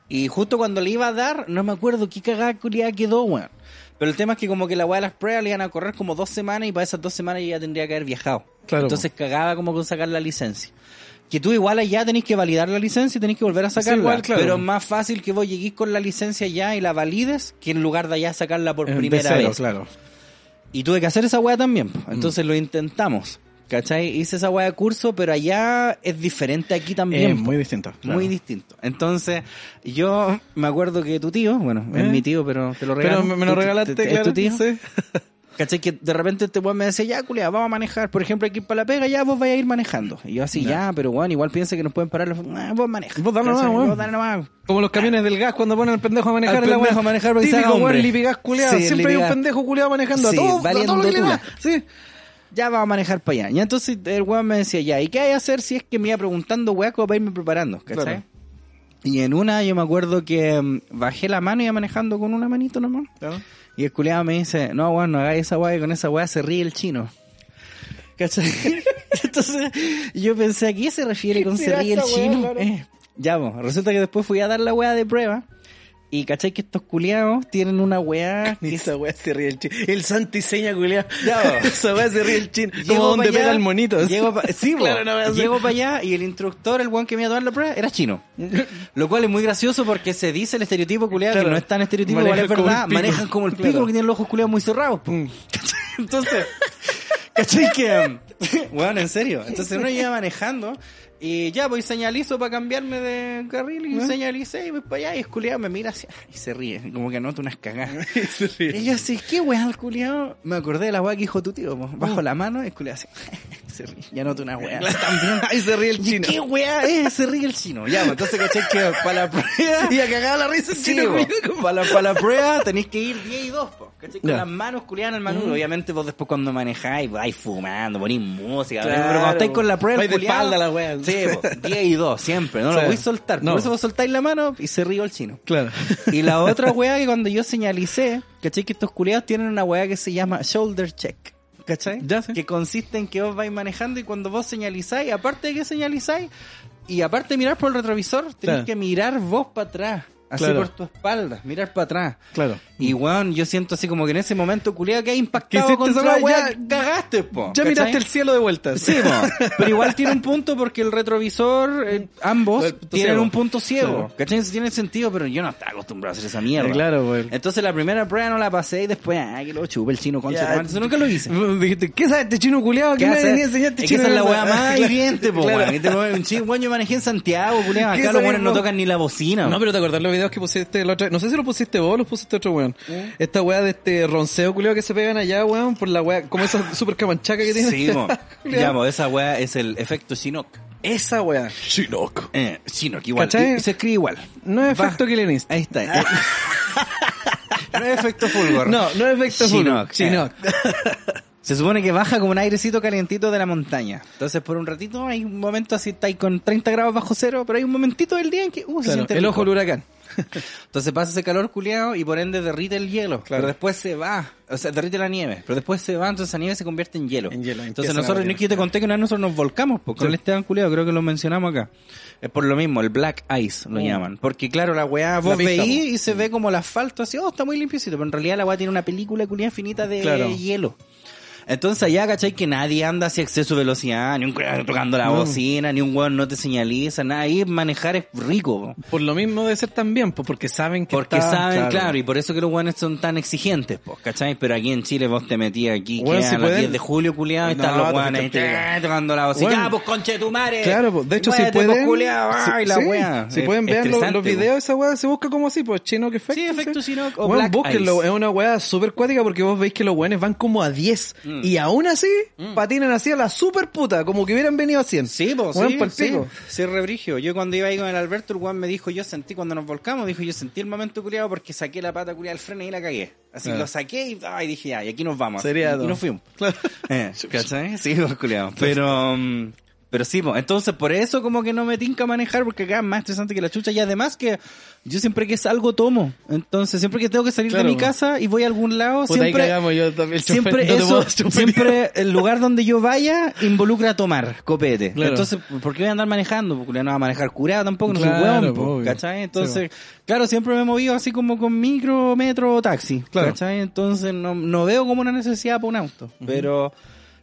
[SPEAKER 2] Y justo cuando le iba a dar, no me acuerdo qué cagada culiada quedó, weón. Pero el tema es que como que la weá de las pruebas le iban a correr como dos semanas y para esas dos semanas yo ya tendría que haber viajado.
[SPEAKER 3] Claro,
[SPEAKER 2] Entonces cagaba como con sacar la licencia. Que tú igual allá tenés que validar la licencia y tenés que volver a sacarla.
[SPEAKER 3] igual, claro.
[SPEAKER 2] Pero es más fácil que vos lleguís con la licencia allá y la valides que en lugar de allá sacarla por
[SPEAKER 3] En de
[SPEAKER 2] primera
[SPEAKER 3] cero,
[SPEAKER 2] vez.
[SPEAKER 3] Claro.
[SPEAKER 2] Y tuve que hacer esa weá también. po. Entonces
[SPEAKER 3] Mm.
[SPEAKER 2] lo intentamos. ¿Cachai? Hice esa weá de curso, pero allá es diferente aquí también.
[SPEAKER 3] Eh,
[SPEAKER 2] po.
[SPEAKER 3] muy distinto. claro.
[SPEAKER 2] Muy distinto. Entonces, yo me acuerdo que tu tío, bueno, es
[SPEAKER 3] ¿Eh?
[SPEAKER 2] mi tío, pero te lo regalo.
[SPEAKER 3] Pero me, me lo
[SPEAKER 2] Tu- tu-
[SPEAKER 3] regalaste,
[SPEAKER 2] te- es
[SPEAKER 3] claro.
[SPEAKER 2] tu tío.
[SPEAKER 3] sí.
[SPEAKER 2] ¿Cachai? Que de repente este weón me decía, ya, culia, vamos a manejar. Por ejemplo, aquí para la pega, ya vos vais a ir manejando. Y yo así, ya, pero weón, igual piensa que nos pueden parar los. Ah, vos manejas.
[SPEAKER 3] Vos dale nomás,
[SPEAKER 2] ¿Cachai?
[SPEAKER 3] weón.
[SPEAKER 2] Vos dale nomás.
[SPEAKER 3] Como los camiones del gas cuando ponen al pendejo a manejar.
[SPEAKER 2] Al
[SPEAKER 3] en la
[SPEAKER 2] pendejo
[SPEAKER 3] weá.
[SPEAKER 2] a manejar porque se haga
[SPEAKER 3] Típico, weón,
[SPEAKER 2] hombre.
[SPEAKER 3] lipigas culeado.
[SPEAKER 2] Sí,
[SPEAKER 3] Siempre hay
[SPEAKER 2] lipigas.
[SPEAKER 3] un pendejo culeado manejando
[SPEAKER 2] Sí,
[SPEAKER 3] a todo, a todo lo que le
[SPEAKER 2] valiendo
[SPEAKER 3] da. Sí.
[SPEAKER 2] Ya vamos a manejar para allá. Y entonces el weón me decía, ya, ¿y qué hay que hacer si es que me iba preguntando hueco para irme preparando? ¿Cachai?
[SPEAKER 3] Claro.
[SPEAKER 2] Y en una yo me acuerdo que mm, bajé la mano y iba manejando con una manito nomás. Y el culiado me dice, no, weón, no hagáis esa weá, que con esa weá se ríe el chino. ¿Cachai? Entonces, yo pensé, ¿a qué se refiere con se
[SPEAKER 3] Mira
[SPEAKER 2] ríe el
[SPEAKER 3] esta weá,
[SPEAKER 2] chino?
[SPEAKER 3] claro.
[SPEAKER 2] Eh, ya, vos, resulta que después fui a dar la weá de prueba. Y cachai que estos culiados tienen una weá
[SPEAKER 3] Ni esa weá se ríe el chino. El santiseña culeado.
[SPEAKER 2] Ya, va.
[SPEAKER 3] esa weá se ríe el chino. Como
[SPEAKER 2] Llego pa'
[SPEAKER 3] donde
[SPEAKER 2] allá,
[SPEAKER 3] pega el monito. así.
[SPEAKER 2] Llego pa- sí, po.
[SPEAKER 3] Claro, no voy a hacer-
[SPEAKER 2] Llego para allá y el instructor, el weón que me iba a tomar la prueba, era chino. Lo cual es muy gracioso porque se dice el estereotipo culiado
[SPEAKER 3] Claro.
[SPEAKER 2] que no es tan estereotipo,
[SPEAKER 3] Manejan
[SPEAKER 2] igual es
[SPEAKER 3] como
[SPEAKER 2] verdad.
[SPEAKER 3] el pico.
[SPEAKER 2] Manejan como el pico
[SPEAKER 3] Claro. Mm.
[SPEAKER 2] porque tienen los ojos culiados muy cerrados. po. ¿Cachai? Entonces, ¿cachai que? um, Weón, en serio. Entonces uno iba manejando. Y ya, pues y señalizo para cambiarme de carril
[SPEAKER 3] ¿Eh?
[SPEAKER 2] y señalicé y voy para allá y el culiado me mira así y se ríe, como que anota unas cagadas.
[SPEAKER 3] Se ríe.
[SPEAKER 2] Y yo así, ¿qué weá el culiao? Me acordé de la weá que dijo tu tío. po. Bajo la mano, el culiao así. se ríe. Ya noto una weá. También.
[SPEAKER 3] Ahí se ríe el
[SPEAKER 2] ¿Y
[SPEAKER 3] chino.
[SPEAKER 2] qué weá es? Se ríe el chino. Ya, pues, entonces caché que para la prueba.
[SPEAKER 3] Y a cagar la risa el
[SPEAKER 2] Sí,
[SPEAKER 3] chino.
[SPEAKER 2] po.
[SPEAKER 3] culiao, como-
[SPEAKER 2] para, la, pa' la prueba tenéis que ir 10 y 2, po. ¿Cachai? Con
[SPEAKER 3] Ya. Mm.
[SPEAKER 2] las manos culiadas en el manubrio. Obviamente vos después cuando manejáis vais fumando, ponís música. pero cuando estáis con la prueba,
[SPEAKER 3] Vais de
[SPEAKER 2] culiao-
[SPEAKER 3] espalda la weá.
[SPEAKER 2] Sí, po, 10 y 2, siempre. No
[SPEAKER 3] Sí.
[SPEAKER 2] lo voy a soltar.
[SPEAKER 3] No.
[SPEAKER 2] Por eso vos soltáis la mano y se ríe el chino.
[SPEAKER 3] Claro.
[SPEAKER 2] Y la otra weá que cuando yo señalicé, ¿cachai? Que estos culiados tienen una weá que se llama shoulder check. ¿Cachai?
[SPEAKER 3] Ya sé.
[SPEAKER 2] Que consiste en que vos vais manejando y cuando vos señalizáis, aparte de que señalizáis, y aparte de mirar por el retrovisor, tenés
[SPEAKER 3] Claro.
[SPEAKER 2] que mirar vos para atrás. Así
[SPEAKER 3] Claro.
[SPEAKER 2] por tu espalda, mirar para atrás.
[SPEAKER 3] Claro.
[SPEAKER 2] Y weón, yo siento así como que en ese momento, culiado, que hay
[SPEAKER 3] Que
[SPEAKER 2] impactado
[SPEAKER 3] hiciste esa
[SPEAKER 2] contra la
[SPEAKER 3] weá,
[SPEAKER 2] weá,
[SPEAKER 3] ya-
[SPEAKER 2] cagaste, po.
[SPEAKER 3] Ya
[SPEAKER 2] ¿cachai?
[SPEAKER 3] miraste el cielo de vuelta.
[SPEAKER 2] Sí, po. pero igual tiene un punto porque el retrovisor, eh, ambos
[SPEAKER 3] El punto
[SPEAKER 2] tienen
[SPEAKER 3] ciego.
[SPEAKER 2] un punto ciego.
[SPEAKER 3] Sí.
[SPEAKER 2] ¿Cachai? Eso tiene sentido, pero yo no estaba acostumbrado a hacer esa mierda.
[SPEAKER 3] Eh, Claro, weón.
[SPEAKER 2] Entonces la primera prueba no la pasé y después, ah, que lo chupe el chino concha.
[SPEAKER 3] Ya.
[SPEAKER 2] de madre. Entonces nunca lo hice.
[SPEAKER 3] Dijiste, ¿qué sabe este chino culiado? ¿Qué
[SPEAKER 2] ¿Qué
[SPEAKER 3] nadie
[SPEAKER 2] hacer?
[SPEAKER 3] venía a enseñarte
[SPEAKER 2] es que
[SPEAKER 3] chino?
[SPEAKER 2] esa es la
[SPEAKER 3] de
[SPEAKER 2] weá
[SPEAKER 3] verdad?
[SPEAKER 2] más
[SPEAKER 3] Claro.
[SPEAKER 2] hiriente, po,
[SPEAKER 3] Claro.
[SPEAKER 2] weón. Este weón es un chino, weón, yo manejé en Santiago, culiao.
[SPEAKER 3] ¿Qué
[SPEAKER 2] Acá los weones
[SPEAKER 3] sabemos?
[SPEAKER 2] no tocan ni la bocina.
[SPEAKER 3] No, pero te acordás los videos que pusiste el otro No sé si lo pusiste vos o los pusiste otro weón.
[SPEAKER 2] ¿Eh?
[SPEAKER 3] Esta weá de este ronceo culiado que se pegan allá, weón, por la weá, como esa super camanchaca que tiene.
[SPEAKER 2] Sí, mo.
[SPEAKER 3] Culiao.
[SPEAKER 2] Ya, mo, esa weá es el efecto Chinook.
[SPEAKER 3] Esa weá.
[SPEAKER 2] Eh, Chinook, igual.
[SPEAKER 3] ¿Cachai?
[SPEAKER 2] Y- Se escribe igual.
[SPEAKER 3] No es
[SPEAKER 2] Va.
[SPEAKER 3] efecto Kilenista.
[SPEAKER 2] Ahí está. Eh. no es efecto Fulgor.
[SPEAKER 3] No, no es efecto
[SPEAKER 2] Chinook,
[SPEAKER 3] Chinook.
[SPEAKER 2] eh.
[SPEAKER 3] Chinook.
[SPEAKER 2] Se supone que baja como un airecito calientito de la montaña. Entonces, por un ratito, hay un momento así, estáis con 30 grados bajo cero, pero hay un momentito del día en que, uh, se
[SPEAKER 3] Claro,
[SPEAKER 2] siente
[SPEAKER 3] el
[SPEAKER 2] rico.
[SPEAKER 3] ojo del huracán.
[SPEAKER 2] Entonces pasa ese calor culiado y por ende derrite el hielo.
[SPEAKER 3] Claro.
[SPEAKER 2] Pero después se va. O sea, derrite la nieve. Pero después se va, entonces la nieve se convierte en hielo.
[SPEAKER 3] En hielo, empieza
[SPEAKER 2] Entonces
[SPEAKER 3] la
[SPEAKER 2] nosotros,
[SPEAKER 3] batida.
[SPEAKER 2] no es que yo te conté que una vez nosotros nos volcamos, porque con el Esteban culiado, creo que lo mencionamos acá. Es por lo mismo, el black ice lo llaman. Porque claro, la weá vos
[SPEAKER 3] Oh. pista, Mm.
[SPEAKER 2] veís y se ve como el asfalto así, oh, está muy limpiecito. Pero en realidad la weá tiene una película culiada finita de
[SPEAKER 3] Claro.
[SPEAKER 2] hielo. Entonces allá, ¿cachai? Que nadie anda hacia exceso de velocidad, ni un weón tocando la bocina, ni un weón no te señaliza, nada. Ahí manejar es rico. po.
[SPEAKER 3] Por lo mismo debe ser también, pues, porque saben que
[SPEAKER 2] Porque
[SPEAKER 3] está-
[SPEAKER 2] saben, claro. y por eso que los guanes son tan exigentes, pues, ¿cachai? Pero aquí en Chile vos te metías aquí,
[SPEAKER 3] Weón,
[SPEAKER 2] que
[SPEAKER 3] si
[SPEAKER 2] a las
[SPEAKER 3] pueden-
[SPEAKER 2] 10 de julio, culiado, y
[SPEAKER 3] No,
[SPEAKER 2] están los
[SPEAKER 3] te
[SPEAKER 2] guanes ahí
[SPEAKER 3] fuiste pega.
[SPEAKER 2] te- tocando la bocina.
[SPEAKER 3] Weón.
[SPEAKER 2] ¡Ah, pues conche de tu madre!
[SPEAKER 3] Claro, pues, de hecho, si
[SPEAKER 2] Muévete, pues,
[SPEAKER 3] pueden,
[SPEAKER 2] culiao,
[SPEAKER 3] si,
[SPEAKER 2] ¡ay, la
[SPEAKER 3] sí,
[SPEAKER 2] wea!
[SPEAKER 3] si
[SPEAKER 2] Es-
[SPEAKER 3] pueden ver los- los,
[SPEAKER 2] estresante, pues.
[SPEAKER 3] videos, esa wea se busca como así, pues Chinook Effect.
[SPEAKER 2] Sí, efecto Chinook o
[SPEAKER 3] Weón,
[SPEAKER 2] Black
[SPEAKER 3] búsquenlo,
[SPEAKER 2] Ice.
[SPEAKER 3] es una wea súper cuática porque vos veis que los weones van como a 10 y aún así patinan así a la super puta, como que hubieran venido a 100.
[SPEAKER 2] Sí, pues,
[SPEAKER 3] Weón,
[SPEAKER 2] sí,
[SPEAKER 3] pa'l
[SPEAKER 2] sí,
[SPEAKER 3] pico.
[SPEAKER 2] sí, rebrigio. Yo cuando iba ahí con el Alberto, el weón me dijo, yo sentí cuando nos volcamos, dijo, yo sentí el momento culiado porque saqué la pata culiada del freno y la cagué. Así lo saqué y ay, dije, ya, y aquí nos vamos.
[SPEAKER 3] Ah. Sería
[SPEAKER 2] y, y
[SPEAKER 3] todo.
[SPEAKER 2] nos fuimos. Eh, ¿Cachai? Sí, pues, culiao. Pero, mm, pero sí, pues, entonces por eso como que no me tinca manejar porque acá es más estresante que la chucha y además que yo siempre que salgo tomo. Entonces siempre que tengo que salir
[SPEAKER 3] Claro,
[SPEAKER 2] de mi
[SPEAKER 3] pues.
[SPEAKER 2] casa y voy a algún lado,
[SPEAKER 3] Puta, ahí
[SPEAKER 2] siempre...
[SPEAKER 3] cagamos yo también. el chofer,
[SPEAKER 2] Siempre
[SPEAKER 3] no te
[SPEAKER 2] eso,
[SPEAKER 3] puedo- chofer.
[SPEAKER 2] siempre el lugar donde yo vaya involucra tomar copete.
[SPEAKER 3] Claro.
[SPEAKER 2] Entonces, ¿por qué voy a andar manejando? Porque no va a manejar curado tampoco, no soy
[SPEAKER 3] Claro,
[SPEAKER 2] hueón, po,
[SPEAKER 3] obvio.
[SPEAKER 2] ¿cachai? Entonces, claro, siempre me he movido así como con micro, metro o taxi,
[SPEAKER 3] Claro.
[SPEAKER 2] ¿cachai? Entonces, no, no veo como una necesidad para un auto, pero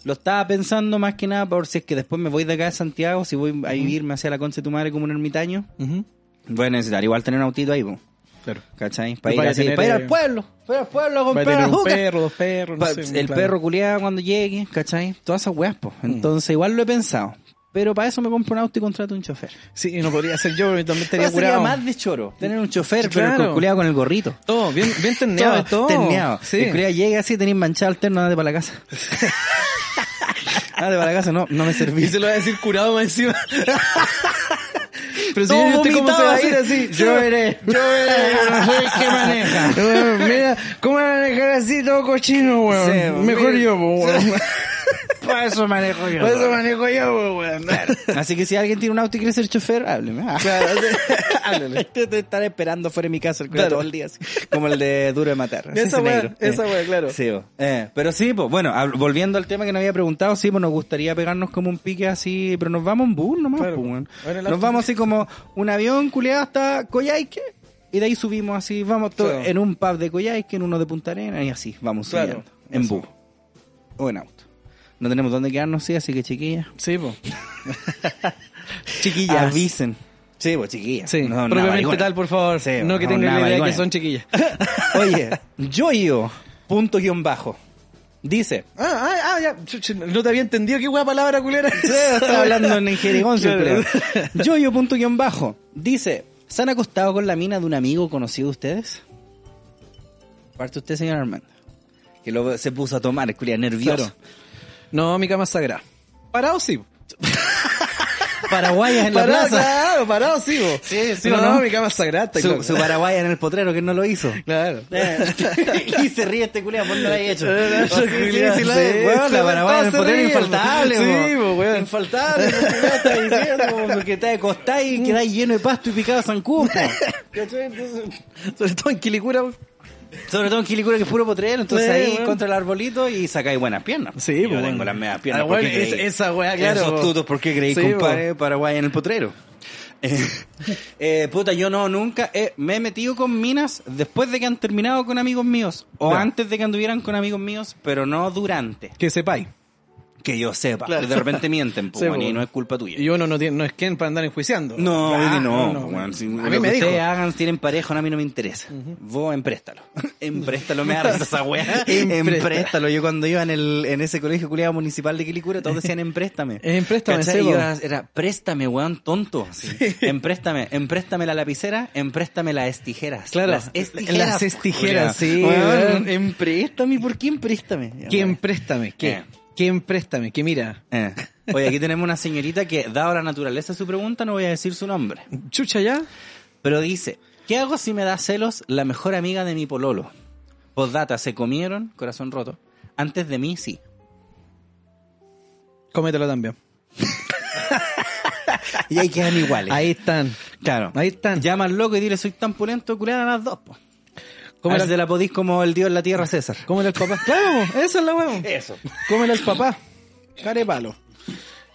[SPEAKER 2] lo estaba pensando más que nada por si es que después me voy de acá de Santiago, si voy a vivirme hacia la concha de tu madre como un ermitaño,
[SPEAKER 3] Ujú,
[SPEAKER 2] voy a necesitar igual tener un autito ahí, po,
[SPEAKER 3] Claro.
[SPEAKER 2] ¿cachai? Para ir,
[SPEAKER 3] Vaya a
[SPEAKER 2] así,
[SPEAKER 3] tener,
[SPEAKER 2] para ir
[SPEAKER 3] eh,
[SPEAKER 2] al pueblo, para ir al pueblo a
[SPEAKER 3] Va a
[SPEAKER 2] comprar
[SPEAKER 3] tener un
[SPEAKER 2] azúcar.
[SPEAKER 3] perro, dos perros, no
[SPEAKER 2] Pa-
[SPEAKER 3] sé,
[SPEAKER 2] el
[SPEAKER 3] claro. Mm.
[SPEAKER 2] perro culiado cuando llegue, ¿cachai? Todas esas weas, po. Entonces, igual lo he pensado. Pero para eso me compro un auto y contrato un chofer.
[SPEAKER 3] Sí, y no podría ser yo, pero también estaría
[SPEAKER 2] Ahora sería
[SPEAKER 3] curado.
[SPEAKER 2] más de choro. Tener un chofer, pero
[SPEAKER 3] Claro.
[SPEAKER 2] con culiado con el gorrito.
[SPEAKER 3] Todo, bien, bien terneado, todo.
[SPEAKER 2] terneado.
[SPEAKER 3] Sí.
[SPEAKER 2] El culiado llega así, tenéis manchado el terno, andate para la casa. andate para la casa, no, no me
[SPEAKER 3] Y
[SPEAKER 2] servís.
[SPEAKER 3] se lo va a decir curado más encima. Pero si
[SPEAKER 2] Todo
[SPEAKER 3] yo no estoy cómo se
[SPEAKER 2] vomitado,
[SPEAKER 3] va a ir
[SPEAKER 2] así.
[SPEAKER 3] así. Yo veré. Yo veré.
[SPEAKER 2] yo no soy el que maneja.
[SPEAKER 3] Mira, ¿cómo van a manejar así todo cochino, weón?
[SPEAKER 2] Sí, weón.
[SPEAKER 3] Mejor yo, po, weón.
[SPEAKER 2] Para eso manejo yo.
[SPEAKER 3] Por eso manejo yo, po, weón.
[SPEAKER 2] Así que si alguien tiene un auto y quiere ser chofer, hábleme. Ah. Te- Te estaré esperando fuera Este de mi casa el culiao
[SPEAKER 3] Claro.
[SPEAKER 2] todo el día. así, como el de Duro de Matar. así,
[SPEAKER 3] Esa
[SPEAKER 2] ese
[SPEAKER 3] weá,
[SPEAKER 2] negro.
[SPEAKER 3] esa
[SPEAKER 2] Eh.
[SPEAKER 3] weá, claro.
[SPEAKER 2] Sí, bo. Eh, pero sí, pues, bueno, hab- volviendo al tema que nos había preguntado, sí, pues nos gustaría pegarnos como un pique así, pero nos vamos en bus nomás,
[SPEAKER 3] Claro.
[SPEAKER 2] po, weón.
[SPEAKER 3] Ahora el
[SPEAKER 2] Nos
[SPEAKER 3] auto-
[SPEAKER 2] vamos así como un avión culeado hasta Coyhaique y de ahí subimos así, vamos to-
[SPEAKER 3] Claro.
[SPEAKER 2] en un pub de Coyhaique, en uno de Punta Arena y así, vamos
[SPEAKER 3] Claro,
[SPEAKER 2] subiendo, en
[SPEAKER 3] eso.
[SPEAKER 2] bus o en auto. No tenemos dónde quedarnos, sí, así que chiquillas,
[SPEAKER 3] Sí, po.
[SPEAKER 2] chiquillas, avisen. Sí, pues chiquillas.
[SPEAKER 3] Sí,
[SPEAKER 2] No, no,
[SPEAKER 3] propiamente
[SPEAKER 2] maricona.
[SPEAKER 3] tal, por favor.
[SPEAKER 2] Sí,
[SPEAKER 3] no que
[SPEAKER 2] no,
[SPEAKER 3] tengan
[SPEAKER 2] nada,
[SPEAKER 3] la idea que
[SPEAKER 2] maricona.
[SPEAKER 3] son chiquillas.
[SPEAKER 2] Oye, Yoyo, punto guión bajo, dice...
[SPEAKER 3] Ah, ah, ah, ya. Ch- ch- No te había entendido qué weá palabra culera. es.
[SPEAKER 2] Sí, estaba hablando en Jerigón,
[SPEAKER 3] Claro.
[SPEAKER 2] Yo, yo punto guión bajo. Dice, ¿se han acostado con la mina de un amigo conocido de ustedes? Parte usted, señor Armando. Que lo, se puso a tomar, es culia, nervioso.
[SPEAKER 3] Claro. No, mi cama es sagrada. Parado sí. po.
[SPEAKER 2] Paraguayas en la
[SPEAKER 3] Parado,
[SPEAKER 2] plaza.
[SPEAKER 3] claro, parado sí. po.
[SPEAKER 2] Sí, sí,
[SPEAKER 3] no,
[SPEAKER 2] ¿o no?
[SPEAKER 3] mi cama es sagrada. está
[SPEAKER 2] Su,
[SPEAKER 3] claro.
[SPEAKER 2] su paraguaya en el potrero, que no lo hizo.
[SPEAKER 3] Claro.
[SPEAKER 2] y se ríe este culia por no lo había hecho.
[SPEAKER 3] Eh,
[SPEAKER 2] Sí, sí,
[SPEAKER 3] culiao,
[SPEAKER 2] sí, lo-
[SPEAKER 3] sí,
[SPEAKER 2] weón,
[SPEAKER 3] sí,
[SPEAKER 2] la paraguaya en el
[SPEAKER 3] se
[SPEAKER 2] potrero
[SPEAKER 3] ríe,
[SPEAKER 2] infaltable,
[SPEAKER 3] sí,
[SPEAKER 2] po.
[SPEAKER 3] po, weón.
[SPEAKER 2] Infaltable, po, culiao, está diciendo, po, que te acostáis y quedáis lleno de pasto y picado a zancudo, po.
[SPEAKER 3] Sobre todo en Quilicura. po.
[SPEAKER 2] Sobre todo en Quilicura que es puro potrero, entonces
[SPEAKER 3] Sí,
[SPEAKER 2] ahí
[SPEAKER 3] bueno.
[SPEAKER 2] contra el arbolito y sacáis buenas piernas.
[SPEAKER 3] Sí,
[SPEAKER 2] yo
[SPEAKER 3] bueno.
[SPEAKER 2] tengo las medias piernas.
[SPEAKER 3] Ah,
[SPEAKER 2] ¿por
[SPEAKER 3] bueno,
[SPEAKER 2] qué
[SPEAKER 3] es-
[SPEAKER 2] creí?
[SPEAKER 3] esa weá, claro,
[SPEAKER 2] Esos
[SPEAKER 3] po.
[SPEAKER 2] tutos, ¿por qué creí,
[SPEAKER 3] Sí, pues,
[SPEAKER 2] compadre, Paraguay en el potrero? Eh, eh, puta, yo no, nunca eh, me he metido con minas después de que han terminado con amigos míos o
[SPEAKER 3] Ya.
[SPEAKER 2] antes de que anduvieran con amigos míos, pero no durante.
[SPEAKER 3] Que sepáis.
[SPEAKER 2] Que yo sepa,
[SPEAKER 3] Claro.
[SPEAKER 2] de repente mienten, po,
[SPEAKER 3] Sí,
[SPEAKER 2] bueno,
[SPEAKER 3] po.
[SPEAKER 2] y no es culpa tuya.
[SPEAKER 3] Y uno no, tiene, no es quien para andar enjuiciando.
[SPEAKER 2] No,
[SPEAKER 3] Ah,
[SPEAKER 2] Eddie, no,
[SPEAKER 3] no.
[SPEAKER 2] weón, si
[SPEAKER 3] a
[SPEAKER 2] lo
[SPEAKER 3] mí
[SPEAKER 2] que
[SPEAKER 3] me dijo.
[SPEAKER 2] ustedes hagan, si tienen pareja, no, a mí no me interesa. Vos empréstalo. empréstalo, me da risa esa weá.
[SPEAKER 3] Empresta.
[SPEAKER 2] empréstalo. Yo cuando iba en, el, en ese colegio culiado municipal de Quilicura, todos decían empréstame.
[SPEAKER 3] Empréstame,
[SPEAKER 2] ¿Cachai?
[SPEAKER 3] sí,
[SPEAKER 2] Y yo
[SPEAKER 3] po.
[SPEAKER 2] era, era, préstame, weón, tonto. así. Empréstame, empréstame la lapicera, empréstame las tijeras.
[SPEAKER 3] Claro,
[SPEAKER 2] Las estijeras.
[SPEAKER 3] las estijeras,
[SPEAKER 2] culiao.
[SPEAKER 3] sí,
[SPEAKER 2] Weón,
[SPEAKER 3] weón.
[SPEAKER 2] empréstame, ¿por qué empréstame?
[SPEAKER 3] ¿Quién préstame? ¿Qué?
[SPEAKER 2] Eh.
[SPEAKER 3] ¿Quién préstame? Que mira.
[SPEAKER 2] Eh. Oye, aquí tenemos una señorita que, dado la naturaleza de su pregunta, no voy a decir su nombre.
[SPEAKER 3] Chucha ya.
[SPEAKER 2] Pero dice, ¿qué hago si me da celos la mejor amiga de mi pololo? Postdata, ¿se comieron? Corazón roto. Antes de mí, sí.
[SPEAKER 3] Cómetelo también.
[SPEAKER 2] Y ahí quedan iguales.
[SPEAKER 3] Ahí están.
[SPEAKER 2] claro.
[SPEAKER 3] ahí están.
[SPEAKER 2] Llama al loco y dile, soy tan pulento, cular a las dos, po.
[SPEAKER 3] ¿Cómo
[SPEAKER 2] ¿Cómo
[SPEAKER 3] era-
[SPEAKER 2] se la podís como el dios en la tierra, César?
[SPEAKER 3] Cómele al papá. Claro, po, esa es la huevo.
[SPEAKER 2] Eso.
[SPEAKER 3] Cómele al papá. Care palo.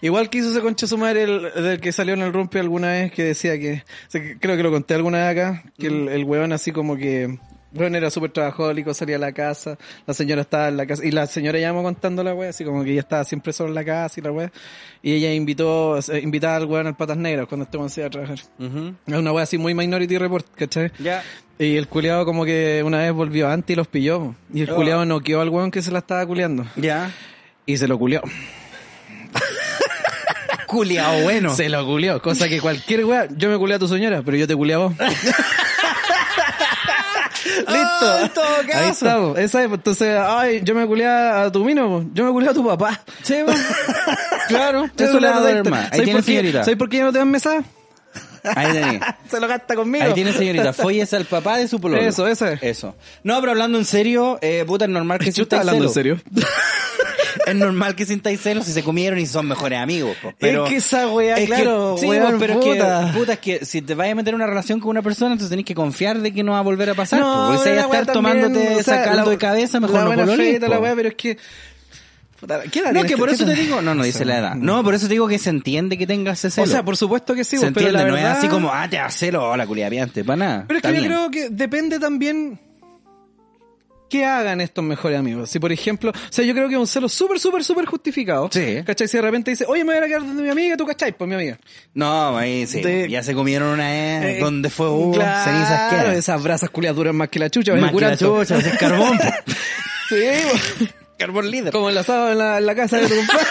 [SPEAKER 3] Igual que hizo ese concha su madre el, del que salió en el rompe alguna vez que decía que, o sea, que- creo que lo conté alguna vez acá, que
[SPEAKER 2] Mm.
[SPEAKER 3] el, el huevón así como que, bueno, era súper trabajólico, salía a la casa, la señora estaba en la casa, y la señora llamó contando la wea, así como que ella estaba siempre sola en la casa y la wea, y ella invitó, eh, invitaba al huevón al patas negras cuando este weón se iba a trabajar. Es una wea así muy minority report, ¿cachai?
[SPEAKER 2] Ya.
[SPEAKER 3] Y el culiado como que una vez volvió antes y los pilló, y el
[SPEAKER 2] Oh.
[SPEAKER 3] culiado noqueó al huevón que se la estaba culeando,
[SPEAKER 2] Ya.
[SPEAKER 3] y se lo culeó.
[SPEAKER 2] Culeado bueno.
[SPEAKER 3] Se lo culió, cosa que cualquier weá, yo me culé a tu señora, pero yo te culé a vos. Listo.
[SPEAKER 2] Ah, en todo
[SPEAKER 3] Ahí
[SPEAKER 2] caso.
[SPEAKER 3] está, po. esa es, po. entonces, ay, yo me culé a tu mino, po. yo me culé a tu papá.
[SPEAKER 2] Sí, po.
[SPEAKER 3] claro,
[SPEAKER 2] Te
[SPEAKER 3] eso le
[SPEAKER 2] culé a tu
[SPEAKER 3] da-
[SPEAKER 2] hermana. Ahí
[SPEAKER 3] ¿Sabes
[SPEAKER 2] tiene
[SPEAKER 3] por qué-
[SPEAKER 2] señorita.
[SPEAKER 3] ¿Sabes por qué yo no te dan mesa?
[SPEAKER 2] Ahí tenés.
[SPEAKER 3] Se lo gasta conmigo.
[SPEAKER 2] Ahí tiene señorita, folles al papá de su pololo.
[SPEAKER 3] Eso, ese.
[SPEAKER 2] Eso. No, pero hablando en serio, eh, puta, es normal que
[SPEAKER 3] Yo
[SPEAKER 2] sintáis
[SPEAKER 3] estaba hablando en
[SPEAKER 2] celos.
[SPEAKER 3] serio.
[SPEAKER 2] Es normal que sintáis celos si se comieron y son mejores amigos. po. Pero,
[SPEAKER 3] es que esa weá,
[SPEAKER 2] Es que-
[SPEAKER 3] claro,
[SPEAKER 2] sí,
[SPEAKER 3] weón,
[SPEAKER 2] po, pero
[SPEAKER 3] puta.
[SPEAKER 2] es que, puta, es que si te vas a meter en una relación con una persona, entonces tenés que confiar de que no va a volver a pasar. po, porque si
[SPEAKER 3] pero
[SPEAKER 2] vas a
[SPEAKER 3] la weá
[SPEAKER 2] estar
[SPEAKER 3] también,
[SPEAKER 2] tomándote
[SPEAKER 3] o sea,
[SPEAKER 2] sacando
[SPEAKER 3] la-
[SPEAKER 2] de cabeza,
[SPEAKER 3] la
[SPEAKER 2] mejor no
[SPEAKER 3] buena
[SPEAKER 2] pololees,
[SPEAKER 3] feita, la
[SPEAKER 2] po.
[SPEAKER 3] weá, pero es que... Puta, ¿qué edad
[SPEAKER 2] No,
[SPEAKER 3] tienes,
[SPEAKER 2] es que por eso te
[SPEAKER 3] cacheta?
[SPEAKER 2] digo, no, no dice la edad. No, por eso te digo que se entiende que tengas ese
[SPEAKER 3] O
[SPEAKER 2] celo.
[SPEAKER 3] sea, por supuesto que sí,
[SPEAKER 2] se
[SPEAKER 3] po, pero
[SPEAKER 2] entiende,
[SPEAKER 3] la
[SPEAKER 2] no
[SPEAKER 3] verdad-
[SPEAKER 2] es así como, ah, te da celo, hola, culiapiante, para nada.
[SPEAKER 3] Pero es
[SPEAKER 2] Está
[SPEAKER 3] que yo
[SPEAKER 2] bien.
[SPEAKER 3] creo que depende también qué hagan estos mejores amigos. Si, por ejemplo, o sea, yo creo que es un celo súper, súper, súper justificado.
[SPEAKER 2] Sí.
[SPEAKER 3] ¿Cachai? Si de repente dice, oye, me voy a quedar donde mi amiga, tú cachai, pues mi amiga.
[SPEAKER 2] No, ahí sí.
[SPEAKER 3] De-
[SPEAKER 2] Ya se comieron una vez
[SPEAKER 3] Eh,
[SPEAKER 2] donde fue uh, hubo,
[SPEAKER 3] claro,
[SPEAKER 2] cenizas quedan.
[SPEAKER 3] Esas brasas culias duran más que la chucha.
[SPEAKER 2] Más que
[SPEAKER 3] el
[SPEAKER 2] la
[SPEAKER 3] curato.
[SPEAKER 2] chucha, ese es carbón.
[SPEAKER 3] Sí,
[SPEAKER 2] carbón líder.
[SPEAKER 3] como el asado en la, en la casa de tu compadre.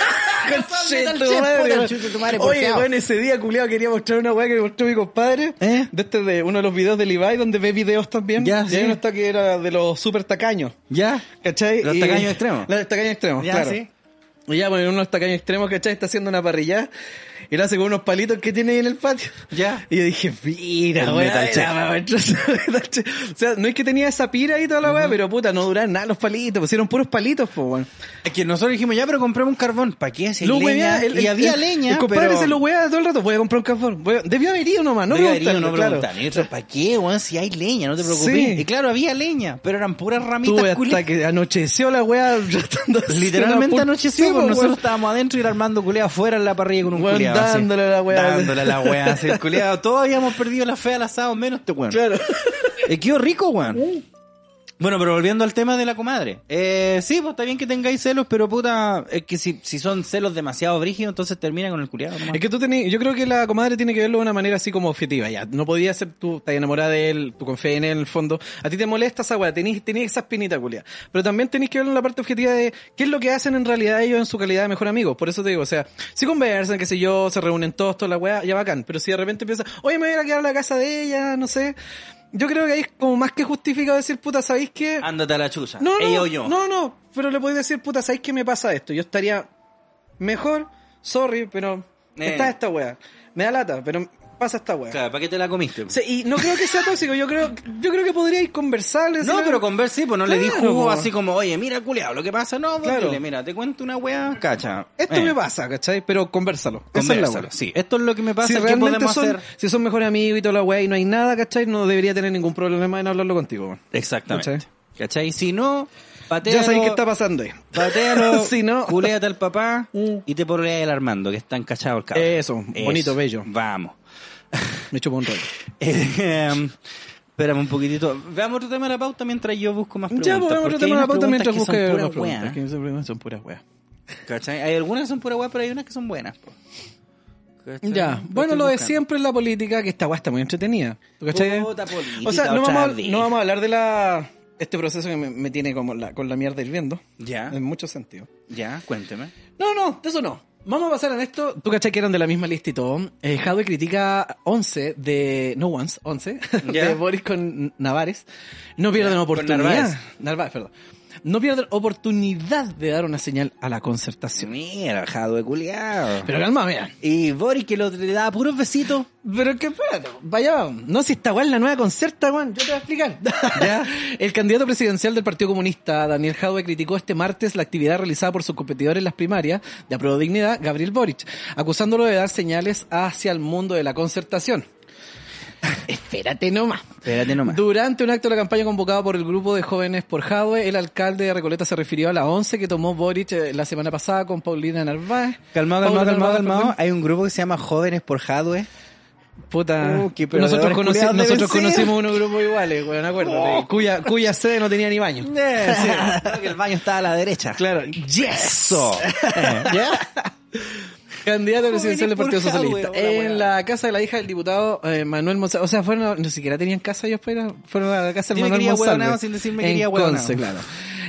[SPEAKER 3] Conche
[SPEAKER 2] Tal
[SPEAKER 3] tu
[SPEAKER 2] chef,
[SPEAKER 3] madre,
[SPEAKER 2] puta,
[SPEAKER 3] weón.
[SPEAKER 2] chucha, tu madre,
[SPEAKER 3] Oye,
[SPEAKER 2] porfiado.
[SPEAKER 3] bueno, ese día culiado quería mostrar una weá que me mostró mi compadre.
[SPEAKER 2] ¿Eh?
[SPEAKER 3] De este de uno de los videos de Levi donde ve videos también.
[SPEAKER 2] Ya,
[SPEAKER 3] y
[SPEAKER 2] sí.
[SPEAKER 3] hay uno está que era de los super tacaños.
[SPEAKER 2] ¿Ya?
[SPEAKER 3] ¿Cachai?
[SPEAKER 2] Los
[SPEAKER 3] Y-
[SPEAKER 2] tacaños extremos.
[SPEAKER 3] Los tacaños extremos,
[SPEAKER 2] Ya,
[SPEAKER 3] claro.
[SPEAKER 2] sí.
[SPEAKER 3] Y ya, bueno, uno de los tacaños extremos, ¿cachai? Está haciendo una parrillada y lo hace con unos palitos que tiene ahí en el patio.
[SPEAKER 2] Ya.
[SPEAKER 3] Y yo dije, mira,
[SPEAKER 2] El
[SPEAKER 3] weón,
[SPEAKER 2] Metal Chef.
[SPEAKER 3] era para mostrar su Metal Chef. O sea, no es que tenía esa pira y toda la weá, pero puta, no duraron nada los palitos, pusieron puros palitos, pues, weón.
[SPEAKER 2] Es que nosotros dijimos, ya, pero compremos un carbón. ¿Para qué? Si hay
[SPEAKER 3] Lo
[SPEAKER 2] Este, leña.
[SPEAKER 3] weá, el-
[SPEAKER 2] y
[SPEAKER 3] el-
[SPEAKER 2] había
[SPEAKER 3] el-
[SPEAKER 2] leña,
[SPEAKER 3] El compadre
[SPEAKER 2] pero...
[SPEAKER 3] se lo weá todo el rato, voy a comprar un cafón. Voy a- Debió haber ido nomás, no
[SPEAKER 2] No
[SPEAKER 3] preguntarle,
[SPEAKER 2] preguntan, no
[SPEAKER 3] claro.
[SPEAKER 2] preguntan. Y nosotros, ¿para qué, weón? Si hay leña, no te preocupes.
[SPEAKER 3] Sí.
[SPEAKER 2] Y claro, había leña, pero eran puras
[SPEAKER 3] Tuve
[SPEAKER 2] ramitas
[SPEAKER 3] hasta
[SPEAKER 2] culiadas.
[SPEAKER 3] que anocheció la weá tratando de hacer una
[SPEAKER 2] Literalmente
[SPEAKER 3] pur-
[SPEAKER 2] anocheció,
[SPEAKER 3] Sí,
[SPEAKER 2] pues,
[SPEAKER 3] pues,
[SPEAKER 2] nosotros
[SPEAKER 3] weón.
[SPEAKER 2] estábamos adentro y el Armando culeado afuera en la parrilla con un
[SPEAKER 3] Weón,
[SPEAKER 2] culeado.
[SPEAKER 3] dándole la weá.
[SPEAKER 2] Dándole la weá, así, el culeado. Todos habíamos perdido la fe al asado, menos este weón.
[SPEAKER 3] Claro.
[SPEAKER 2] Eh, quedó rico, weón. Bueno, pero volviendo al tema de la comadre. Eh, sí, pues está bien que tengáis celos, pero puta, es que si, si son celos demasiado brígidos, entonces termina con el culiado. nomás.
[SPEAKER 3] Es que tú tenés, yo creo que la comadre tiene que verlo de una manera así como objetiva, ya. No podía ser tú, estás enamorada de él, tú confías en él en el fondo. A ti te molesta esa weá, tenés, tenés esa espinita, culia. Pero también tenés que verlo en la parte objetiva de qué es lo que hacen en realidad ellos en su calidad de mejor amigo. Por eso te digo, o sea, si conversan, qué sé yo, se reúnen todos, toda la weá, ya bacán. Pero si de repente piensas, oye, me voy a ir a quedar a la casa de ella, no sé. Yo creo que ahí es como más que justificado decir, puta, ¿sabéis qué?
[SPEAKER 2] Ándate a la chucha.
[SPEAKER 3] No, no,
[SPEAKER 2] Ella o yo.
[SPEAKER 3] no, no, pero le podéis decir, puta, ¿sabéis qué me pasa esto? Yo estaría mejor, sorry, pero
[SPEAKER 2] Eh.
[SPEAKER 3] está esta wea. Me da lata, pero pasa esta wea.
[SPEAKER 2] Claro, ¿para qué te la comiste?
[SPEAKER 3] O sea, y no creo que sea tóxico, yo creo, yo creo que podríais conversar.
[SPEAKER 2] No,
[SPEAKER 3] decirle-
[SPEAKER 2] pero con ver sí, pues no le
[SPEAKER 3] Claro,
[SPEAKER 2] dijo
[SPEAKER 3] po.
[SPEAKER 2] así como, oye, mira, culiado, lo que pasa, no, vos
[SPEAKER 3] Claro.
[SPEAKER 2] dile, mira, te cuento una weá, cacha.
[SPEAKER 3] Esto
[SPEAKER 2] Eh,
[SPEAKER 3] me pasa, ¿cachai? Pero conversalo. Esa es la
[SPEAKER 2] Conversalo.
[SPEAKER 3] wea.
[SPEAKER 2] Sí, esto es lo que me pasa,
[SPEAKER 3] Si
[SPEAKER 2] ¿qué
[SPEAKER 3] realmente
[SPEAKER 2] podemos
[SPEAKER 3] son,
[SPEAKER 2] hacer?
[SPEAKER 3] si son mejores amigos y toda la wea y no hay nada, ¿cachai? No debería tener ningún problema en hablarlo contigo, weón.
[SPEAKER 2] Exactamente.
[SPEAKER 3] ¿Cachai?
[SPEAKER 2] ¿Cachai? Si no, patea.
[SPEAKER 3] Ya sabéis qué está pasando ahí.
[SPEAKER 2] Patealo,
[SPEAKER 3] Si no-
[SPEAKER 2] culéate al papá
[SPEAKER 3] Mm.
[SPEAKER 2] y te pololeas el Armando, que está encachado el cabrón.
[SPEAKER 3] Eso, bonito, bello.
[SPEAKER 2] Vamos.
[SPEAKER 3] Me chupo un rollo.
[SPEAKER 2] Eh, Espérame un poquitito. Veamos otro tema de la pauta mientras yo busco más preguntas.
[SPEAKER 3] Ya, pues vamos a
[SPEAKER 2] porque
[SPEAKER 3] tratar
[SPEAKER 2] hay
[SPEAKER 3] la
[SPEAKER 2] unas
[SPEAKER 3] pauta mientras
[SPEAKER 2] preguntas que
[SPEAKER 3] busque
[SPEAKER 2] son
[SPEAKER 3] unas
[SPEAKER 2] pura
[SPEAKER 3] preguntas.
[SPEAKER 2] weá,
[SPEAKER 3] que son- Son puras weas.
[SPEAKER 2] ¿cachai? Hay algunas que son pura weá, pero hay unas que son buenas. po. ¿Cachai?
[SPEAKER 3] Ya, bueno,
[SPEAKER 2] estoy
[SPEAKER 3] lo de
[SPEAKER 2] buscando.
[SPEAKER 3] siempre en la política, que esta weá está muy entretenida. ¿Cachai?
[SPEAKER 2] Puta política,
[SPEAKER 3] o sea, no
[SPEAKER 2] otra
[SPEAKER 3] vamos, a,
[SPEAKER 2] vez.
[SPEAKER 3] no vamos a hablar de la este proceso que me, me tiene como la, con la mierda hirviendo,
[SPEAKER 2] Ya,
[SPEAKER 3] en muchos sentidos.
[SPEAKER 2] ya, cuénteme.
[SPEAKER 3] No, no, de eso no. Vamos a pasar en esto. Tú cachai que eran de la misma lista y todo. Eh, Jadwe critica 11 de. No once, 11.
[SPEAKER 2] Ya.
[SPEAKER 3] De Boris con Navares. No pierden
[SPEAKER 2] Ya, con
[SPEAKER 3] oportunidad.
[SPEAKER 2] Narváez.
[SPEAKER 3] Narváez, perdón. No pierdan oportunidad de dar una señal a la concertación.
[SPEAKER 2] Mira, jadue culiao.
[SPEAKER 3] Pero calma, mira.
[SPEAKER 2] Y Boris que lo, le daba puros besitos.
[SPEAKER 3] Pero que espérate, vaya, vamos. no si esta weá es la nueva concerta, weón, yo te voy a explicar. El candidato presidencial del Partido Comunista, Daniel Jadwe, criticó este martes la actividad realizada por sus competidores en las primarias de Apruebo Dignidad, Gabriel Boric, acusándolo de dar señales hacia el mundo de la concertación. Espérate nomás.
[SPEAKER 2] Espérate nomás.
[SPEAKER 3] Durante un acto de la campaña convocado por el grupo de jóvenes por Jadwe, el alcalde de Recoleta se refirió a la 11 que tomó Boric eh, la semana pasada con Paulina Narváez.
[SPEAKER 2] Calmado, calmado,
[SPEAKER 3] Paula
[SPEAKER 2] calmado,
[SPEAKER 3] Narváez,
[SPEAKER 2] calmado.
[SPEAKER 3] perdón.
[SPEAKER 2] Hay un grupo que se llama Jóvenes por Jadwe.
[SPEAKER 3] Puta.
[SPEAKER 2] Uh, qué perdedores
[SPEAKER 3] nosotros conoci-
[SPEAKER 2] culiados deben
[SPEAKER 3] nosotros
[SPEAKER 2] ser.
[SPEAKER 3] conocimos unos grupos iguales, weón, acuérdate. Cuya, cuya sede no tenía ni baño.
[SPEAKER 2] Creo que el baño está a la derecha.
[SPEAKER 3] Claro.
[SPEAKER 2] Eso.
[SPEAKER 3] Candidato presidencial del Partido
[SPEAKER 2] Jorge
[SPEAKER 3] Socialista.
[SPEAKER 2] Jadwe, hola,
[SPEAKER 3] En la casa de la hija del diputado eh, Manuel Monsalve. O sea, fueron, ni siquiera tenían casa ellos, pero fueron a la casa de
[SPEAKER 2] Yo me
[SPEAKER 3] Manuel
[SPEAKER 2] quería hueonado
[SPEAKER 3] Monsalve.
[SPEAKER 2] sin decirme
[SPEAKER 3] En
[SPEAKER 2] quería hueonado.
[SPEAKER 3] Conce, claro.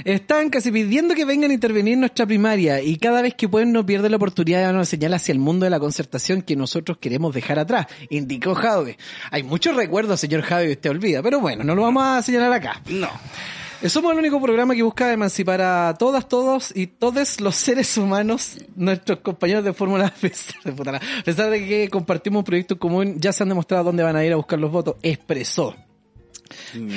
[SPEAKER 3] Están casi pidiendo que vengan a intervenir en nuestra primaria y cada vez que pueden no pierden la oportunidad de dar una señal hacia el mundo de la concertación que nosotros queremos dejar atrás, indicó Jadwe. Hay muchos recuerdos, señor Jadwe, que usted olvida, pero bueno, no lo vamos a señalar acá.
[SPEAKER 2] No.
[SPEAKER 3] Somos el único programa que busca emancipar a todas, todos y todos los seres humanos, nuestros compañeros de fórmula, a pesar de, puta la- a pesar de que compartimos un proyecto común, ya se han demostrado dónde van a ir a buscar los votos, expresó.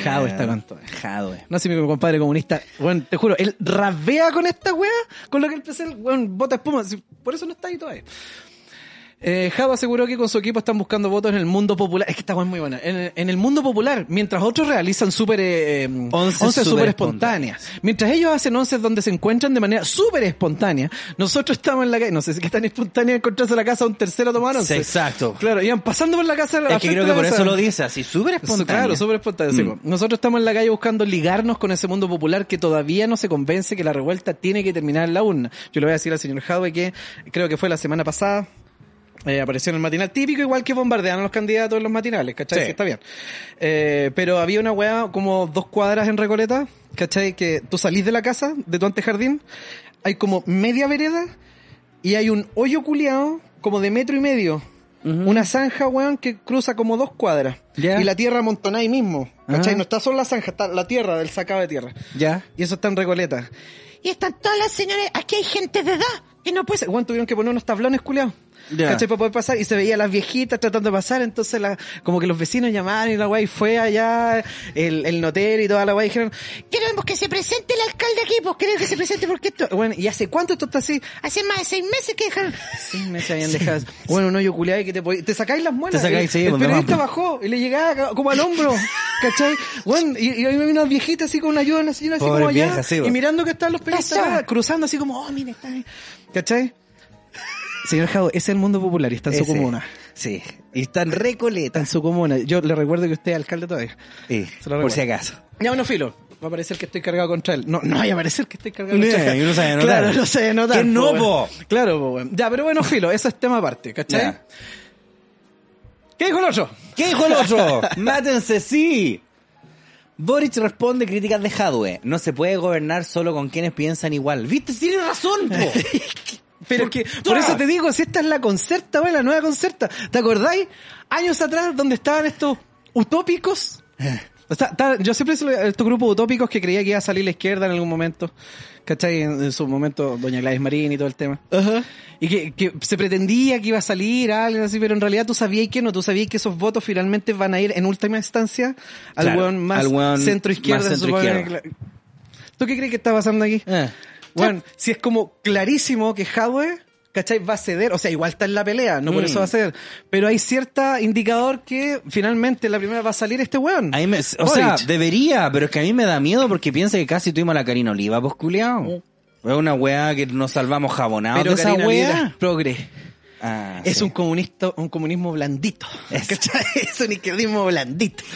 [SPEAKER 3] Jadwe está con todo.
[SPEAKER 2] Jadwe.
[SPEAKER 3] No sé, mi compadre comunista, bueno, te juro, él rabea con esta wea, con lo que el PC, weón, bota espuma, si- por eso no está ahí todavía. Eh, Java aseguró que con su equipo están buscando votos en el mundo popular. Es que esta wea es muy buena. En, en el mundo popular, mientras otros realizan súper. Eh, em,
[SPEAKER 2] Onces súper
[SPEAKER 3] onces súper espontáneas. Mientras ellos hacen once donde se encuentran de manera súper espontánea, nosotros estamos en la calle. No sé si es que tan espontánea encontrarse a la casa de un tercero a tomar once.
[SPEAKER 2] exacto.
[SPEAKER 3] Claro, iban pasando por la casa de la
[SPEAKER 2] Es que
[SPEAKER 3] frente
[SPEAKER 2] creo
[SPEAKER 3] de
[SPEAKER 2] que
[SPEAKER 3] la
[SPEAKER 2] por
[SPEAKER 3] casa.
[SPEAKER 2] eso lo dice así, súper Mm.
[SPEAKER 3] Eso,
[SPEAKER 2] espontáneo.
[SPEAKER 3] Claro, súper espontáneo. sí, po. Nosotros estamos en la calle buscando ligarnos con ese mundo popular que todavía no se convence que la revuelta tiene que terminar en la urna. Yo le voy a decir al señor Jadwe que creo que fue la semana pasada. eh, apareció en el matinal típico, igual que bombardean a los candidatos en los matinales, ¿cachai?
[SPEAKER 2] Sí.
[SPEAKER 3] Que está bien. Eh, pero había una weá como dos cuadras en Recoleta, ¿cachai? Que tú salís de la casa, de tu antejardín, hay como media vereda y hay un hoyo culeado como de metro y medio. Una zanja, weón, que cruza como dos cuadras.
[SPEAKER 2] Ya.
[SPEAKER 3] Y la tierra amontonada ahí mismo. ¿Cachai?
[SPEAKER 2] Ah.
[SPEAKER 3] No está solo la zanja, está la tierra, el sacado de tierra.
[SPEAKER 2] Ya.
[SPEAKER 3] Y eso está en Recoleta. Y están todas las señores, aquí hay gente de edad. Y no puede ser. Weón, tuvieron que poner unos tablones culeados.
[SPEAKER 2] Ya.
[SPEAKER 3] ¿Cachai? Para poder pasar. Y se veía a las viejitas tratando de pasar. Entonces, la- como que los vecinos llamaron y la weá, y fue allá el, el notero y toda la weá. Y dijeron, queremos que se presente el alcalde aquí, pues queremos que se presente porque esto. Bueno, ¿y hace cuánto esto está así? Hace más de seis meses que dejaron. Seis meses habían dejado. Bueno, no, yo culeado y que te, podí- te sacáis las muelas.
[SPEAKER 2] Te sacáis,
[SPEAKER 3] El-
[SPEAKER 2] sí,
[SPEAKER 3] el
[SPEAKER 2] pues,
[SPEAKER 3] periodista
[SPEAKER 2] nomás, pues.
[SPEAKER 3] bajó y le llegaba ca- como al hombro. ¿Cachai? Bueno, y, y ahí me vino una viejita así con una ayuda, una señora así
[SPEAKER 2] Pobre
[SPEAKER 3] como allá.
[SPEAKER 2] vieja, sí,
[SPEAKER 3] y
[SPEAKER 2] pues.
[SPEAKER 3] mirando que están los periodistas acá, cruzando así como, oh, mire, está ahí. ¿Cachai? Señor Jado, ese es el mundo popular y está en su
[SPEAKER 2] Ese.
[SPEAKER 3] comuna.
[SPEAKER 2] Sí. Y están
[SPEAKER 3] Está en
[SPEAKER 2] recoletas.
[SPEAKER 3] su comuna. Yo le recuerdo que usted es alcalde todavía.
[SPEAKER 2] Sí,
[SPEAKER 3] Se lo
[SPEAKER 2] por
[SPEAKER 3] recuerdo.
[SPEAKER 2] si acaso.
[SPEAKER 3] Ya, bueno, filo. Va a parecer que estoy cargado contra él. No, no vaya a parecer que estoy cargado
[SPEAKER 2] No,
[SPEAKER 3] contra él.
[SPEAKER 2] y uno se va a notar.
[SPEAKER 3] Claro, no se va a notar.
[SPEAKER 2] Que no,
[SPEAKER 3] weón.
[SPEAKER 2] po.
[SPEAKER 3] Claro, po, weón. Ya, pero bueno, filo, eso es tema aparte, ¿cachai?
[SPEAKER 2] Ya.
[SPEAKER 3] ¿Qué dijo el otro?
[SPEAKER 2] ¿Qué dijo el otro? ¡Mátense, sí! Boric responde críticas de Jadwe. No se puede gobernar solo con quienes piensan igual. ¿Viste? Tiene razón, po.
[SPEAKER 3] Pero que, por eso te digo, si esta es la concerta, weón, la nueva concerta. ¿Te acordáis? Años atrás, donde estaban estos utópicos.
[SPEAKER 2] Eh.
[SPEAKER 3] O sea, ta- yo siempre se lo- estos grupos utópicos que creía que iba a salir la izquierda en algún momento. ¿Cachai? En, en su momento, Doña Gladys Marín y todo el tema. Y que, que se pretendía que iba a salir algo así, pero en realidad tú sabías que no, tú sabías que esos votos finalmente van a ir en última instancia al
[SPEAKER 2] Claro,
[SPEAKER 3] weón más
[SPEAKER 2] al weón
[SPEAKER 3] centro izquierda.
[SPEAKER 2] más
[SPEAKER 3] se supone.
[SPEAKER 2] centroizquierda.
[SPEAKER 3] ¿Tú qué crees que está pasando aquí?
[SPEAKER 2] Eh.
[SPEAKER 3] Bueno, si es como clarísimo que Hadwe, ¿cachai? Va a ceder, o sea, igual está en la pelea, no por
[SPEAKER 2] Mm.
[SPEAKER 3] eso va a ceder, pero hay cierta indicador que finalmente la primera va a salir este weón.
[SPEAKER 2] A mí me- o sea,
[SPEAKER 3] Boric.
[SPEAKER 2] debería, pero es que a mí me da miedo porque piensa que casi tuvimos a la Karina Oliva, pues, culiao. Es una weá que nos salvamos jabonados
[SPEAKER 3] pero
[SPEAKER 2] de esa
[SPEAKER 3] Karina
[SPEAKER 2] weá.
[SPEAKER 3] Oliva, progre.
[SPEAKER 2] Ah,
[SPEAKER 3] Es
[SPEAKER 2] sí.
[SPEAKER 3] un comunista, un comunismo blandito. ¿Cachai? Es un izquierdismo blandito.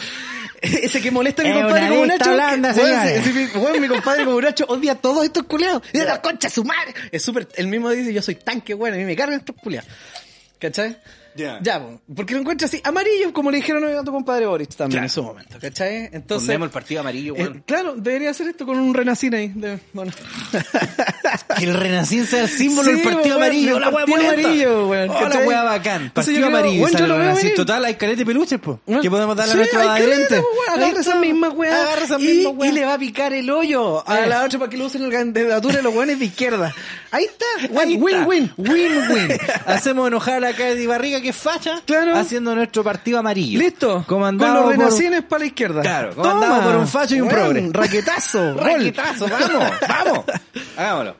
[SPEAKER 3] Ese que molesta a mi
[SPEAKER 2] Es
[SPEAKER 3] compadre
[SPEAKER 2] una
[SPEAKER 3] como
[SPEAKER 2] lista
[SPEAKER 3] Nacho.
[SPEAKER 2] blanda,
[SPEAKER 3] Weón,
[SPEAKER 2] señores.
[SPEAKER 3] sí, sí, mi- weón, mi compadre como Nacho odia a todos estos culeados. Mira la concha de su madre. Es súper, el mismo dice, yo soy tanque, bueno, a mí me cargan estos culeados. ¿Cachai?
[SPEAKER 2] Ya.
[SPEAKER 3] Ya, po, porque lo encuentro así, amarillo, como le dijeron a tu compadre Boric también
[SPEAKER 2] Claro.
[SPEAKER 3] en su momento, ¿cachai? Entonces,
[SPEAKER 2] Pondremos el partido amarillo,
[SPEAKER 3] eh,
[SPEAKER 2] weón.
[SPEAKER 3] claro, debería hacer esto con un renacín ahí. de- bueno.
[SPEAKER 2] que el Renacimiento sea el símbolo del
[SPEAKER 3] Sí,
[SPEAKER 2] Partido
[SPEAKER 3] weón,
[SPEAKER 2] Amarillo.
[SPEAKER 3] del
[SPEAKER 2] La wea
[SPEAKER 3] Partido
[SPEAKER 2] polenta.
[SPEAKER 3] Amarillo, weón,
[SPEAKER 2] Oh, la
[SPEAKER 3] ¿cachai?
[SPEAKER 2] wea bacán.
[SPEAKER 3] Entonces yo
[SPEAKER 2] Partido
[SPEAKER 3] creo,
[SPEAKER 2] Amarillo.
[SPEAKER 3] weón, yo
[SPEAKER 2] sale la
[SPEAKER 3] lo veo
[SPEAKER 2] Renacimiento.
[SPEAKER 3] venir.
[SPEAKER 2] Total, hay caleta de peluches, po. Que podemos darle
[SPEAKER 3] Sí,
[SPEAKER 2] a nuestros
[SPEAKER 3] ay, qué
[SPEAKER 2] adherentes.
[SPEAKER 3] lindo, weón, agarra esa misma weá.
[SPEAKER 2] Agarra esa
[SPEAKER 3] y,
[SPEAKER 2] misma weá.
[SPEAKER 3] y le va a picar el hoyo a
[SPEAKER 2] Eh.
[SPEAKER 3] la otra para que lo usen en la candidatura de los weones de izquierda. Ahí está. weón,
[SPEAKER 2] Ahí está.
[SPEAKER 3] Win, win, win, win.
[SPEAKER 2] Hacemos enojar a la Cádiz Barriga, que es facha,
[SPEAKER 3] Claro.
[SPEAKER 2] haciendo nuestro partido amarillo.
[SPEAKER 3] Listo.
[SPEAKER 2] Comandado
[SPEAKER 3] Con los
[SPEAKER 2] por-
[SPEAKER 3] renacines para la izquierda.
[SPEAKER 2] Claro, comandado por un facho y un
[SPEAKER 3] Weón,
[SPEAKER 2] progre.
[SPEAKER 3] Raquetazo. gol.
[SPEAKER 2] Raquetazo, vamos, vamos. Hagámoslo.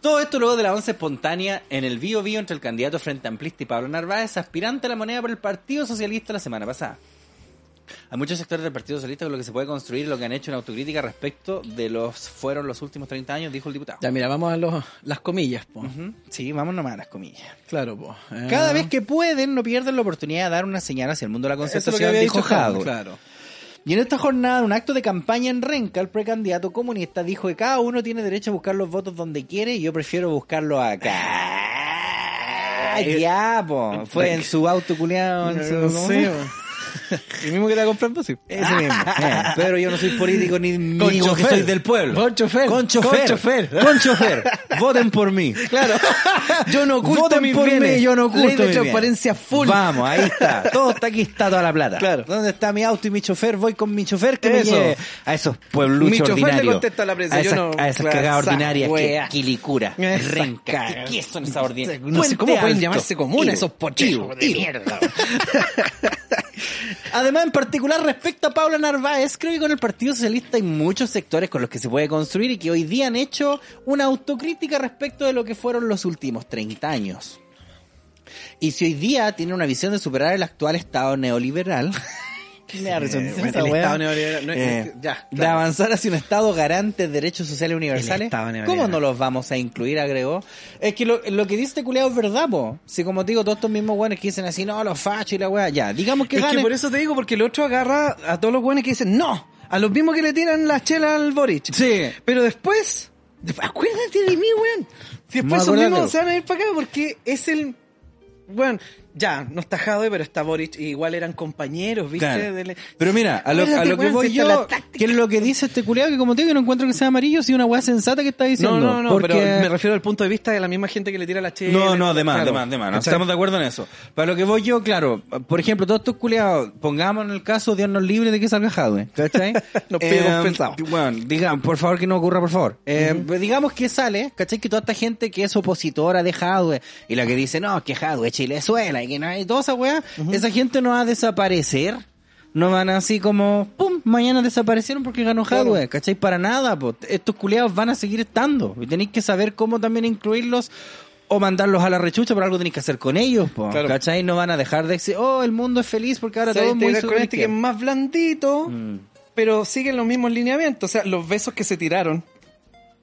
[SPEAKER 2] Todo esto luego de la once espontánea en el bio bio entre el candidato Frente Amplista y Pablo Narváez, aspirante a la moneda por el Partido Socialista la semana pasada. Hay muchos sectores del Partido Socialista con lo que se puede construir lo que han hecho en autocrítica respecto de los fueron los últimos 30 años, dijo el diputado.
[SPEAKER 3] Ya, mira, vamos a los, las comillas, po.
[SPEAKER 2] Ujú. Sí, vamos nomás a las comillas.
[SPEAKER 3] Claro, po. Eh,
[SPEAKER 2] Cada vez que pueden, no pierden la oportunidad de dar una señal hacia el mundo de la
[SPEAKER 3] eso es
[SPEAKER 2] concertación,
[SPEAKER 3] lo que había
[SPEAKER 2] dijo
[SPEAKER 3] dicho Jadwe,
[SPEAKER 2] Jadwe.
[SPEAKER 3] Claro.
[SPEAKER 2] Y en esta jornada, en un acto de campaña en Renca, el precandidato comunista dijo que cada uno tiene derecho a buscar los votos donde quiere y yo prefiero buscarlos acá. ya, po. Fue en su auto culiado. en su- ¿cómo se llama?
[SPEAKER 3] El mismo que te va a comprar, pues, sí.
[SPEAKER 2] Ese mismo. Eh, Pero yo no soy político ni ni
[SPEAKER 3] Con
[SPEAKER 2] digo que
[SPEAKER 3] chofer.
[SPEAKER 2] soy del pueblo.
[SPEAKER 3] Con chofer.
[SPEAKER 2] Con chofer.
[SPEAKER 3] Con chofer.
[SPEAKER 2] Con chofer. Voten por mí. Claro. Yo no oculto
[SPEAKER 3] Voten
[SPEAKER 2] mis
[SPEAKER 3] por mí,
[SPEAKER 2] bienes.
[SPEAKER 3] yo no oculto
[SPEAKER 2] Ley de
[SPEAKER 3] mis
[SPEAKER 2] transparencia
[SPEAKER 3] bienes.
[SPEAKER 2] full. Vamos, ahí está. Todo está aquí, está toda la plata.
[SPEAKER 3] Claro.
[SPEAKER 2] ¿Dónde está mi auto y mi chofer? Voy con mi chofer que
[SPEAKER 3] Eso.
[SPEAKER 2] me lleve a esos puebluchos
[SPEAKER 3] Mi chofer le
[SPEAKER 2] ordinarios.
[SPEAKER 3] contesta a la prensa,
[SPEAKER 2] A
[SPEAKER 3] yo
[SPEAKER 2] esas,
[SPEAKER 3] no-
[SPEAKER 2] a esas
[SPEAKER 3] claro,
[SPEAKER 2] cagadas
[SPEAKER 3] esa
[SPEAKER 2] ordinarias que
[SPEAKER 3] wea.
[SPEAKER 2] quilicura,
[SPEAKER 3] Esas
[SPEAKER 2] renca.
[SPEAKER 3] cagas.
[SPEAKER 2] ¿Qué son esas ordinarias?
[SPEAKER 3] No sé cómo
[SPEAKER 2] Puente
[SPEAKER 3] pueden
[SPEAKER 2] Alto.
[SPEAKER 3] llamarse comunes
[SPEAKER 2] Ivo,
[SPEAKER 3] esos pochillos
[SPEAKER 2] Ivo,
[SPEAKER 3] de
[SPEAKER 2] Ivo.
[SPEAKER 3] mierda.
[SPEAKER 2] Además, en particular respecto a Paula Narváez, creo que con el Partido Socialista hay muchos sectores con los que se puede construir y que hoy día han hecho una autocrítica respecto de lo que fueron los últimos 30 años. Y si hoy día tiene una visión de superar el actual Estado neoliberal, me da risa,
[SPEAKER 3] Eh,
[SPEAKER 2] esa
[SPEAKER 3] bueno, el
[SPEAKER 2] weá.
[SPEAKER 3] Estado neoliberal, no es-
[SPEAKER 2] Eh,
[SPEAKER 3] ya,
[SPEAKER 2] de
[SPEAKER 3] claro.
[SPEAKER 2] avanzar hacia un Estado garante de derechos sociales
[SPEAKER 3] El
[SPEAKER 2] universales.
[SPEAKER 3] Estado neoliberal.
[SPEAKER 2] ¿Cómo no los vamos a incluir? Agregó. Es que lo, lo que dice este culeado es verdad, po. Si como te digo, todos estos mismos weones que dicen así, no, los fachos y la weá, ya, digamos que
[SPEAKER 3] es
[SPEAKER 2] ganen.
[SPEAKER 3] que por eso te digo, porque el otro agarra a todos los buenos que dicen no, a los mismos que le tiran la chela al Boric.
[SPEAKER 2] Sí.
[SPEAKER 3] Pero después, después, acuérdate de mí, weón. Si
[SPEAKER 2] Me
[SPEAKER 3] después esos
[SPEAKER 2] acordate.
[SPEAKER 3] mismos se van a ir para acá porque es el. Weón, ya, no está Jade, pero está Boric. y igual eran compañeros, ¿viste?
[SPEAKER 2] Claro.
[SPEAKER 3] Del-
[SPEAKER 2] Pero mira, a lo, a
[SPEAKER 3] Acuérdate,
[SPEAKER 2] lo que
[SPEAKER 3] weón,
[SPEAKER 2] voy
[SPEAKER 3] si está
[SPEAKER 2] yo,
[SPEAKER 3] la táctica.
[SPEAKER 2] que es lo que dice este culeado, que como te digo, yo no encuentro que sea amarillo, si una weá sensata que está diciendo.
[SPEAKER 3] No, no, no,
[SPEAKER 2] porque-
[SPEAKER 3] pero me refiero al punto de vista de la misma gente que le tira la chela.
[SPEAKER 2] No, no, de más,
[SPEAKER 3] Claro.
[SPEAKER 2] de más, de más. No
[SPEAKER 3] ¿Cachai?
[SPEAKER 2] estamos de acuerdo en eso. Para lo que voy yo, claro, por ejemplo, todos estos culiados, pongamos en el caso, Dios nos libre de que salga Jadwe, ¿cachai?
[SPEAKER 3] Nos pide
[SPEAKER 2] Eh,
[SPEAKER 3] compensado.
[SPEAKER 2] Bueno, digamos, por favor que no ocurra, por favor. Eh, pues Digamos que sale, ¿cachai? Que toda esta gente que es opositora de Jadwe y la que dice, no, que Jadwe es Chilezuela y que no hay toda esa weá, esa gente no va a desaparecer. No van así como, ¡pum! Mañana desaparecieron porque ganó Jadwe, ¿cachai? Para nada, po. estos culiados van a seguir estando. Y tenéis que saber cómo también incluirlos o mandarlos a la rechucha, pero algo tenéis que hacer con ellos, po,
[SPEAKER 3] Claro.
[SPEAKER 2] ¿cachai? No van a dejar de decir, oh, el mundo es feliz porque ahora
[SPEAKER 3] Se va
[SPEAKER 2] todo
[SPEAKER 3] a
[SPEAKER 2] es muy Mm.
[SPEAKER 3] integrar con este que es
[SPEAKER 2] superizquierda".
[SPEAKER 3] más blandito, pero siguen los mismos lineamientos. O sea, los besos que se tiraron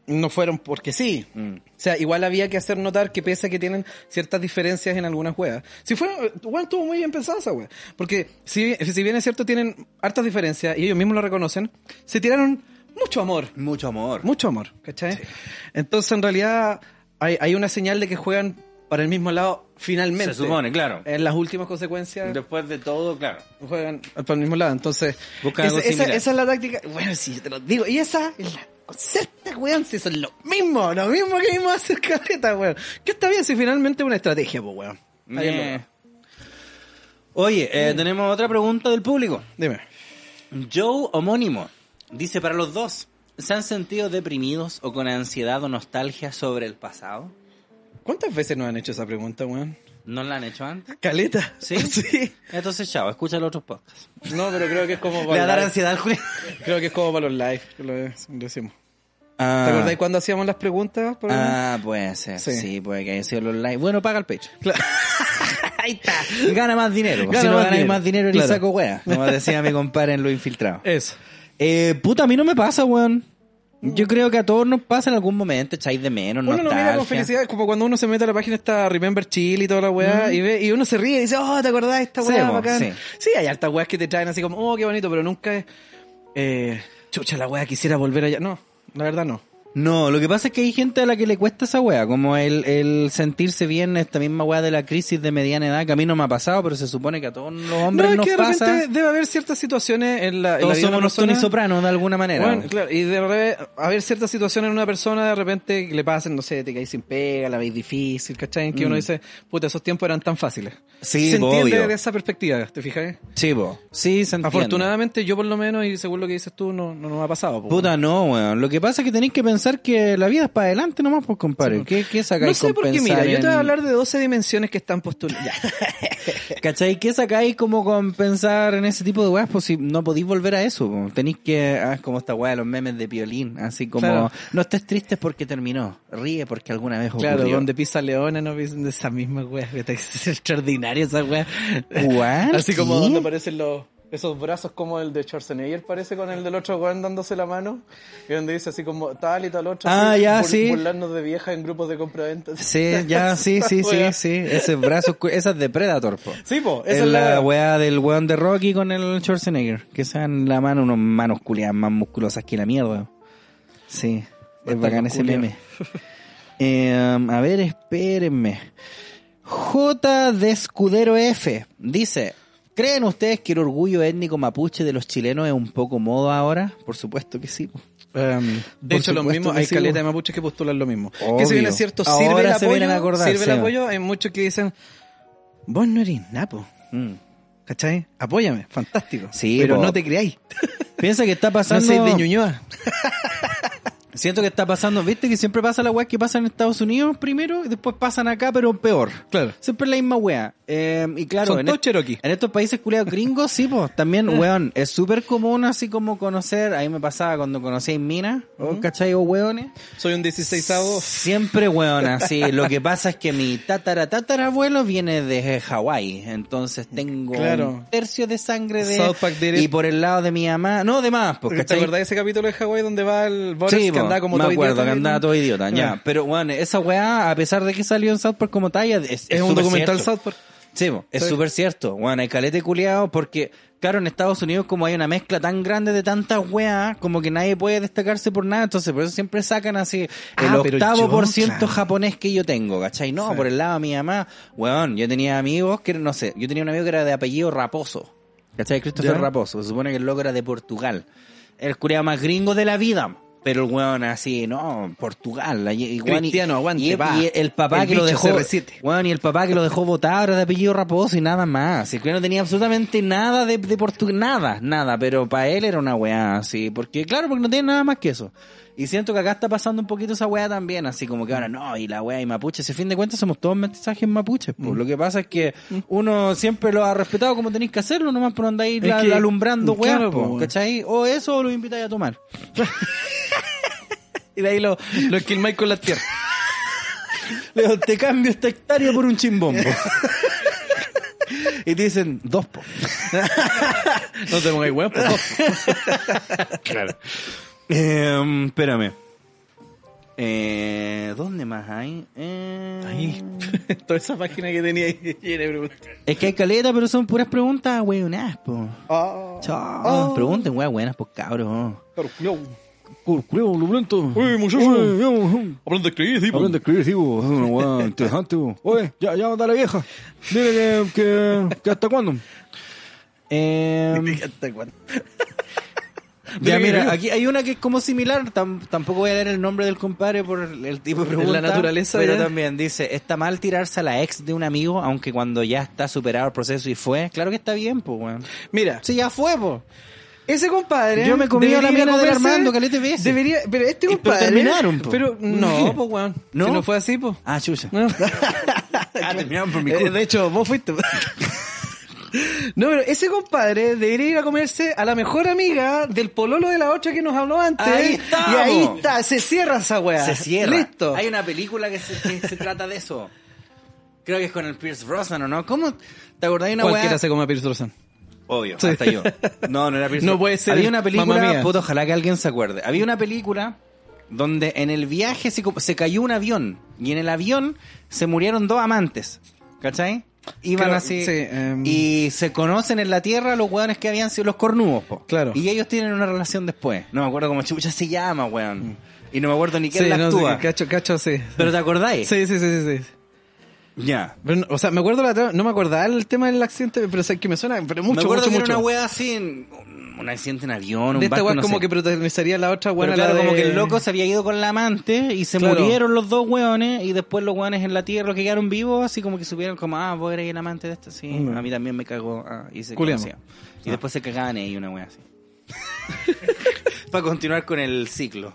[SPEAKER 3] no fueron porque sí.
[SPEAKER 2] Mm.
[SPEAKER 3] O sea, igual había que hacer notar que pese a que tienen ciertas diferencias en algunas juegas. Si fue, bueno, estuvo muy bien pensada esa wea. Porque si, si bien es cierto, tienen hartas diferencias y ellos mismos lo reconocen, se tiraron mucho amor.
[SPEAKER 2] Mucho amor.
[SPEAKER 3] Mucho amor, ¿cachai? Entonces, en realidad, hay, hay una señal de que juegan para el mismo lado finalmente.
[SPEAKER 2] Se supone, claro.
[SPEAKER 3] En las últimas consecuencias
[SPEAKER 2] Después de todo, claro.
[SPEAKER 3] juegan para el mismo lado. Entonces,
[SPEAKER 2] Buscan
[SPEAKER 3] esa,
[SPEAKER 2] algo
[SPEAKER 3] esa-
[SPEAKER 2] similar.
[SPEAKER 3] esa es la táctica. Bueno, sí, yo te lo digo. Y esa es la concerta, weón. Si son lo mismo, lo mismo que vimos hacer caleta, weón. Que está bien si finalmente es una estrategia, pues, weón. Está bien,
[SPEAKER 2] Eh.
[SPEAKER 3] weón.
[SPEAKER 2] Oye, eh, tenemos otra pregunta del público.
[SPEAKER 3] Dime.
[SPEAKER 2] Joe homónimo dice para los dos, ¿se han sentido deprimidos o con ansiedad o nostalgia sobre el pasado?
[SPEAKER 3] ¿Cuántas veces nos han hecho esa pregunta, weón?
[SPEAKER 2] ¿No la han hecho antes?
[SPEAKER 3] Caleta.
[SPEAKER 2] ¿Sí? Entonces, chao, escucha los otros podcasts.
[SPEAKER 3] No, pero creo que es como
[SPEAKER 2] Le va a
[SPEAKER 3] para
[SPEAKER 2] dar
[SPEAKER 3] los live.
[SPEAKER 2] ansiedad al Julio.
[SPEAKER 3] Creo que es como para los live. que Lo, lo decimos. Ah. ¿Te acordás cuando hacíamos las preguntas? por-
[SPEAKER 2] Ah, puede ser. Sí,
[SPEAKER 3] Sí.
[SPEAKER 2] puede que haya sido los likes. Bueno, paga el pecho.
[SPEAKER 3] Claro.
[SPEAKER 2] Ahí está. Gana más dinero.
[SPEAKER 3] Gana
[SPEAKER 2] si no
[SPEAKER 3] más
[SPEAKER 2] ganáis
[SPEAKER 3] dinero.
[SPEAKER 2] más dinero, eres
[SPEAKER 3] Claro.
[SPEAKER 2] saco wea. Como decía mi compadre en Lo Infiltrado.
[SPEAKER 3] Eso.
[SPEAKER 2] Eh, puta, a mí no me pasa, weón. Yo creo que a todos nos pasa en algún momento, echáis de menos,
[SPEAKER 3] Uno lo mira con
[SPEAKER 2] nostalgia.
[SPEAKER 3] felicidad, como cuando uno se mete a la página esta Remember Chile y toda la weá, y ve, y uno se ríe y dice, oh, ¿te acordás de esta
[SPEAKER 2] Sí,
[SPEAKER 3] weá?
[SPEAKER 2] mo,
[SPEAKER 3] bacán?"
[SPEAKER 2] sí.
[SPEAKER 3] Sí. hay hartas weas que te traen así como, oh, qué bonito, pero nunca es, eh, chucha, la weá quisiera volver allá. No, la verdad no.
[SPEAKER 2] No, lo que pasa es que hay gente a la que le cuesta esa wea, como el, el sentirse bien, esta misma wea de la crisis de mediana edad, que a mí no me ha pasado, pero se supone que a todos los hombres
[SPEAKER 3] es
[SPEAKER 2] nos
[SPEAKER 3] que de
[SPEAKER 2] pasa.
[SPEAKER 3] repente debe haber ciertas situaciones en la, en la
[SPEAKER 2] todos
[SPEAKER 3] vida de una
[SPEAKER 2] somos los Tony
[SPEAKER 3] persona.
[SPEAKER 2] Soprano de alguna manera.
[SPEAKER 3] Bueno, claro, y de repente haber ciertas situaciones en una persona de repente que le pasen, no sé, te caes sin pega, la veis difícil, ¿cachai? Que uno dice, puta, esos tiempos eran tan fáciles.
[SPEAKER 2] Mm. Sí,
[SPEAKER 3] Se
[SPEAKER 2] po,
[SPEAKER 3] entiende
[SPEAKER 2] obvio.
[SPEAKER 3] de esa perspectiva, ¿te fijas?
[SPEAKER 2] Sí, po. Sí, se entiende.
[SPEAKER 3] Afortunadamente, yo por lo menos, y según lo que dices tú, no, no nos ha pasado. po.
[SPEAKER 2] Puta, no, weón. Lo que pasa es que tenéis que pensar que la vida es para adelante nomás, pues, compadre. ¿Qué, qué
[SPEAKER 3] No
[SPEAKER 2] sacáis
[SPEAKER 3] sé
[SPEAKER 2] con
[SPEAKER 3] por qué, mira,
[SPEAKER 2] pensar
[SPEAKER 3] yo te voy a
[SPEAKER 2] en-
[SPEAKER 3] hablar de 12 dimensiones que están postuladas.
[SPEAKER 2] ¿Cachai? ¿Qué sacáis como con pensar en ese tipo de weas? Pues si no podéis volver a eso. po. Tenéis que. Ah, es como esta wea de los memes de violín. Así como.
[SPEAKER 3] Claro.
[SPEAKER 2] No estés triste porque terminó. Ríe porque alguna vez ocurrió.
[SPEAKER 3] Claro, donde pisa Leona, no pisan de esas mismas weas. que te- Es extraordinario esa wea.
[SPEAKER 2] ¿What?
[SPEAKER 3] Así como
[SPEAKER 2] ¿Qué?
[SPEAKER 3] donde aparecen los, esos brazos como el de Schwarzenegger, parece, con el del otro weón dándose la mano. Y donde dice así como tal y tal otro.
[SPEAKER 2] Ah,
[SPEAKER 3] así,
[SPEAKER 2] ya, sí.
[SPEAKER 3] Burlarnos de viejas en grupos de compraventa.
[SPEAKER 2] Sí, ya, sí, sí, sí,
[SPEAKER 3] Wea.
[SPEAKER 2] sí. Ese brazo, cu- esa es de Predator, po.
[SPEAKER 3] Sí, po,
[SPEAKER 2] Es
[SPEAKER 3] esa es
[SPEAKER 2] la
[SPEAKER 3] la wea.
[SPEAKER 2] weá del weón de Rocky con el Schwarzenegger. Que sean la mano, unos manos culiadas más musculosas que la mierda. Sí, es bacán ese
[SPEAKER 3] culiao.
[SPEAKER 2] meme. Eh, um, a ver, espérenme. J de Escudero F dice: ¿Creen ustedes que el orgullo étnico mapuche de los chilenos es un poco moda ahora? Por supuesto que sí. po.
[SPEAKER 3] de
[SPEAKER 2] Em, por
[SPEAKER 3] hecho, lo
[SPEAKER 2] supuesto
[SPEAKER 3] mismo,
[SPEAKER 2] que
[SPEAKER 3] hay
[SPEAKER 2] sí,
[SPEAKER 3] caleta
[SPEAKER 2] po.
[SPEAKER 3] de mapuches que postulan lo mismo. Que
[SPEAKER 2] Obvio.
[SPEAKER 3] si bien es cierto, sirve
[SPEAKER 2] Ahora
[SPEAKER 3] el
[SPEAKER 2] se vienen
[SPEAKER 3] apoyo,
[SPEAKER 2] a acordar,
[SPEAKER 3] sirve el
[SPEAKER 2] sí.
[SPEAKER 3] apoyo, hay muchos que dicen, vos no eres napo,
[SPEAKER 2] Mm.
[SPEAKER 3] ¿cachai? Apóyame, fantástico.
[SPEAKER 2] Sí,
[SPEAKER 3] pero
[SPEAKER 2] po.
[SPEAKER 3] no te creáis,
[SPEAKER 2] Piensa que está
[SPEAKER 3] no
[SPEAKER 2] pasando.
[SPEAKER 3] sois de Ñuñoa.
[SPEAKER 2] Siento que está pasando, viste que siempre pasa la weá que pasa en Estados Unidos primero y después pasan acá, pero peor.
[SPEAKER 3] Claro.
[SPEAKER 2] Siempre la misma weá. Eh, y claro,
[SPEAKER 3] Son Eh.
[SPEAKER 2] en,
[SPEAKER 3] todos
[SPEAKER 2] est-
[SPEAKER 3] Cherokee.
[SPEAKER 2] en estos países culiados gringos, sí, pues también, weón, es súper común así como conocer, ahí me pasaba cuando conocí en minas, o cachai, o weones.
[SPEAKER 3] Soy un 16avo.
[SPEAKER 2] Siempre weón, así. Lo que pasa es que mi tatara tatarabuelo viene de Hawái, entonces tengo
[SPEAKER 3] Claro.
[SPEAKER 2] un tercio de sangre de...
[SPEAKER 3] South Park did it.
[SPEAKER 2] Y por el lado de mi mamá, no, de más, pues,
[SPEAKER 3] Porque ¿Te
[SPEAKER 2] cachai.
[SPEAKER 3] acordás de ese capítulo de Hawái donde va el Boris
[SPEAKER 2] Sí,
[SPEAKER 3] que
[SPEAKER 2] po,
[SPEAKER 3] andaba como
[SPEAKER 2] me
[SPEAKER 3] todo
[SPEAKER 2] acuerdo,
[SPEAKER 3] idiota?
[SPEAKER 2] que andaba todo idiota, ya.
[SPEAKER 3] Ah.
[SPEAKER 2] Pero, bueno, esa weá, a pesar de que salió en South Park como talla, es,
[SPEAKER 3] Es un documental South Park.
[SPEAKER 2] Park. Sí, po, es
[SPEAKER 3] Sí.
[SPEAKER 2] súper cierto. Bueno, hay calete culiado porque, claro, en Estados Unidos como hay una mezcla tan grande de tantas weas, como que nadie puede destacarse por nada, entonces por eso siempre sacan así el
[SPEAKER 3] Ah, pero
[SPEAKER 2] octavo
[SPEAKER 3] yo,
[SPEAKER 2] por ciento
[SPEAKER 3] claro.
[SPEAKER 2] japonés que yo tengo, ¿cachai? No, por el lado de mi mamá, weón, yo tenía amigos que, no sé, yo tenía un amigo que era de apellido Raposo, ¿cachai? Christopher
[SPEAKER 3] Ya.
[SPEAKER 2] Raposo, se supone que el loco era de Portugal el culiao más gringo de la vida. Pero el weón así, no, Portugal. la- Y, y weón, y-
[SPEAKER 3] Cristiano, aguante,
[SPEAKER 2] y,
[SPEAKER 3] va.
[SPEAKER 2] y el papá
[SPEAKER 3] El
[SPEAKER 2] que lo
[SPEAKER 3] bicho
[SPEAKER 2] dejó.
[SPEAKER 3] CR7.
[SPEAKER 2] Weón, y el papá que lo dejó votar era de apellido raposo y nada más. El culiao no tenía absolutamente nada de, de Portugal. Nada, nada. Pero para él era una weá así. Porque, claro, porque no tiene nada más que eso. Y siento que acá está pasando un poquito esa weá también, así como que ahora no, y la weá y mapuche. Si a fin de cuentas somos todos mensajes mapuches, pues. Lo que pasa es que uno siempre lo ha respetado como tenéis que hacerlo, nomás por andáis
[SPEAKER 3] Es
[SPEAKER 2] la-
[SPEAKER 3] que-
[SPEAKER 2] alumbrando weá,
[SPEAKER 3] claro,
[SPEAKER 2] po,
[SPEAKER 3] po, weón.
[SPEAKER 2] ¿cachai? O eso o lo invitáis a tomar.
[SPEAKER 3] Y de ahí lo, lo esquilmáis con la tierra.
[SPEAKER 2] Leo, te cambio esta hectárea por un chimbombo. y te dicen dos po.
[SPEAKER 3] No te pongáis huevos.
[SPEAKER 2] Eh, espérame. Eh, ¿Dónde más hay? Eh,
[SPEAKER 3] Ahí. Toda esa página que tenía ahí llena de preguntas.
[SPEAKER 2] Es que hay caleta, pero son puras preguntas, weonas, po.
[SPEAKER 3] Ah,
[SPEAKER 2] Chao. Pregunten, weas buenas, po, cabros. oh.
[SPEAKER 3] claro, culiao.
[SPEAKER 2] Curculeo, lulento.
[SPEAKER 3] Uy, muchacho. Hablando de escribir, tipo.
[SPEAKER 2] Hablando de escribir, sí, bo, es una weá interesante, bo. Oye, ya, ya anda la vieja. Dile que, que, que hasta cuándo. Eh,
[SPEAKER 3] Hasta cuándo.
[SPEAKER 2] ya, mira, aquí hay una que es como similar. tam- tampoco voy a leer el nombre del compadre por el tipo de
[SPEAKER 3] La
[SPEAKER 2] pregunta.
[SPEAKER 3] naturaleza,
[SPEAKER 2] Pero
[SPEAKER 3] ya.
[SPEAKER 2] también dice: ¿está mal tirarse a la ex de un amigo, aunque cuando ya está superado el proceso y fue? Claro que está bien, pues, weón.
[SPEAKER 3] Mira,
[SPEAKER 2] Si ya fue, pues.
[SPEAKER 3] ese compadre.
[SPEAKER 2] Yo me comí a la
[SPEAKER 3] debería
[SPEAKER 2] mina del
[SPEAKER 3] comerse-
[SPEAKER 2] Armando, caleta de veces.
[SPEAKER 3] Debería, pero este
[SPEAKER 2] Y- pero
[SPEAKER 3] compadre.
[SPEAKER 2] terminaron, po.
[SPEAKER 3] Pero no, pues, weón.
[SPEAKER 2] ¿No?
[SPEAKER 3] Si no fue así, pues.
[SPEAKER 2] Ah, chucha.
[SPEAKER 3] No.
[SPEAKER 2] Ah, terminaron por mi
[SPEAKER 3] Eh,
[SPEAKER 2] culpa.
[SPEAKER 3] de hecho, vos fuiste. No, pero ese compadre debería ir a comerse a la mejor amiga del pololo de la otra que nos habló antes.
[SPEAKER 2] Ahí estamos.
[SPEAKER 3] Y ahí está, se cierra esa weá.
[SPEAKER 2] Se cierra.
[SPEAKER 3] Listo.
[SPEAKER 2] Hay una película que se, que se trata de eso. Creo que es con el Pierce Brosnan, ¿o no? ¿Cómo? ¿Te acordás de una
[SPEAKER 3] Cualquiera
[SPEAKER 2] weá?
[SPEAKER 3] se come a Pierce Brosnan.
[SPEAKER 2] Obvio,
[SPEAKER 3] Sí.
[SPEAKER 2] hasta yo. No, no era Pierce
[SPEAKER 3] No
[SPEAKER 2] Brosnan.
[SPEAKER 3] puede ser
[SPEAKER 2] Había
[SPEAKER 3] el
[SPEAKER 2] una
[SPEAKER 3] Mamma
[SPEAKER 2] película,
[SPEAKER 3] Mia.
[SPEAKER 2] puto, ojalá que alguien se acuerde. Había una película donde en el viaje se, co- se cayó un avión. Y en el avión se murieron dos amantes. ¿Cachai? Iban
[SPEAKER 3] Creo-
[SPEAKER 2] así.
[SPEAKER 3] sí, em.
[SPEAKER 2] y se conocen en la tierra los hueones que habían sido los cornudos, po.
[SPEAKER 3] Claro.
[SPEAKER 2] Y ellos tienen una relación después. No me acuerdo cómo chucha se llama, weón. Y no me acuerdo ni quién
[SPEAKER 3] Mm. Sí,
[SPEAKER 2] la
[SPEAKER 3] no,
[SPEAKER 2] actúa.
[SPEAKER 3] sí, cacho, cacho, sí.
[SPEAKER 2] Pero te acordáis.
[SPEAKER 3] Sí, sí, sí, sí. sí.
[SPEAKER 2] Ya.
[SPEAKER 3] Pero no- o sea, me acuerdo la trama- no me acordaba el tema del accidente, pero sé que me suena, pero mucho,
[SPEAKER 2] me acuerdo
[SPEAKER 3] mucho,
[SPEAKER 2] que
[SPEAKER 3] mucho.
[SPEAKER 2] era una wea así, en- un un accidente en avión, un
[SPEAKER 3] de esta
[SPEAKER 2] barco,
[SPEAKER 3] weá
[SPEAKER 2] no
[SPEAKER 3] como
[SPEAKER 2] sé.
[SPEAKER 3] que protagonizaría la otra
[SPEAKER 2] Pero
[SPEAKER 3] buena
[SPEAKER 2] claro, como que el loco se había ido con la amante y se
[SPEAKER 3] Claro.
[SPEAKER 2] murieron los dos hueones y después los hueones en la tierra los que quedaron vivos, así como que supieron como, ah, vos eres el amante de este, sí, a mí también me cagó. ah, y se
[SPEAKER 3] Culiamos.
[SPEAKER 2] conocían.
[SPEAKER 3] Ah.
[SPEAKER 2] Y después se cagaban ahí una wea así. Para continuar con el ciclo.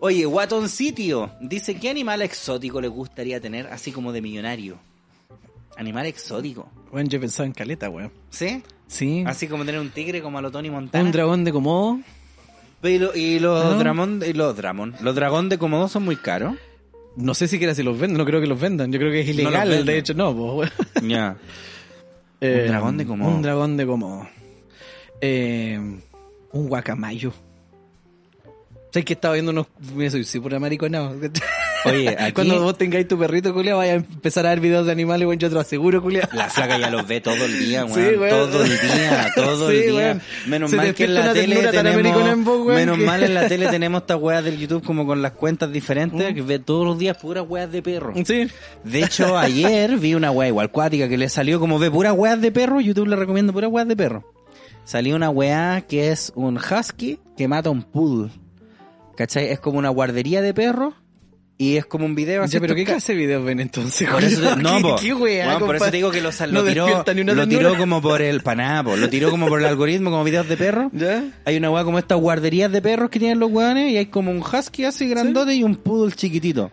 [SPEAKER 2] Oye, Waton Sitio dice, ¿qué animal exótico le gustaría tener así como de millonario? Animal exótico.
[SPEAKER 3] Bueno, yo pensaba en caleta, weón.
[SPEAKER 2] ¿Sí?
[SPEAKER 3] Sí.
[SPEAKER 2] Así como tener un tigre como a lo Tony Montana.
[SPEAKER 3] Un dragón de Komodo.
[SPEAKER 2] Y, lo- y los
[SPEAKER 3] ¿No?
[SPEAKER 2] dramón- y los dramón- los dragón de Komodo son muy caros.
[SPEAKER 3] No sé siquiera si los venden, no creo que los vendan. Yo creo que es
[SPEAKER 2] los
[SPEAKER 3] ilegal,
[SPEAKER 2] venden.
[SPEAKER 3] de hecho, no, pues, weón.
[SPEAKER 2] Ya.
[SPEAKER 3] Eh,
[SPEAKER 2] dragón de Komodo.
[SPEAKER 3] Un dragón de Komodo. Eh, un guacamayo. ¿Sabes que estaba viendo unos. Me soy sí, pura maricona.
[SPEAKER 2] Oye, aquí
[SPEAKER 3] Cuando vos tengáis tu perrito, culia, vaya a empezar a ver videos de animales, weón. Yo te lo aseguro, culia.
[SPEAKER 2] la saga ya los ve todo el día, weón.
[SPEAKER 3] Sí, weón.
[SPEAKER 2] Todo el día, todo
[SPEAKER 3] Sí,
[SPEAKER 2] el día.
[SPEAKER 3] weón.
[SPEAKER 2] Menos
[SPEAKER 3] Se
[SPEAKER 2] mal que en la
[SPEAKER 3] despierta una
[SPEAKER 2] tele
[SPEAKER 3] ternura tan
[SPEAKER 2] tenemos,
[SPEAKER 3] americana en vos, weón,
[SPEAKER 2] menos
[SPEAKER 3] que-
[SPEAKER 2] mal en la tele tenemos estas weas del YouTube como con las cuentas
[SPEAKER 3] Mm.
[SPEAKER 2] diferentes, que ve todos los días puras weas de perro.
[SPEAKER 3] Sí.
[SPEAKER 2] De hecho, ayer vi una wea igual cuática que le salió como ve puras weas de perro, YouTube le recomienda puras weas de perro. Salió una wea que es un husky que mata a un poodle. ¿Cachai? Es como una guardería de perros y es como un video así.
[SPEAKER 3] Ya, pero
[SPEAKER 2] estos
[SPEAKER 3] ¿qué
[SPEAKER 2] ca-
[SPEAKER 3] clase de videos ven entonces?
[SPEAKER 2] Por eso te-
[SPEAKER 3] culiao?
[SPEAKER 2] no,
[SPEAKER 3] ¿Qué-
[SPEAKER 2] po.
[SPEAKER 3] qué weá,
[SPEAKER 2] Weón, por eso
[SPEAKER 3] compadre?
[SPEAKER 2] te digo que lo, sal-
[SPEAKER 3] No
[SPEAKER 2] lo tiró,
[SPEAKER 3] despierta ni una
[SPEAKER 2] lo tiró
[SPEAKER 3] ternura.
[SPEAKER 2] como por el panapo, lo tiró como por el algoritmo, como videos de perros.
[SPEAKER 3] ¿Ya?
[SPEAKER 2] Hay una weá como estas guarderías de perros que tienen los weones y hay como un husky así grandote y un poodle chiquitito.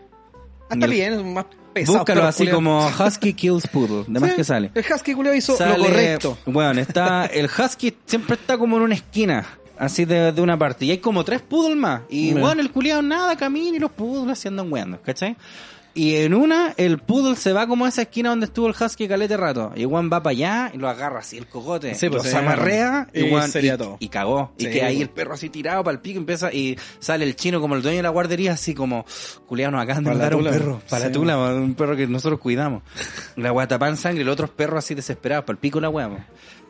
[SPEAKER 3] Ah, está
[SPEAKER 2] Y el-
[SPEAKER 3] bien, es más pesado.
[SPEAKER 2] Búscalo
[SPEAKER 3] pero,
[SPEAKER 2] así
[SPEAKER 3] culiao.
[SPEAKER 2] como Husky Kills Poodle, de más
[SPEAKER 3] Sí,
[SPEAKER 2] que sale.
[SPEAKER 3] El Husky Culeo hizo
[SPEAKER 2] Sale-
[SPEAKER 3] lo correcto.
[SPEAKER 2] Bueno, está, el Husky siempre está como en una esquina, así de, de una parte. Y hay como tres poodles más. Y
[SPEAKER 3] Ya.
[SPEAKER 2] bueno, el culiado nada camina y los poodles así andan weando, ¿cachai? Y en una, el poodle se va como a esa esquina donde estuvo el husky calete rato. Y Juan va para allá y lo agarra así el cogote.
[SPEAKER 3] Sí, pues,
[SPEAKER 2] lo
[SPEAKER 3] se
[SPEAKER 2] amarrea
[SPEAKER 3] agarra.
[SPEAKER 2] y,
[SPEAKER 3] Y
[SPEAKER 2] weón,
[SPEAKER 3] sería
[SPEAKER 2] y-
[SPEAKER 3] todo.
[SPEAKER 2] y cagó. y
[SPEAKER 3] Sí,
[SPEAKER 2] que ahí
[SPEAKER 3] pues.
[SPEAKER 2] el perro así tirado para el pico empieza y sale el chino como el dueño de la guardería así como, culiado, nos acaban de
[SPEAKER 3] Para la
[SPEAKER 2] matar a un
[SPEAKER 3] tula.
[SPEAKER 2] perro. Para
[SPEAKER 3] Sí.
[SPEAKER 2] tú la un perro que nosotros cuidamos. La wea tapada en sangre y los otros perros así desesperados, para el pico la wea. po.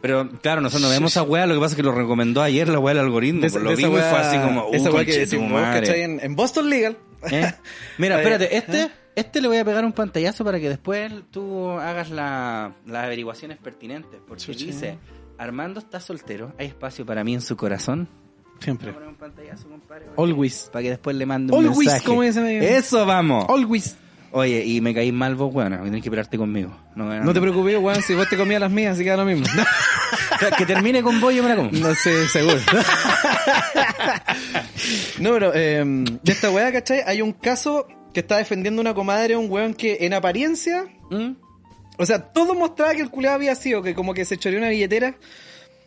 [SPEAKER 2] Pero claro, nosotros no vemos esa wea, lo que pasa es que lo recomendó ayer la wea del algoritmo.
[SPEAKER 3] De
[SPEAKER 2] po.
[SPEAKER 3] esa-
[SPEAKER 2] lo
[SPEAKER 3] de esa
[SPEAKER 2] vimos y fue
[SPEAKER 3] weá-
[SPEAKER 2] así como, uh,
[SPEAKER 3] esa weá que
[SPEAKER 2] conche tu
[SPEAKER 3] decimos,
[SPEAKER 2] madre.
[SPEAKER 3] ¿cachai? En, en Boston Legal.
[SPEAKER 2] ¿Eh? Mira,
[SPEAKER 3] Eh,
[SPEAKER 2] espérate, este, este le voy a pegar un pantallazo para que después tú hagas la- las averiguaciones pertinentes. Porque
[SPEAKER 3] Chucha.
[SPEAKER 2] dice, Armando está soltero, hay espacio para mí en su corazón. Voy a
[SPEAKER 3] Siempre.
[SPEAKER 2] poner un pantallazo, compadre, para
[SPEAKER 3] Always.
[SPEAKER 2] que- Para que después le mande un
[SPEAKER 3] Always,
[SPEAKER 2] mensaje.
[SPEAKER 3] como dice mi-
[SPEAKER 2] Eso vamos.
[SPEAKER 3] Always.
[SPEAKER 2] Oye, y me caí mal vos, weón. Tienes que esperarte conmigo. No,
[SPEAKER 3] No te preocupes, weón, si vos te comías las mías, así que da lo mismo.
[SPEAKER 2] preocupes. Que termine con vos, yo me la como.
[SPEAKER 3] No sé, seguro. no, pero eh,
[SPEAKER 2] em,
[SPEAKER 3] de esta weá, ¿cachai? Hay un caso que está defendiendo una comadre, un weón que en apariencia...
[SPEAKER 2] ¿Mm?
[SPEAKER 3] O sea, todo mostraba que el culeado había sido, que como que se choreó una billetera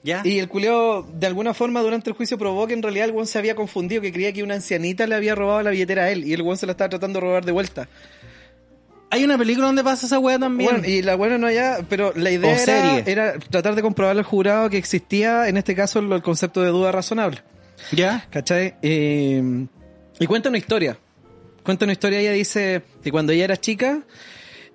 [SPEAKER 2] ¿Ya?
[SPEAKER 3] y el culeado de alguna forma durante el juicio probó que en realidad el weón se había confundido, que creía que una ancianita le había robado la billetera a él y el weón se la estaba tratando de robar de vuelta.
[SPEAKER 2] Hay una película donde pasa esa weá también.
[SPEAKER 3] Bueno, y la buena no allá, pero la idea
[SPEAKER 2] O
[SPEAKER 3] era,
[SPEAKER 2] serie.
[SPEAKER 3] era tratar de comprobar al jurado que existía, en este caso, el el concepto de duda razonable.
[SPEAKER 2] ¿Ya?
[SPEAKER 3] ¿Cachai? Eh, y cuenta una historia. Cuenta una historia, ella dice que cuando ella era chica,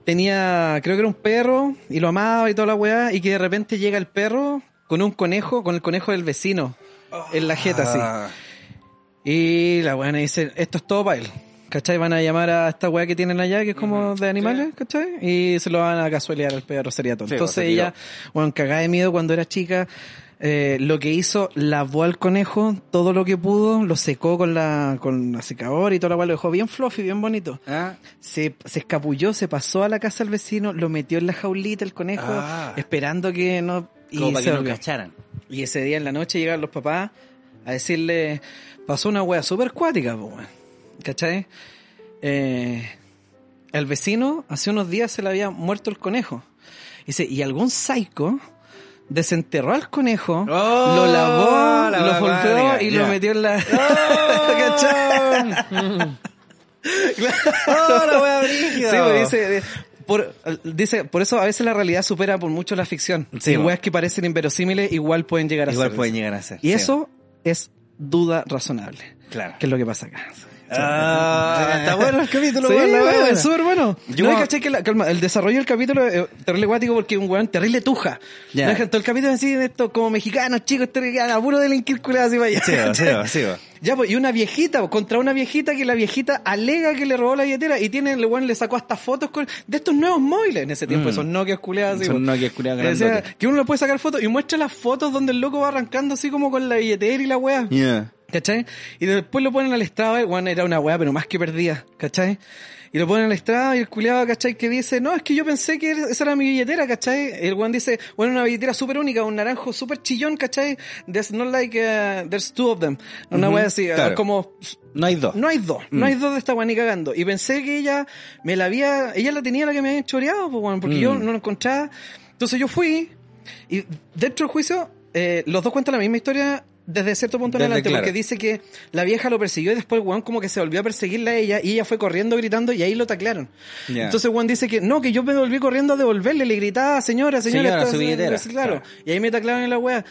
[SPEAKER 3] tenía, creo que era un perro, y lo amaba y toda la weá, y que de repente llega el perro con un conejo, con el conejo del vecino, en la jeta
[SPEAKER 2] Ah.
[SPEAKER 3] así. Y la weá dice, esto es todo para él. ¿Cachai? Van a llamar a esta weá que tienen allá, que es como de animales, ¿cachai? Y se lo van a casualear al perro, sería todo.
[SPEAKER 2] Sí,
[SPEAKER 3] Entonces
[SPEAKER 2] se tiró.
[SPEAKER 3] ella, bueno, cagada de miedo cuando era chica, eh, lo que hizo, lavó al conejo todo lo que pudo, lo secó con la, con la secadora y toda la weá, lo dejó bien fluffy, bien bonito.
[SPEAKER 2] Ah,
[SPEAKER 3] Se, se escapulló, se pasó a la casa del vecino, lo metió en la jaulita el conejo,
[SPEAKER 2] Ah.
[SPEAKER 3] esperando que no... Y
[SPEAKER 2] como para
[SPEAKER 3] se
[SPEAKER 2] que no
[SPEAKER 3] volvió.
[SPEAKER 2] cacharan.
[SPEAKER 3] Y ese día en la noche llegaron los papás a decirle, pasó una wea súper cuática, po, weón. ¿cachai? Eh, el vecino hace unos días se le había muerto el conejo. Dice, y algún psycho desenterró al conejo,
[SPEAKER 2] Oh,
[SPEAKER 3] lo lavó,
[SPEAKER 2] la
[SPEAKER 3] lo
[SPEAKER 2] wea
[SPEAKER 3] volteó
[SPEAKER 2] cuática,
[SPEAKER 3] y
[SPEAKER 2] ya.
[SPEAKER 3] lo metió en la...
[SPEAKER 2] ¡Oh, la weá
[SPEAKER 3] Sí, pues, dice, de- por, eh, dice, por eso a veces la realidad supera por mucho la ficción.
[SPEAKER 2] Sí,
[SPEAKER 3] y
[SPEAKER 2] po.
[SPEAKER 3] weas que parecen inverosímiles igual pueden llegar a
[SPEAKER 2] Igual
[SPEAKER 3] ser.
[SPEAKER 2] pueden llegar a ser.
[SPEAKER 3] Y
[SPEAKER 2] sí,
[SPEAKER 3] eso es duda razonable.
[SPEAKER 2] Claro.
[SPEAKER 3] ¿Qué es lo que pasa acá?
[SPEAKER 2] Ah, está bueno el capítulo,
[SPEAKER 3] Sí,
[SPEAKER 2] weón, la
[SPEAKER 3] weón,
[SPEAKER 2] weá.
[SPEAKER 3] es súper bueno.
[SPEAKER 2] Yo-
[SPEAKER 3] Yo no, y caché que la- calma, el desarrollo del capítulo es terrible guático porque es un weón terrible tuja.
[SPEAKER 2] Ya.
[SPEAKER 3] No, es que todo el capítulo es así, de estos como mexicanos, chicos, terrible, puro delinquir culiao, así para allá.
[SPEAKER 2] Sí, va, sí, va, sí, va.
[SPEAKER 3] Ya, pues, y una viejita, pues, contra una viejita que la viejita alega que le robó la billetera y tiene, el weón le sacó hasta fotos con- de estos nuevos móviles en ese tiempo,
[SPEAKER 2] Mm.
[SPEAKER 3] esos Nokia culiados así.
[SPEAKER 2] Son
[SPEAKER 3] pues.
[SPEAKER 2] Nokia culiao
[SPEAKER 3] O sea,
[SPEAKER 2] grandote.
[SPEAKER 3] que uno le puede sacar fotos y muestra las fotos donde el loco va arrancando así como con la billetera y la weá.
[SPEAKER 2] Yeah.
[SPEAKER 3] ¿Cachai? Y después lo ponen al estrado, el weón era una weá, pero más que perdida, ¿cachai? Y lo ponen al estrado y el culiado, ¿cachai? Que dice, no, es que yo pensé que esa era mi billetera, ¿cachai? El weón dice, bueno, una billetera súper única, un naranjo súper chillón, ¿cachai? There's not like, uh, there's two of them. Una
[SPEAKER 2] Ujú,
[SPEAKER 3] weá así, uh,
[SPEAKER 2] claro.
[SPEAKER 3] como,
[SPEAKER 2] No hay dos. Mm.
[SPEAKER 3] no hay dos, no hay dos de esta weá ni cagando. Y pensé que ella me la había, ella la tenía la que me habían choreado, pues, weón, porque
[SPEAKER 2] Mm.
[SPEAKER 3] yo no la encontraba. Entonces yo fui, y dentro del juicio, eh, los dos cuentan la misma historia desde cierto punto en
[SPEAKER 2] Desde
[SPEAKER 3] adelante,
[SPEAKER 2] claro.
[SPEAKER 3] porque dice que la vieja lo persiguió y después el weón como que se volvió a perseguirla a ella y ella fue corriendo gritando y ahí lo taclaron.
[SPEAKER 2] Ya.
[SPEAKER 3] Entonces el weón dice que no, que yo me volví corriendo a devolverle, le gritaba, señora, señora,
[SPEAKER 2] Señora,
[SPEAKER 3] está-
[SPEAKER 2] su billetera.
[SPEAKER 3] Claro.
[SPEAKER 2] Claro.
[SPEAKER 3] Y ahí me taclaron en la wea.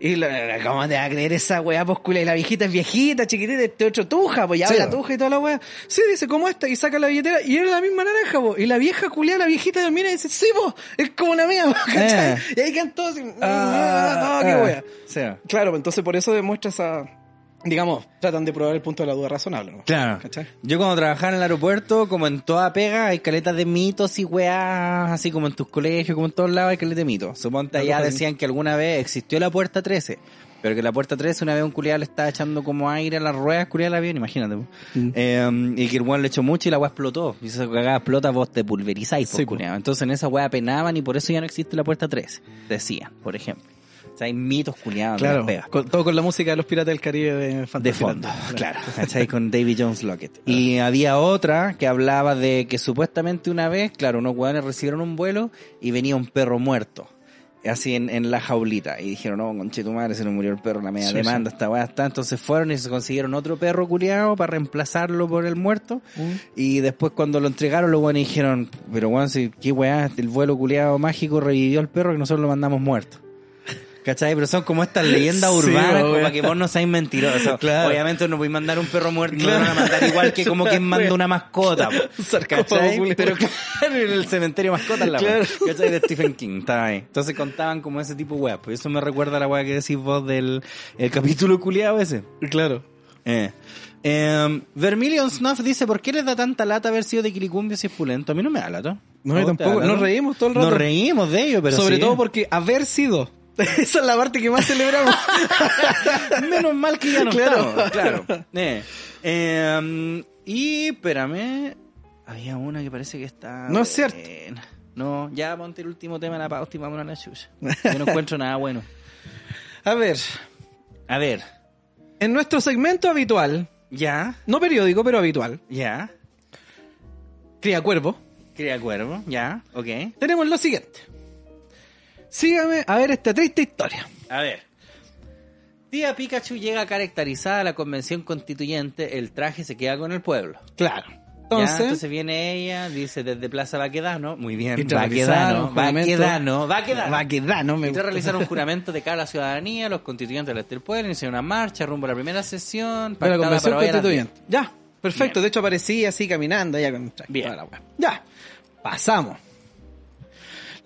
[SPEAKER 3] Y la, la- ¿cómo te vas a creer esa weá poscula? Y la viejita es viejita, chiquitita, este otro tuja, pues ya
[SPEAKER 2] Sí,
[SPEAKER 3] habla
[SPEAKER 2] po.
[SPEAKER 3] tuja y toda la weá. Sí, dice, ¿cómo esta? Y saca la billetera y era la misma naranja, po. Y la vieja culia, la viejita de mira y dice, sí, po, es como una mía, po, ¿cachai?
[SPEAKER 2] Eh.
[SPEAKER 3] Y ahí quedan todos así,
[SPEAKER 2] Ah,
[SPEAKER 3] ah, qué
[SPEAKER 2] ah.
[SPEAKER 3] wea.
[SPEAKER 2] Sí, va.
[SPEAKER 3] Claro, pues, entonces por eso demuestra esa, digamos, tratan de probar el punto de la duda razonable, ¿no?
[SPEAKER 2] Claro.
[SPEAKER 3] ¿Cachai?
[SPEAKER 2] Yo cuando trabajaba en el aeropuerto, como en toda pega, hay caletas de mitos y weas, así como en tus colegios, como en todos lados hay caletas de mitos. Suponte allá decían que alguna vez existió la puerta 13, pero que la puerta 13 una vez un culiado le estaba echando como aire a las ruedas culiadas del avión, imagínate. po. Eh, y que el weón le echó mucho y la wea explotó. Y esa cagada explota, vos te pulverizáis, por
[SPEAKER 3] Sí, po.
[SPEAKER 2] Entonces en esa wea penaban y por eso ya no existe la puerta 13, decían, por ejemplo. O sea, hay mitos culiados en las pegas.
[SPEAKER 3] con- todo con la música de los piratas del Caribe de
[SPEAKER 2] De
[SPEAKER 3] Fantasy
[SPEAKER 2] fondo,
[SPEAKER 3] Land.
[SPEAKER 2] claro. ¿Cachai? Con David Jones Lockett. Y había otra que hablaba de que supuestamente una vez, claro, unos hueones recibieron un vuelo y venía un perro muerto. Así en, en la jaulita. Y dijeron, no, conche tu madre, se nos murió el perro, la media
[SPEAKER 3] Sí,
[SPEAKER 2] demanda, esta weá está. Entonces fueron y se consiguieron otro perro culiado para reemplazarlo por el muerto. Y después cuando lo entregaron, los hueones dijeron, pero weón, si- qué weá, el vuelo culiado mágico revivió al perro que nosotros lo mandamos muerto. ¿Cachai? Pero son como estas leyendas
[SPEAKER 3] Sí,
[SPEAKER 2] urbanas, como
[SPEAKER 3] weón.
[SPEAKER 2] para que vos no seáis mentiroso.
[SPEAKER 3] Claro.
[SPEAKER 2] Obviamente no voy a mandar un perro muerto, no lo van a mandar igual que como quien manda una mascota. po.
[SPEAKER 3] Sarcófago
[SPEAKER 2] ¿Cachai?
[SPEAKER 3] culiao.
[SPEAKER 2] Pero claro, en el cementerio mascota la
[SPEAKER 3] Claro.
[SPEAKER 2] wea. ¿Cachai? De Stephen King, está ahí. Entonces contaban como ese tipo de weas. Pues eso me recuerda a la wea que decís vos del el capítulo culiado ese.
[SPEAKER 3] Claro.
[SPEAKER 2] Eh. Em, Vermilion Snuff dice, ¿por qué les da tanta lata haber sido de Quilicumbio si es pulento? A mí no me da lata.
[SPEAKER 3] No,
[SPEAKER 2] ¿A
[SPEAKER 3] yo
[SPEAKER 2] vos te
[SPEAKER 3] tampoco.
[SPEAKER 2] da lata?
[SPEAKER 3] Nos reímos todo el rato.
[SPEAKER 2] Nos reímos de ello, pero
[SPEAKER 3] Sobre
[SPEAKER 2] sí.
[SPEAKER 3] todo porque haber sido. Esa es la parte que más celebramos.
[SPEAKER 2] Menos mal que ya no
[SPEAKER 3] Claro.
[SPEAKER 2] estamos, claro. Eh, em, y espérame, había una que parece que está.
[SPEAKER 3] No es cierto.
[SPEAKER 2] buena. No, ya ponte el último tema en la pausa y vámonos a la chucha. Yo no encuentro nada bueno.
[SPEAKER 3] A ver,
[SPEAKER 2] A ver,
[SPEAKER 3] en nuestro segmento habitual,
[SPEAKER 2] ya,
[SPEAKER 3] no periódico, pero habitual,
[SPEAKER 2] ya,
[SPEAKER 3] Cría Cuervo,
[SPEAKER 2] cría cuervo, ya, ok.
[SPEAKER 3] tenemos lo siguiente. Sígame a ver esta triste historia.
[SPEAKER 2] A ver. Tía Pikachu llega caracterizada a la convención constituyente, el traje se queda con el pueblo.
[SPEAKER 3] Claro.
[SPEAKER 2] Ya,
[SPEAKER 3] Entonces,
[SPEAKER 2] entonces viene ella, dice desde Plaza Baquedano, muy bien,
[SPEAKER 3] Entra
[SPEAKER 2] Baquedano,
[SPEAKER 3] Baquedano, juramento.
[SPEAKER 2] Baquedano, Baquedano,
[SPEAKER 3] va que da, ¿no? Me
[SPEAKER 2] Intentó
[SPEAKER 3] gusta.
[SPEAKER 2] realizar un juramento de cara a la ciudadanía, los constituyentes del pueblo, iniciaron una marcha rumbo a la primera sesión.
[SPEAKER 3] De la
[SPEAKER 2] pactada
[SPEAKER 3] convención
[SPEAKER 2] para hoy a las
[SPEAKER 3] constituyente. Ya, perfecto.
[SPEAKER 2] Bien.
[SPEAKER 3] De hecho, aparecía así caminando ya con traje,
[SPEAKER 2] Bien.
[SPEAKER 3] toda la wea. Ya, pasamos.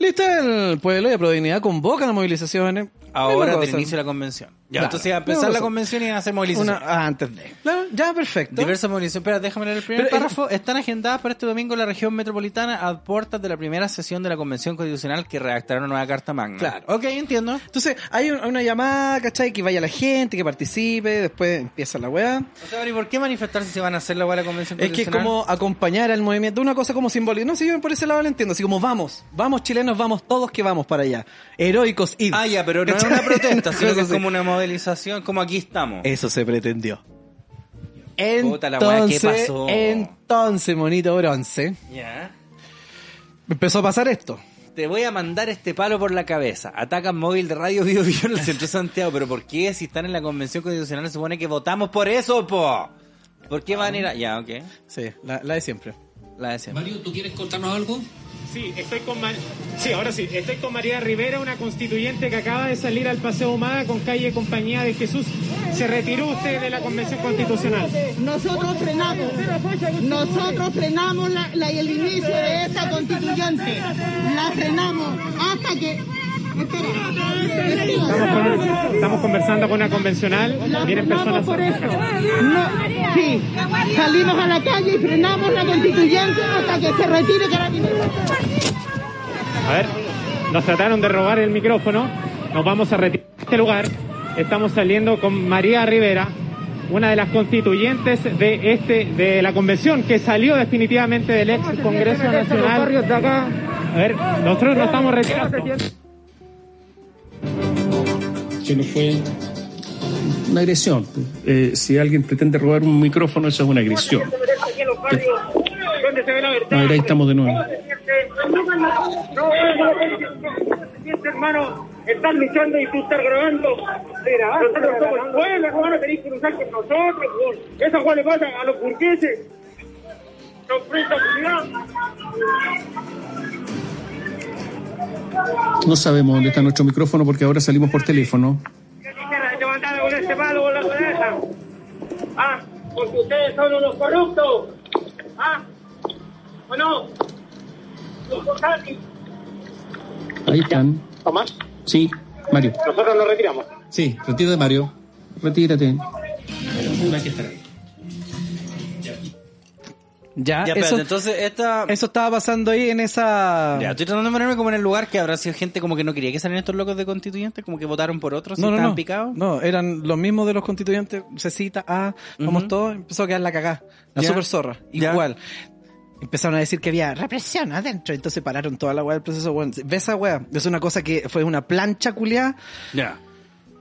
[SPEAKER 3] Listo el pueblo de Prodignidad convoca las movilizaciones.
[SPEAKER 2] 10. Ahora
[SPEAKER 3] Misma
[SPEAKER 2] del
[SPEAKER 3] cosa.
[SPEAKER 2] inicio de la convención. Ya,
[SPEAKER 3] Claro.
[SPEAKER 2] entonces iba a
[SPEAKER 3] Misma
[SPEAKER 2] empezar la
[SPEAKER 3] cosa.
[SPEAKER 2] convención y iban a hacer movilización.
[SPEAKER 3] Una- ah, antes de. No, ya, perfecto.
[SPEAKER 2] Diversas movilizaciones. Espera, déjame leer el primer
[SPEAKER 3] Pero, eh,
[SPEAKER 2] párrafo. Están agendadas para este domingo en la región metropolitana a puertas de la primera sesión de la convención constitucional que redactará una nueva carta magna.
[SPEAKER 3] Claro.
[SPEAKER 2] Ok, entiendo.
[SPEAKER 3] Entonces, hay un- una llamada, ¿cachai? Que vaya la gente, que participe, después empieza la weá.
[SPEAKER 2] O sea, pero ¿y por qué manifestarse si van a hacer la hueá de la convención
[SPEAKER 3] Es que es
[SPEAKER 2] constitucional?
[SPEAKER 3] como acompañar al movimiento, una cosa como simbólica. No sé, yo por ese lado lo entiendo. Así como vamos, vamos chilenos, vamos todos que vamos para allá. Heroicos y.
[SPEAKER 2] Ah, ya, pero no es una protesta, sino que es
[SPEAKER 3] Cosas
[SPEAKER 2] como una movilización, como aquí estamos.
[SPEAKER 3] Eso se pretendió.
[SPEAKER 2] Puta la weá, ¿qué
[SPEAKER 3] Entonces,
[SPEAKER 2] pasó?
[SPEAKER 3] entonces, monito bronce,
[SPEAKER 2] Ya.
[SPEAKER 3] empezó a pasar esto.
[SPEAKER 2] Te voy a mandar este palo por la cabeza. Atacan móvil de Radio Bio Bio en el centro de Santiago. ¿Pero por qué? Si están en la convención constitucional, se supone que votamos por eso, po. ¿Por qué van a ir a.? Ya, ok.
[SPEAKER 3] Sí, la, la de siempre.
[SPEAKER 2] La de siempre.
[SPEAKER 8] Mario, ¿tú quieres contarnos algo? Sí, estoy con Ma- sí, ahora sí, estoy con María Rivera, una constituyente que acaba de salir al Paseo Humada con calle Compañía de Jesús. Se retiró usted de la Convención Constitucional.
[SPEAKER 9] Nosotros frenamos, nosotros frenamos la, la- el inicio de esta constituyente, la frenamos hasta que... Espera,
[SPEAKER 8] Estamos,
[SPEAKER 9] respira.
[SPEAKER 8] con- estamos conversando con una convencional,
[SPEAKER 9] La
[SPEAKER 8] vienen personas.
[SPEAKER 9] frenamos por eso. No, sí, salimos a la calle y frenamos la constituyente hasta que se retire Carabineros.
[SPEAKER 8] A ver, nos trataron de robar el micrófono, nos vamos a retirar de este lugar. Estamos saliendo con María Rivera, una de las constituyentes de este de la convención que salió definitivamente del ex Congreso Nacional. A ver, nosotros nos estamos retirando.
[SPEAKER 10] una agresión. Eh, si alguien pretende robar un micrófono, eso es una agresión. A ver, ahí estamos de nuevo.
[SPEAKER 8] hermano, estás luchando y tú estás grabando. ah, Nosotros somos pueblo, hermano, tenéis que luchar con nosotros. Eso cuál le pasa a los burgueses. Son
[SPEAKER 10] No sabemos dónde está nuestro micrófono porque ahora salimos por teléfono.
[SPEAKER 8] Te mandaron con este palo con la cabeza. Ah, porque ustedes son unos corruptos. Ah, ¿o no? Los portátiles.
[SPEAKER 10] Ahí están. Sí, Mario.
[SPEAKER 8] Nosotros nos retiramos.
[SPEAKER 10] Sí, retírate, Mario. Retírate.
[SPEAKER 3] Ya,
[SPEAKER 2] Ya, espérate,
[SPEAKER 3] Ah, eso,
[SPEAKER 2] entonces esta...
[SPEAKER 3] eso estaba pasando ahí en esa...
[SPEAKER 2] Ya, estoy tratando de ponerme como en el lugar que habrá sido gente como que no quería que salieran estos locos de constituyentes, como que votaron por otros,
[SPEAKER 3] no,
[SPEAKER 2] y
[SPEAKER 3] no,
[SPEAKER 2] estaban
[SPEAKER 3] no.
[SPEAKER 2] picados.
[SPEAKER 3] No, eran los mismos de los constituyentes. Se cita, ah, vamos todos. Empezó a quedar la cagá. La
[SPEAKER 2] Ya.
[SPEAKER 3] super zorra.
[SPEAKER 2] Ya.
[SPEAKER 3] Igual. Empezaron a decir que había represión adentro. Entonces pararon toda la weá del proceso. weón. ¿Ves esa weá? Es una cosa que fue una plancha culiada.
[SPEAKER 2] Ya.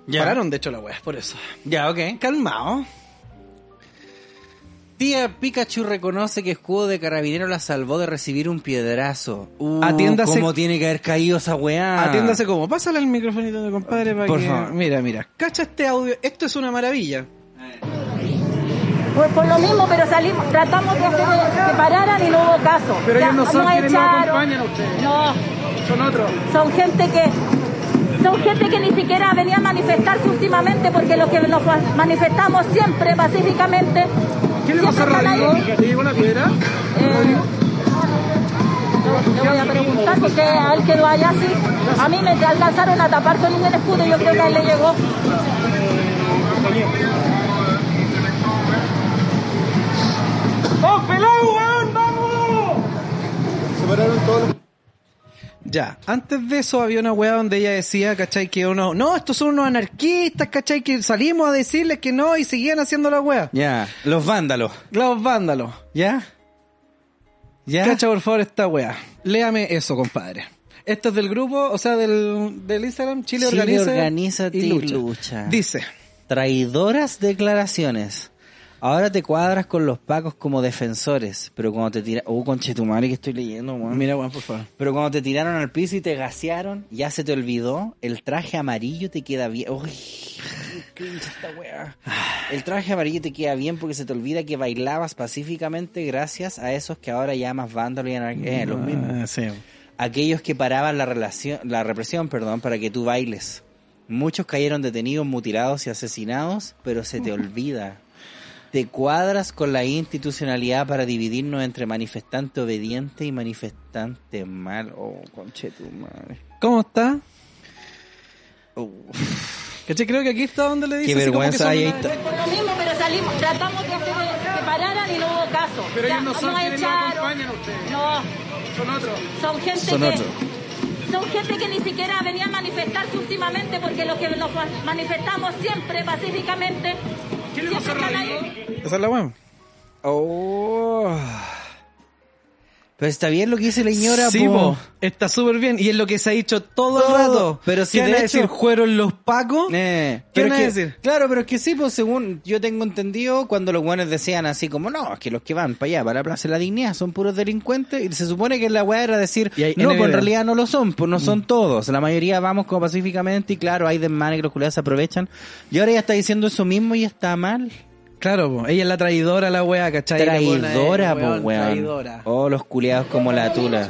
[SPEAKER 2] Ya.
[SPEAKER 3] Pararon, de hecho, la weá, por eso.
[SPEAKER 2] Ya, ok.
[SPEAKER 3] Calmado.
[SPEAKER 2] Tía Pikachu reconoce que escudo de carabinero la salvó de recibir un piedrazo. Uh,
[SPEAKER 3] Atiéndase-
[SPEAKER 2] ¿Cómo tiene que haber caído esa weá?
[SPEAKER 3] Atiéndase como. Pásale el microfonito de compadre para
[SPEAKER 2] Por
[SPEAKER 3] que-
[SPEAKER 2] favor.
[SPEAKER 3] Mira, mira. Cacha este audio. Esto es una maravilla.
[SPEAKER 11] Por, por lo mismo, pero salimos, tratamos de hacer que se pararan y no hubo caso. Pero ellos no son quienes acompañan ustedes. No. Son otros. Son gente que son gente que ni siquiera venía a manifestarse últimamente porque los que nos manifestamos siempre pacíficamente. ¿Qué le pasó a Rodrigo? ¿Te llegó una piedra? le voy a preguntar porque a él quedó allá así. A mí me alcanzaron a tapar con un escudo y yo creo que a él le llegó.
[SPEAKER 3] Ya, antes de eso había una weá donde ella decía, ¿cachai? Que uno, no, estos son unos anarquistas, ¿cachai? Que salimos a decirles que no y seguían haciendo la weá.
[SPEAKER 2] Ya, los vándalos.
[SPEAKER 3] Los vándalos.
[SPEAKER 2] ¿Ya? ¿Ya?
[SPEAKER 3] Cacha, por favor, esta weá. Léame eso, compadre. Esto es del grupo, o sea, del, del Instagram, Chile,
[SPEAKER 2] Chile
[SPEAKER 3] Organiza
[SPEAKER 2] Organízate y Lucha.
[SPEAKER 3] Dice,
[SPEAKER 2] Traidoras declaraciones. Ahora te cuadras con los pacos como defensores, pero cuando te tiran... Uh, conchetumare que estoy leyendo, weón.
[SPEAKER 3] mira, weón, por favor.
[SPEAKER 2] Pero cuando te tiraron al piso y te gasearon, ya se te olvidó, el traje amarillo te queda bien. Uy, qué esta wea. El traje amarillo te queda bien porque se te olvida que bailabas pacíficamente gracias a esos que ahora llamas vándalos y anar- eh, los mismos.
[SPEAKER 3] Ah, sí.
[SPEAKER 2] Aquellos que paraban la relación, la represión, perdón, para que tú bailes. Muchos cayeron detenidos, mutilados y asesinados, pero se te olvida. Te cuadras con la institucionalidad para dividirnos entre manifestante obediente y manifestante mal. Oh, conche tu madre.
[SPEAKER 3] ¿Cómo está?
[SPEAKER 2] Oh.
[SPEAKER 3] ¿Cachai? Creo que aquí está donde le dice.
[SPEAKER 2] Qué
[SPEAKER 3] así como que
[SPEAKER 2] vergüenza
[SPEAKER 3] son
[SPEAKER 2] hay.
[SPEAKER 3] una-
[SPEAKER 2] ahí está.
[SPEAKER 11] Por lo mismo, pero salimos, tratamos de hacer que pararan y no hubo caso. Pero ellos no son quienes acompañan ustedes. No. Son otros. Son gente
[SPEAKER 2] Son
[SPEAKER 11] que...
[SPEAKER 2] otros.
[SPEAKER 11] Son gente que ni siquiera venía a manifestarse últimamente porque los que nos manifestamos siempre pacíficamente... ¿Qué le
[SPEAKER 3] Esa es la weón.
[SPEAKER 2] Oh. Pero está bien lo que dice la señora.
[SPEAKER 3] Sí,
[SPEAKER 2] po.
[SPEAKER 3] po. está súper bien. Y es lo que se ha dicho todo,
[SPEAKER 2] Todo.
[SPEAKER 3] el rato.
[SPEAKER 2] Pero si
[SPEAKER 3] ¿Qué
[SPEAKER 2] de
[SPEAKER 3] van a
[SPEAKER 2] hecho-
[SPEAKER 3] decir fueron los pacos?
[SPEAKER 2] Eh,
[SPEAKER 3] ¿Qué
[SPEAKER 2] pero
[SPEAKER 3] van a
[SPEAKER 2] es que-
[SPEAKER 3] decir?
[SPEAKER 2] Claro, pero es que sí, pues según yo tengo entendido, cuando los guanes decían así como, no, es que los que van para allá, para la Plaza de la Dignidad, son puros delincuentes, y se supone que la weá era decir,
[SPEAKER 3] Y hay
[SPEAKER 2] no, pues en
[SPEAKER 3] NBD.
[SPEAKER 2] realidad no lo son, pues no son
[SPEAKER 3] Mm.
[SPEAKER 2] todos, la mayoría vamos como pacíficamente, y claro, hay desmanes que los culiados se aprovechan, y ahora ella está diciendo eso mismo y está mal.
[SPEAKER 3] Claro, po. ella es la traidora, la weá, ¿cachai? Y la pone ahí,
[SPEAKER 2] Traidora, po,
[SPEAKER 3] weón,
[SPEAKER 2] weón.
[SPEAKER 3] Traidora.
[SPEAKER 2] Oh, los culiados como la tula.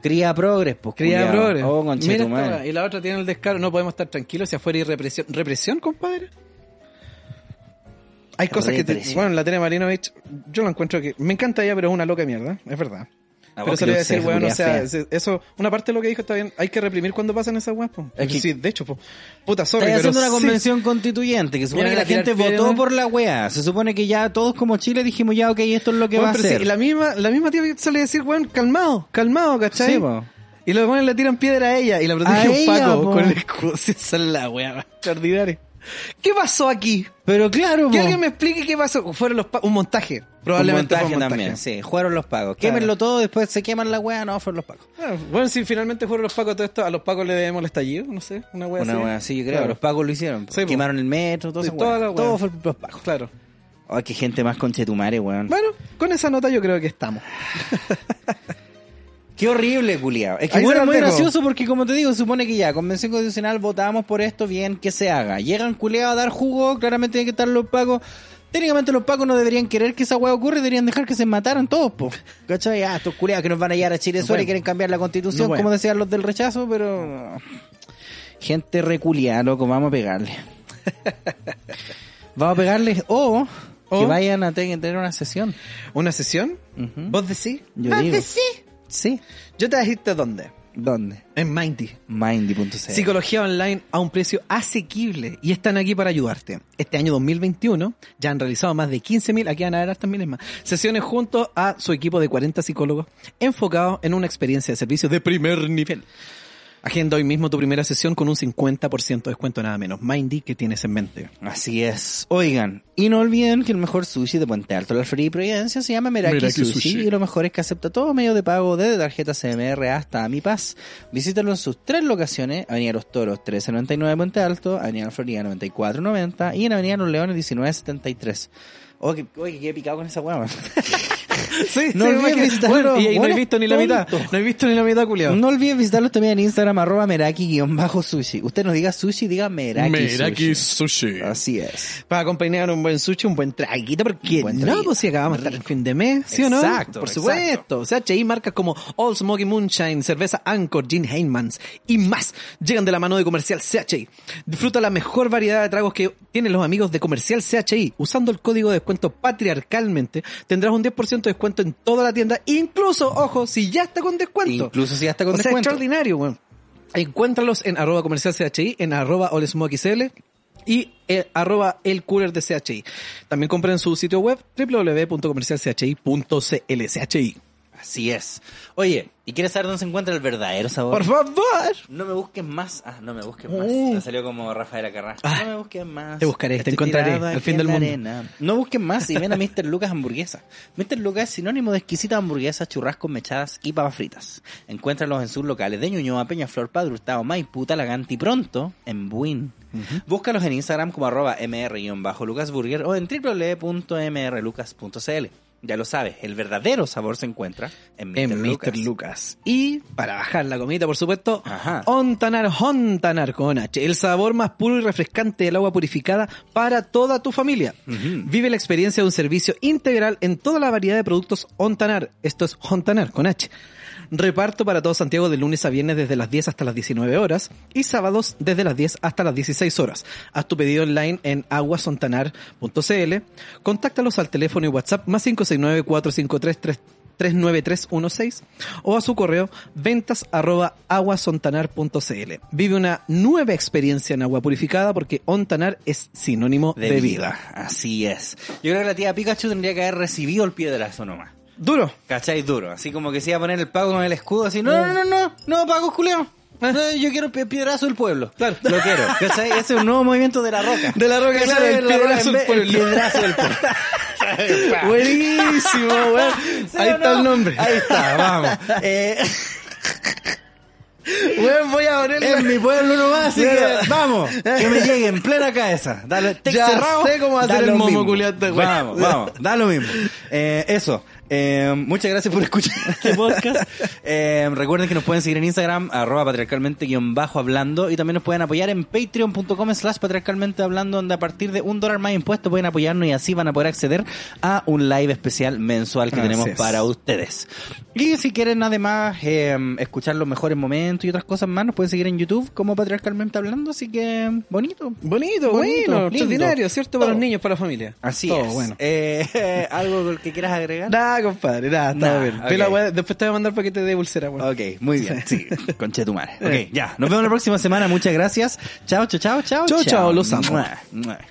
[SPEAKER 2] Cría progres, pues,
[SPEAKER 3] Cría
[SPEAKER 2] culiao.
[SPEAKER 3] progres.
[SPEAKER 2] Oh,
[SPEAKER 3] Mira
[SPEAKER 2] conchetumare.
[SPEAKER 3] esta weá. Y la otra tiene el descaro, no podemos estar tranquilos si afuera hay represión. ¿Represión, compadre? Hay cosas que... Te,
[SPEAKER 2] Represión.
[SPEAKER 3] bueno, la Tere Marinovich, yo la encuentro que... Me encanta ella, pero es una loca mierda, es verdad.
[SPEAKER 2] Ah,
[SPEAKER 3] pero
[SPEAKER 2] vos
[SPEAKER 3] se le voy a
[SPEAKER 2] crees que
[SPEAKER 3] decir, weón, o
[SPEAKER 2] seguridad
[SPEAKER 3] sea,
[SPEAKER 2] fea.
[SPEAKER 3] se- eso... Una parte de lo que dijo está bien, hay que reprimir cuando pasan esas weas, po.
[SPEAKER 2] Es que-
[SPEAKER 3] Sí, de hecho, po. Puta, sorry,
[SPEAKER 2] Estáis
[SPEAKER 3] pero
[SPEAKER 2] haciendo una
[SPEAKER 3] sí.
[SPEAKER 2] convención constituyente que supone
[SPEAKER 3] Mira,
[SPEAKER 2] que la
[SPEAKER 3] tirar
[SPEAKER 2] gente
[SPEAKER 3] piedra.
[SPEAKER 2] votó por la weá. Se supone que ya todos como Chile dijimos ya, ok, esto es lo que
[SPEAKER 3] Weón,
[SPEAKER 2] va a
[SPEAKER 3] pero sí,
[SPEAKER 2] ser.
[SPEAKER 3] la misma, la misma tía que sale a decir, weón, calmado, calmado, ¿cachai?
[SPEAKER 2] Sí, po.
[SPEAKER 3] y los weones le tiran piedra a ella y la protege
[SPEAKER 2] A
[SPEAKER 3] un
[SPEAKER 2] ella,
[SPEAKER 3] Paco
[SPEAKER 2] po.
[SPEAKER 3] con el escudo. Sí, Esa es la weá más extraordinaria. ¿Qué pasó aquí?
[SPEAKER 2] Pero claro,
[SPEAKER 3] Que
[SPEAKER 2] po.
[SPEAKER 3] alguien me explique qué pasó. Fueron los pa- un montaje. Probablemente
[SPEAKER 2] un montaje
[SPEAKER 3] fue un montaje.
[SPEAKER 2] también, sí, jugaron los pagos.
[SPEAKER 3] Claro.
[SPEAKER 2] Quémenlo todo, después se queman la weá, no, fueron los pagos.
[SPEAKER 3] Ah, Bueno, si finalmente fueron los Pacos todo esto, a los Pacos le debemos el estallido, no sé, una weá
[SPEAKER 2] Una
[SPEAKER 3] así.
[SPEAKER 2] weá así, yo creo.
[SPEAKER 3] Claro.
[SPEAKER 2] Los pagos lo hicieron. po.
[SPEAKER 3] Sí, po.
[SPEAKER 2] Quemaron el metro, todo
[SPEAKER 3] Sí,
[SPEAKER 2] eso.
[SPEAKER 3] toda la
[SPEAKER 2] Todo,
[SPEAKER 3] weá.
[SPEAKER 2] todo fue por los pagos.
[SPEAKER 3] Claro.
[SPEAKER 2] Ay, qué gente más conchetumare, weón.
[SPEAKER 3] Bueno, con esa nota yo creo que estamos.
[SPEAKER 2] Qué horrible, culiao. Es que
[SPEAKER 3] Ahí se
[SPEAKER 2] bueno, es
[SPEAKER 3] las
[SPEAKER 2] muy
[SPEAKER 3] dejo.
[SPEAKER 2] gracioso porque, como te digo, se supone que ya, convención constitucional, votamos por esto, bien, que se haga. Llegan culiao a dar jugo, claramente tienen que estar los pagos. Técnicamente los pagos no deberían querer que esa hueá ocurra, y deberían dejar que se mataran todos, po. ¿Cachai? Ah, estos culiados que nos van a llevar a Chile sola y
[SPEAKER 3] pueden.
[SPEAKER 2] quieren cambiar la constitución,
[SPEAKER 3] No pueden.
[SPEAKER 2] como decían los del rechazo, pero... Gente reculiada, loco, vamos a pegarle. vamos a pegarles o, que
[SPEAKER 3] O-
[SPEAKER 2] vayan a te- tener una sesión.
[SPEAKER 3] ¿Una sesión?
[SPEAKER 2] Ujú.
[SPEAKER 3] ¿Vos decís?
[SPEAKER 2] Yo
[SPEAKER 3] ¿Vos
[SPEAKER 2] digo.
[SPEAKER 3] decís?
[SPEAKER 2] Sí.
[SPEAKER 3] ¿Yo te dijiste dónde?
[SPEAKER 2] ¿Dónde?
[SPEAKER 3] En Mindy.
[SPEAKER 2] Mindy.cl.
[SPEAKER 3] Psicología online a un precio asequible y están aquí para ayudarte. Este año 2021 ya han realizado más de 15.000, aquí van a haber hasta miles más, sesiones junto a su equipo de 40 psicólogos enfocados en una experiencia de servicio de primer nivel. Agenda hoy mismo tu primera sesión con un 50% de descuento nada menos. Mindy, ¿qué tienes en mente?
[SPEAKER 2] Así es. Oigan, y no olviden que el mejor sushi de Puente Alto, la Feria y Providencia, se llama Meraki, sushi, y lo mejor es que acepta todo medio de pago desde tarjeta CMR hasta Mi Paz. Visítalo en sus tres locaciones, Avenida Los Toros 1399 Puente Alto, Avenida La Florida 9490 y en Avenida Los Leones 1973. Oye, Oh, oye, qué picado con esa hueá.
[SPEAKER 3] Sí,
[SPEAKER 2] No olvides
[SPEAKER 3] imagínate.
[SPEAKER 2] visitarlo.
[SPEAKER 3] Bueno, Mm, y ahí no he
[SPEAKER 2] Buenos
[SPEAKER 3] visto ni la mitad.
[SPEAKER 2] tontos.
[SPEAKER 3] No he visto ni la mitad, culiado.
[SPEAKER 2] No olviden visitarlos también en Instagram, arroba meraki-sushi. Usted no diga sushi, diga meraki,
[SPEAKER 4] Meraki
[SPEAKER 2] sushi.
[SPEAKER 4] Sushi.
[SPEAKER 2] Así es.
[SPEAKER 3] Para acompañar un buen sushi, un buen traguito, porque
[SPEAKER 2] Un buen
[SPEAKER 3] no,
[SPEAKER 2] traguito.
[SPEAKER 3] pues si acabamos de estar en fin de mes, ¿sí o no?
[SPEAKER 2] Exacto,
[SPEAKER 3] Por
[SPEAKER 2] exacto.
[SPEAKER 3] supuesto. O sea, CHI marcas como Old Smoky Moonshine, cerveza Anchor, Gin Heinmans y más llegan de la mano de Comercial CHI. Disfruta la mejor variedad de tragos que tienen los amigos de Comercial CHI. Usando el código de descuento patriarcalmente, tendrás un 10% de descuento en toda la tienda, incluso, ojo, si ya está con descuento.
[SPEAKER 2] Incluso si hasta con
[SPEAKER 3] O sea,
[SPEAKER 2] descuento.
[SPEAKER 3] extraordinario, weón. Encuéntralos en arroba comercial CHI, en arroba olesmoxl y eh, arroba el cooler de CHI. También compren en su sitio web www.comercialchi.cl. CHI.
[SPEAKER 2] Así es. Oye, ¿y quieres saber dónde se encuentra el verdadero sabor?
[SPEAKER 3] Por favor.
[SPEAKER 2] No me busques más. Ah, no me busques más.
[SPEAKER 3] Mm.
[SPEAKER 2] Me salió como Rafael Carrá.
[SPEAKER 3] Ah.
[SPEAKER 2] no me busques más.
[SPEAKER 3] Te buscaré, te
[SPEAKER 2] Estoy
[SPEAKER 3] encontraré,
[SPEAKER 2] tirado
[SPEAKER 3] al
[SPEAKER 2] aquí
[SPEAKER 3] fin
[SPEAKER 2] en
[SPEAKER 3] del
[SPEAKER 2] la
[SPEAKER 3] mundo.
[SPEAKER 2] arena. No busques más y ven a Mr. Lucas Hamburguesa. Mr. Lucas es sinónimo de exquisitas hamburguesas, churrascos mechadas y papas fritas. Encuéntralos en sus locales de Ñuñoa, Peñaflor, Padre Hurtado, Maipú, Talagante y pronto en Buin. Búscalos en Instagram como arroba mr-lucasburger o en www.mrlucas.cl. Ya lo sabes, el verdadero sabor se encuentra en Mr.
[SPEAKER 3] En
[SPEAKER 2] Lucas.
[SPEAKER 3] Mr. Lucas. Y para bajar la comida, por supuesto,
[SPEAKER 2] Ajá.
[SPEAKER 3] Ontanar, Hontanar con H. El sabor más puro y refrescante del agua purificada para toda tu familia. Vive la experiencia de un servicio integral en toda la variedad de productos Ontanar. Esto es Hontanar con H. Reparto para todo Santiago de lunes a viernes desde las 10 hasta las 19 horas y sábados desde las 10 hasta las 16 horas. Haz tu pedido online en aguasontanar.cl. Contáctalos al teléfono y WhatsApp más 569 453 39316 o a su correo ventas arroba aguasontanar.cl. Vive una nueva experiencia en agua purificada porque Ontanar es sinónimo de, vida.
[SPEAKER 2] Así es. Yo creo que la tía Pikachu tendría que haber recibido el piedrazo nomás.
[SPEAKER 3] Duro.
[SPEAKER 2] ¿Cachai? Duro. Así como que se iba a poner el pago con el escudo, así, no, no, no, no, no, pago culeo. No, yo quiero el piedrazo del pueblo.
[SPEAKER 3] Eh. Claro.
[SPEAKER 2] Lo quiero. ¿Cachai? Ese es un nuevo movimiento de la roca.
[SPEAKER 3] De la roca,
[SPEAKER 2] ¿Cachai?
[SPEAKER 3] claro, el
[SPEAKER 2] De la roca,
[SPEAKER 3] piedrazo
[SPEAKER 2] en
[SPEAKER 3] del
[SPEAKER 2] vez- el
[SPEAKER 3] pueblo.
[SPEAKER 2] piedrazo del pueblo.
[SPEAKER 3] Buenísimo, weón.
[SPEAKER 2] ¿Sí
[SPEAKER 3] Ahí
[SPEAKER 2] o
[SPEAKER 3] está
[SPEAKER 2] no?
[SPEAKER 3] el nombre.
[SPEAKER 2] Ahí está, vamos. Eh,
[SPEAKER 3] Weón, voy a ponerle.
[SPEAKER 2] en mi pueblo nomás, así que
[SPEAKER 3] Claro.
[SPEAKER 2] vamos. Que me llegue en plena cabeza. Dale, te
[SPEAKER 3] Ya sé cómo hacer el momo culiante, güey.
[SPEAKER 2] Vamos, vamos. Da lo mismo. Eh, eso. Eh, muchas gracias por escuchar este podcast. Eh, recuerden que nos pueden seguir en Instagram, arroba patriarcalmente-hablando. Y también nos pueden apoyar en patreon.com slash patriarcalmente hablando, donde a partir de un dólar más impuesto pueden apoyarnos y así van a poder acceder a un live especial mensual que
[SPEAKER 3] Así
[SPEAKER 2] tenemos
[SPEAKER 3] es.
[SPEAKER 2] para ustedes. Y si quieren además eh, escuchar los mejores momentos y otras cosas más, nos pueden seguir en YouTube como patriarcalmente hablando. Así que bonito. Bonito,
[SPEAKER 3] Bonito, bueno,
[SPEAKER 2] lindo.
[SPEAKER 3] extraordinario, ¿cierto? Para
[SPEAKER 2] Todo.
[SPEAKER 3] los niños, para la familia.
[SPEAKER 2] Así
[SPEAKER 3] Todo
[SPEAKER 2] es.
[SPEAKER 3] bueno.
[SPEAKER 2] Eh, ¿Algo que quieras agregar?
[SPEAKER 3] Nada, compadre, nada, está
[SPEAKER 2] Nah,
[SPEAKER 3] bien. Ve
[SPEAKER 2] ok.
[SPEAKER 3] la weá, después te voy a mandar para que te dé pulsera, weón.
[SPEAKER 2] Ok, muy bien. Sí, conche tu madre. Ok, ya. Nos vemos la próxima semana. Muchas gracias. Chao, chao, chao, chao.
[SPEAKER 3] Chao, chao, los amo.
[SPEAKER 2] Mua, mua.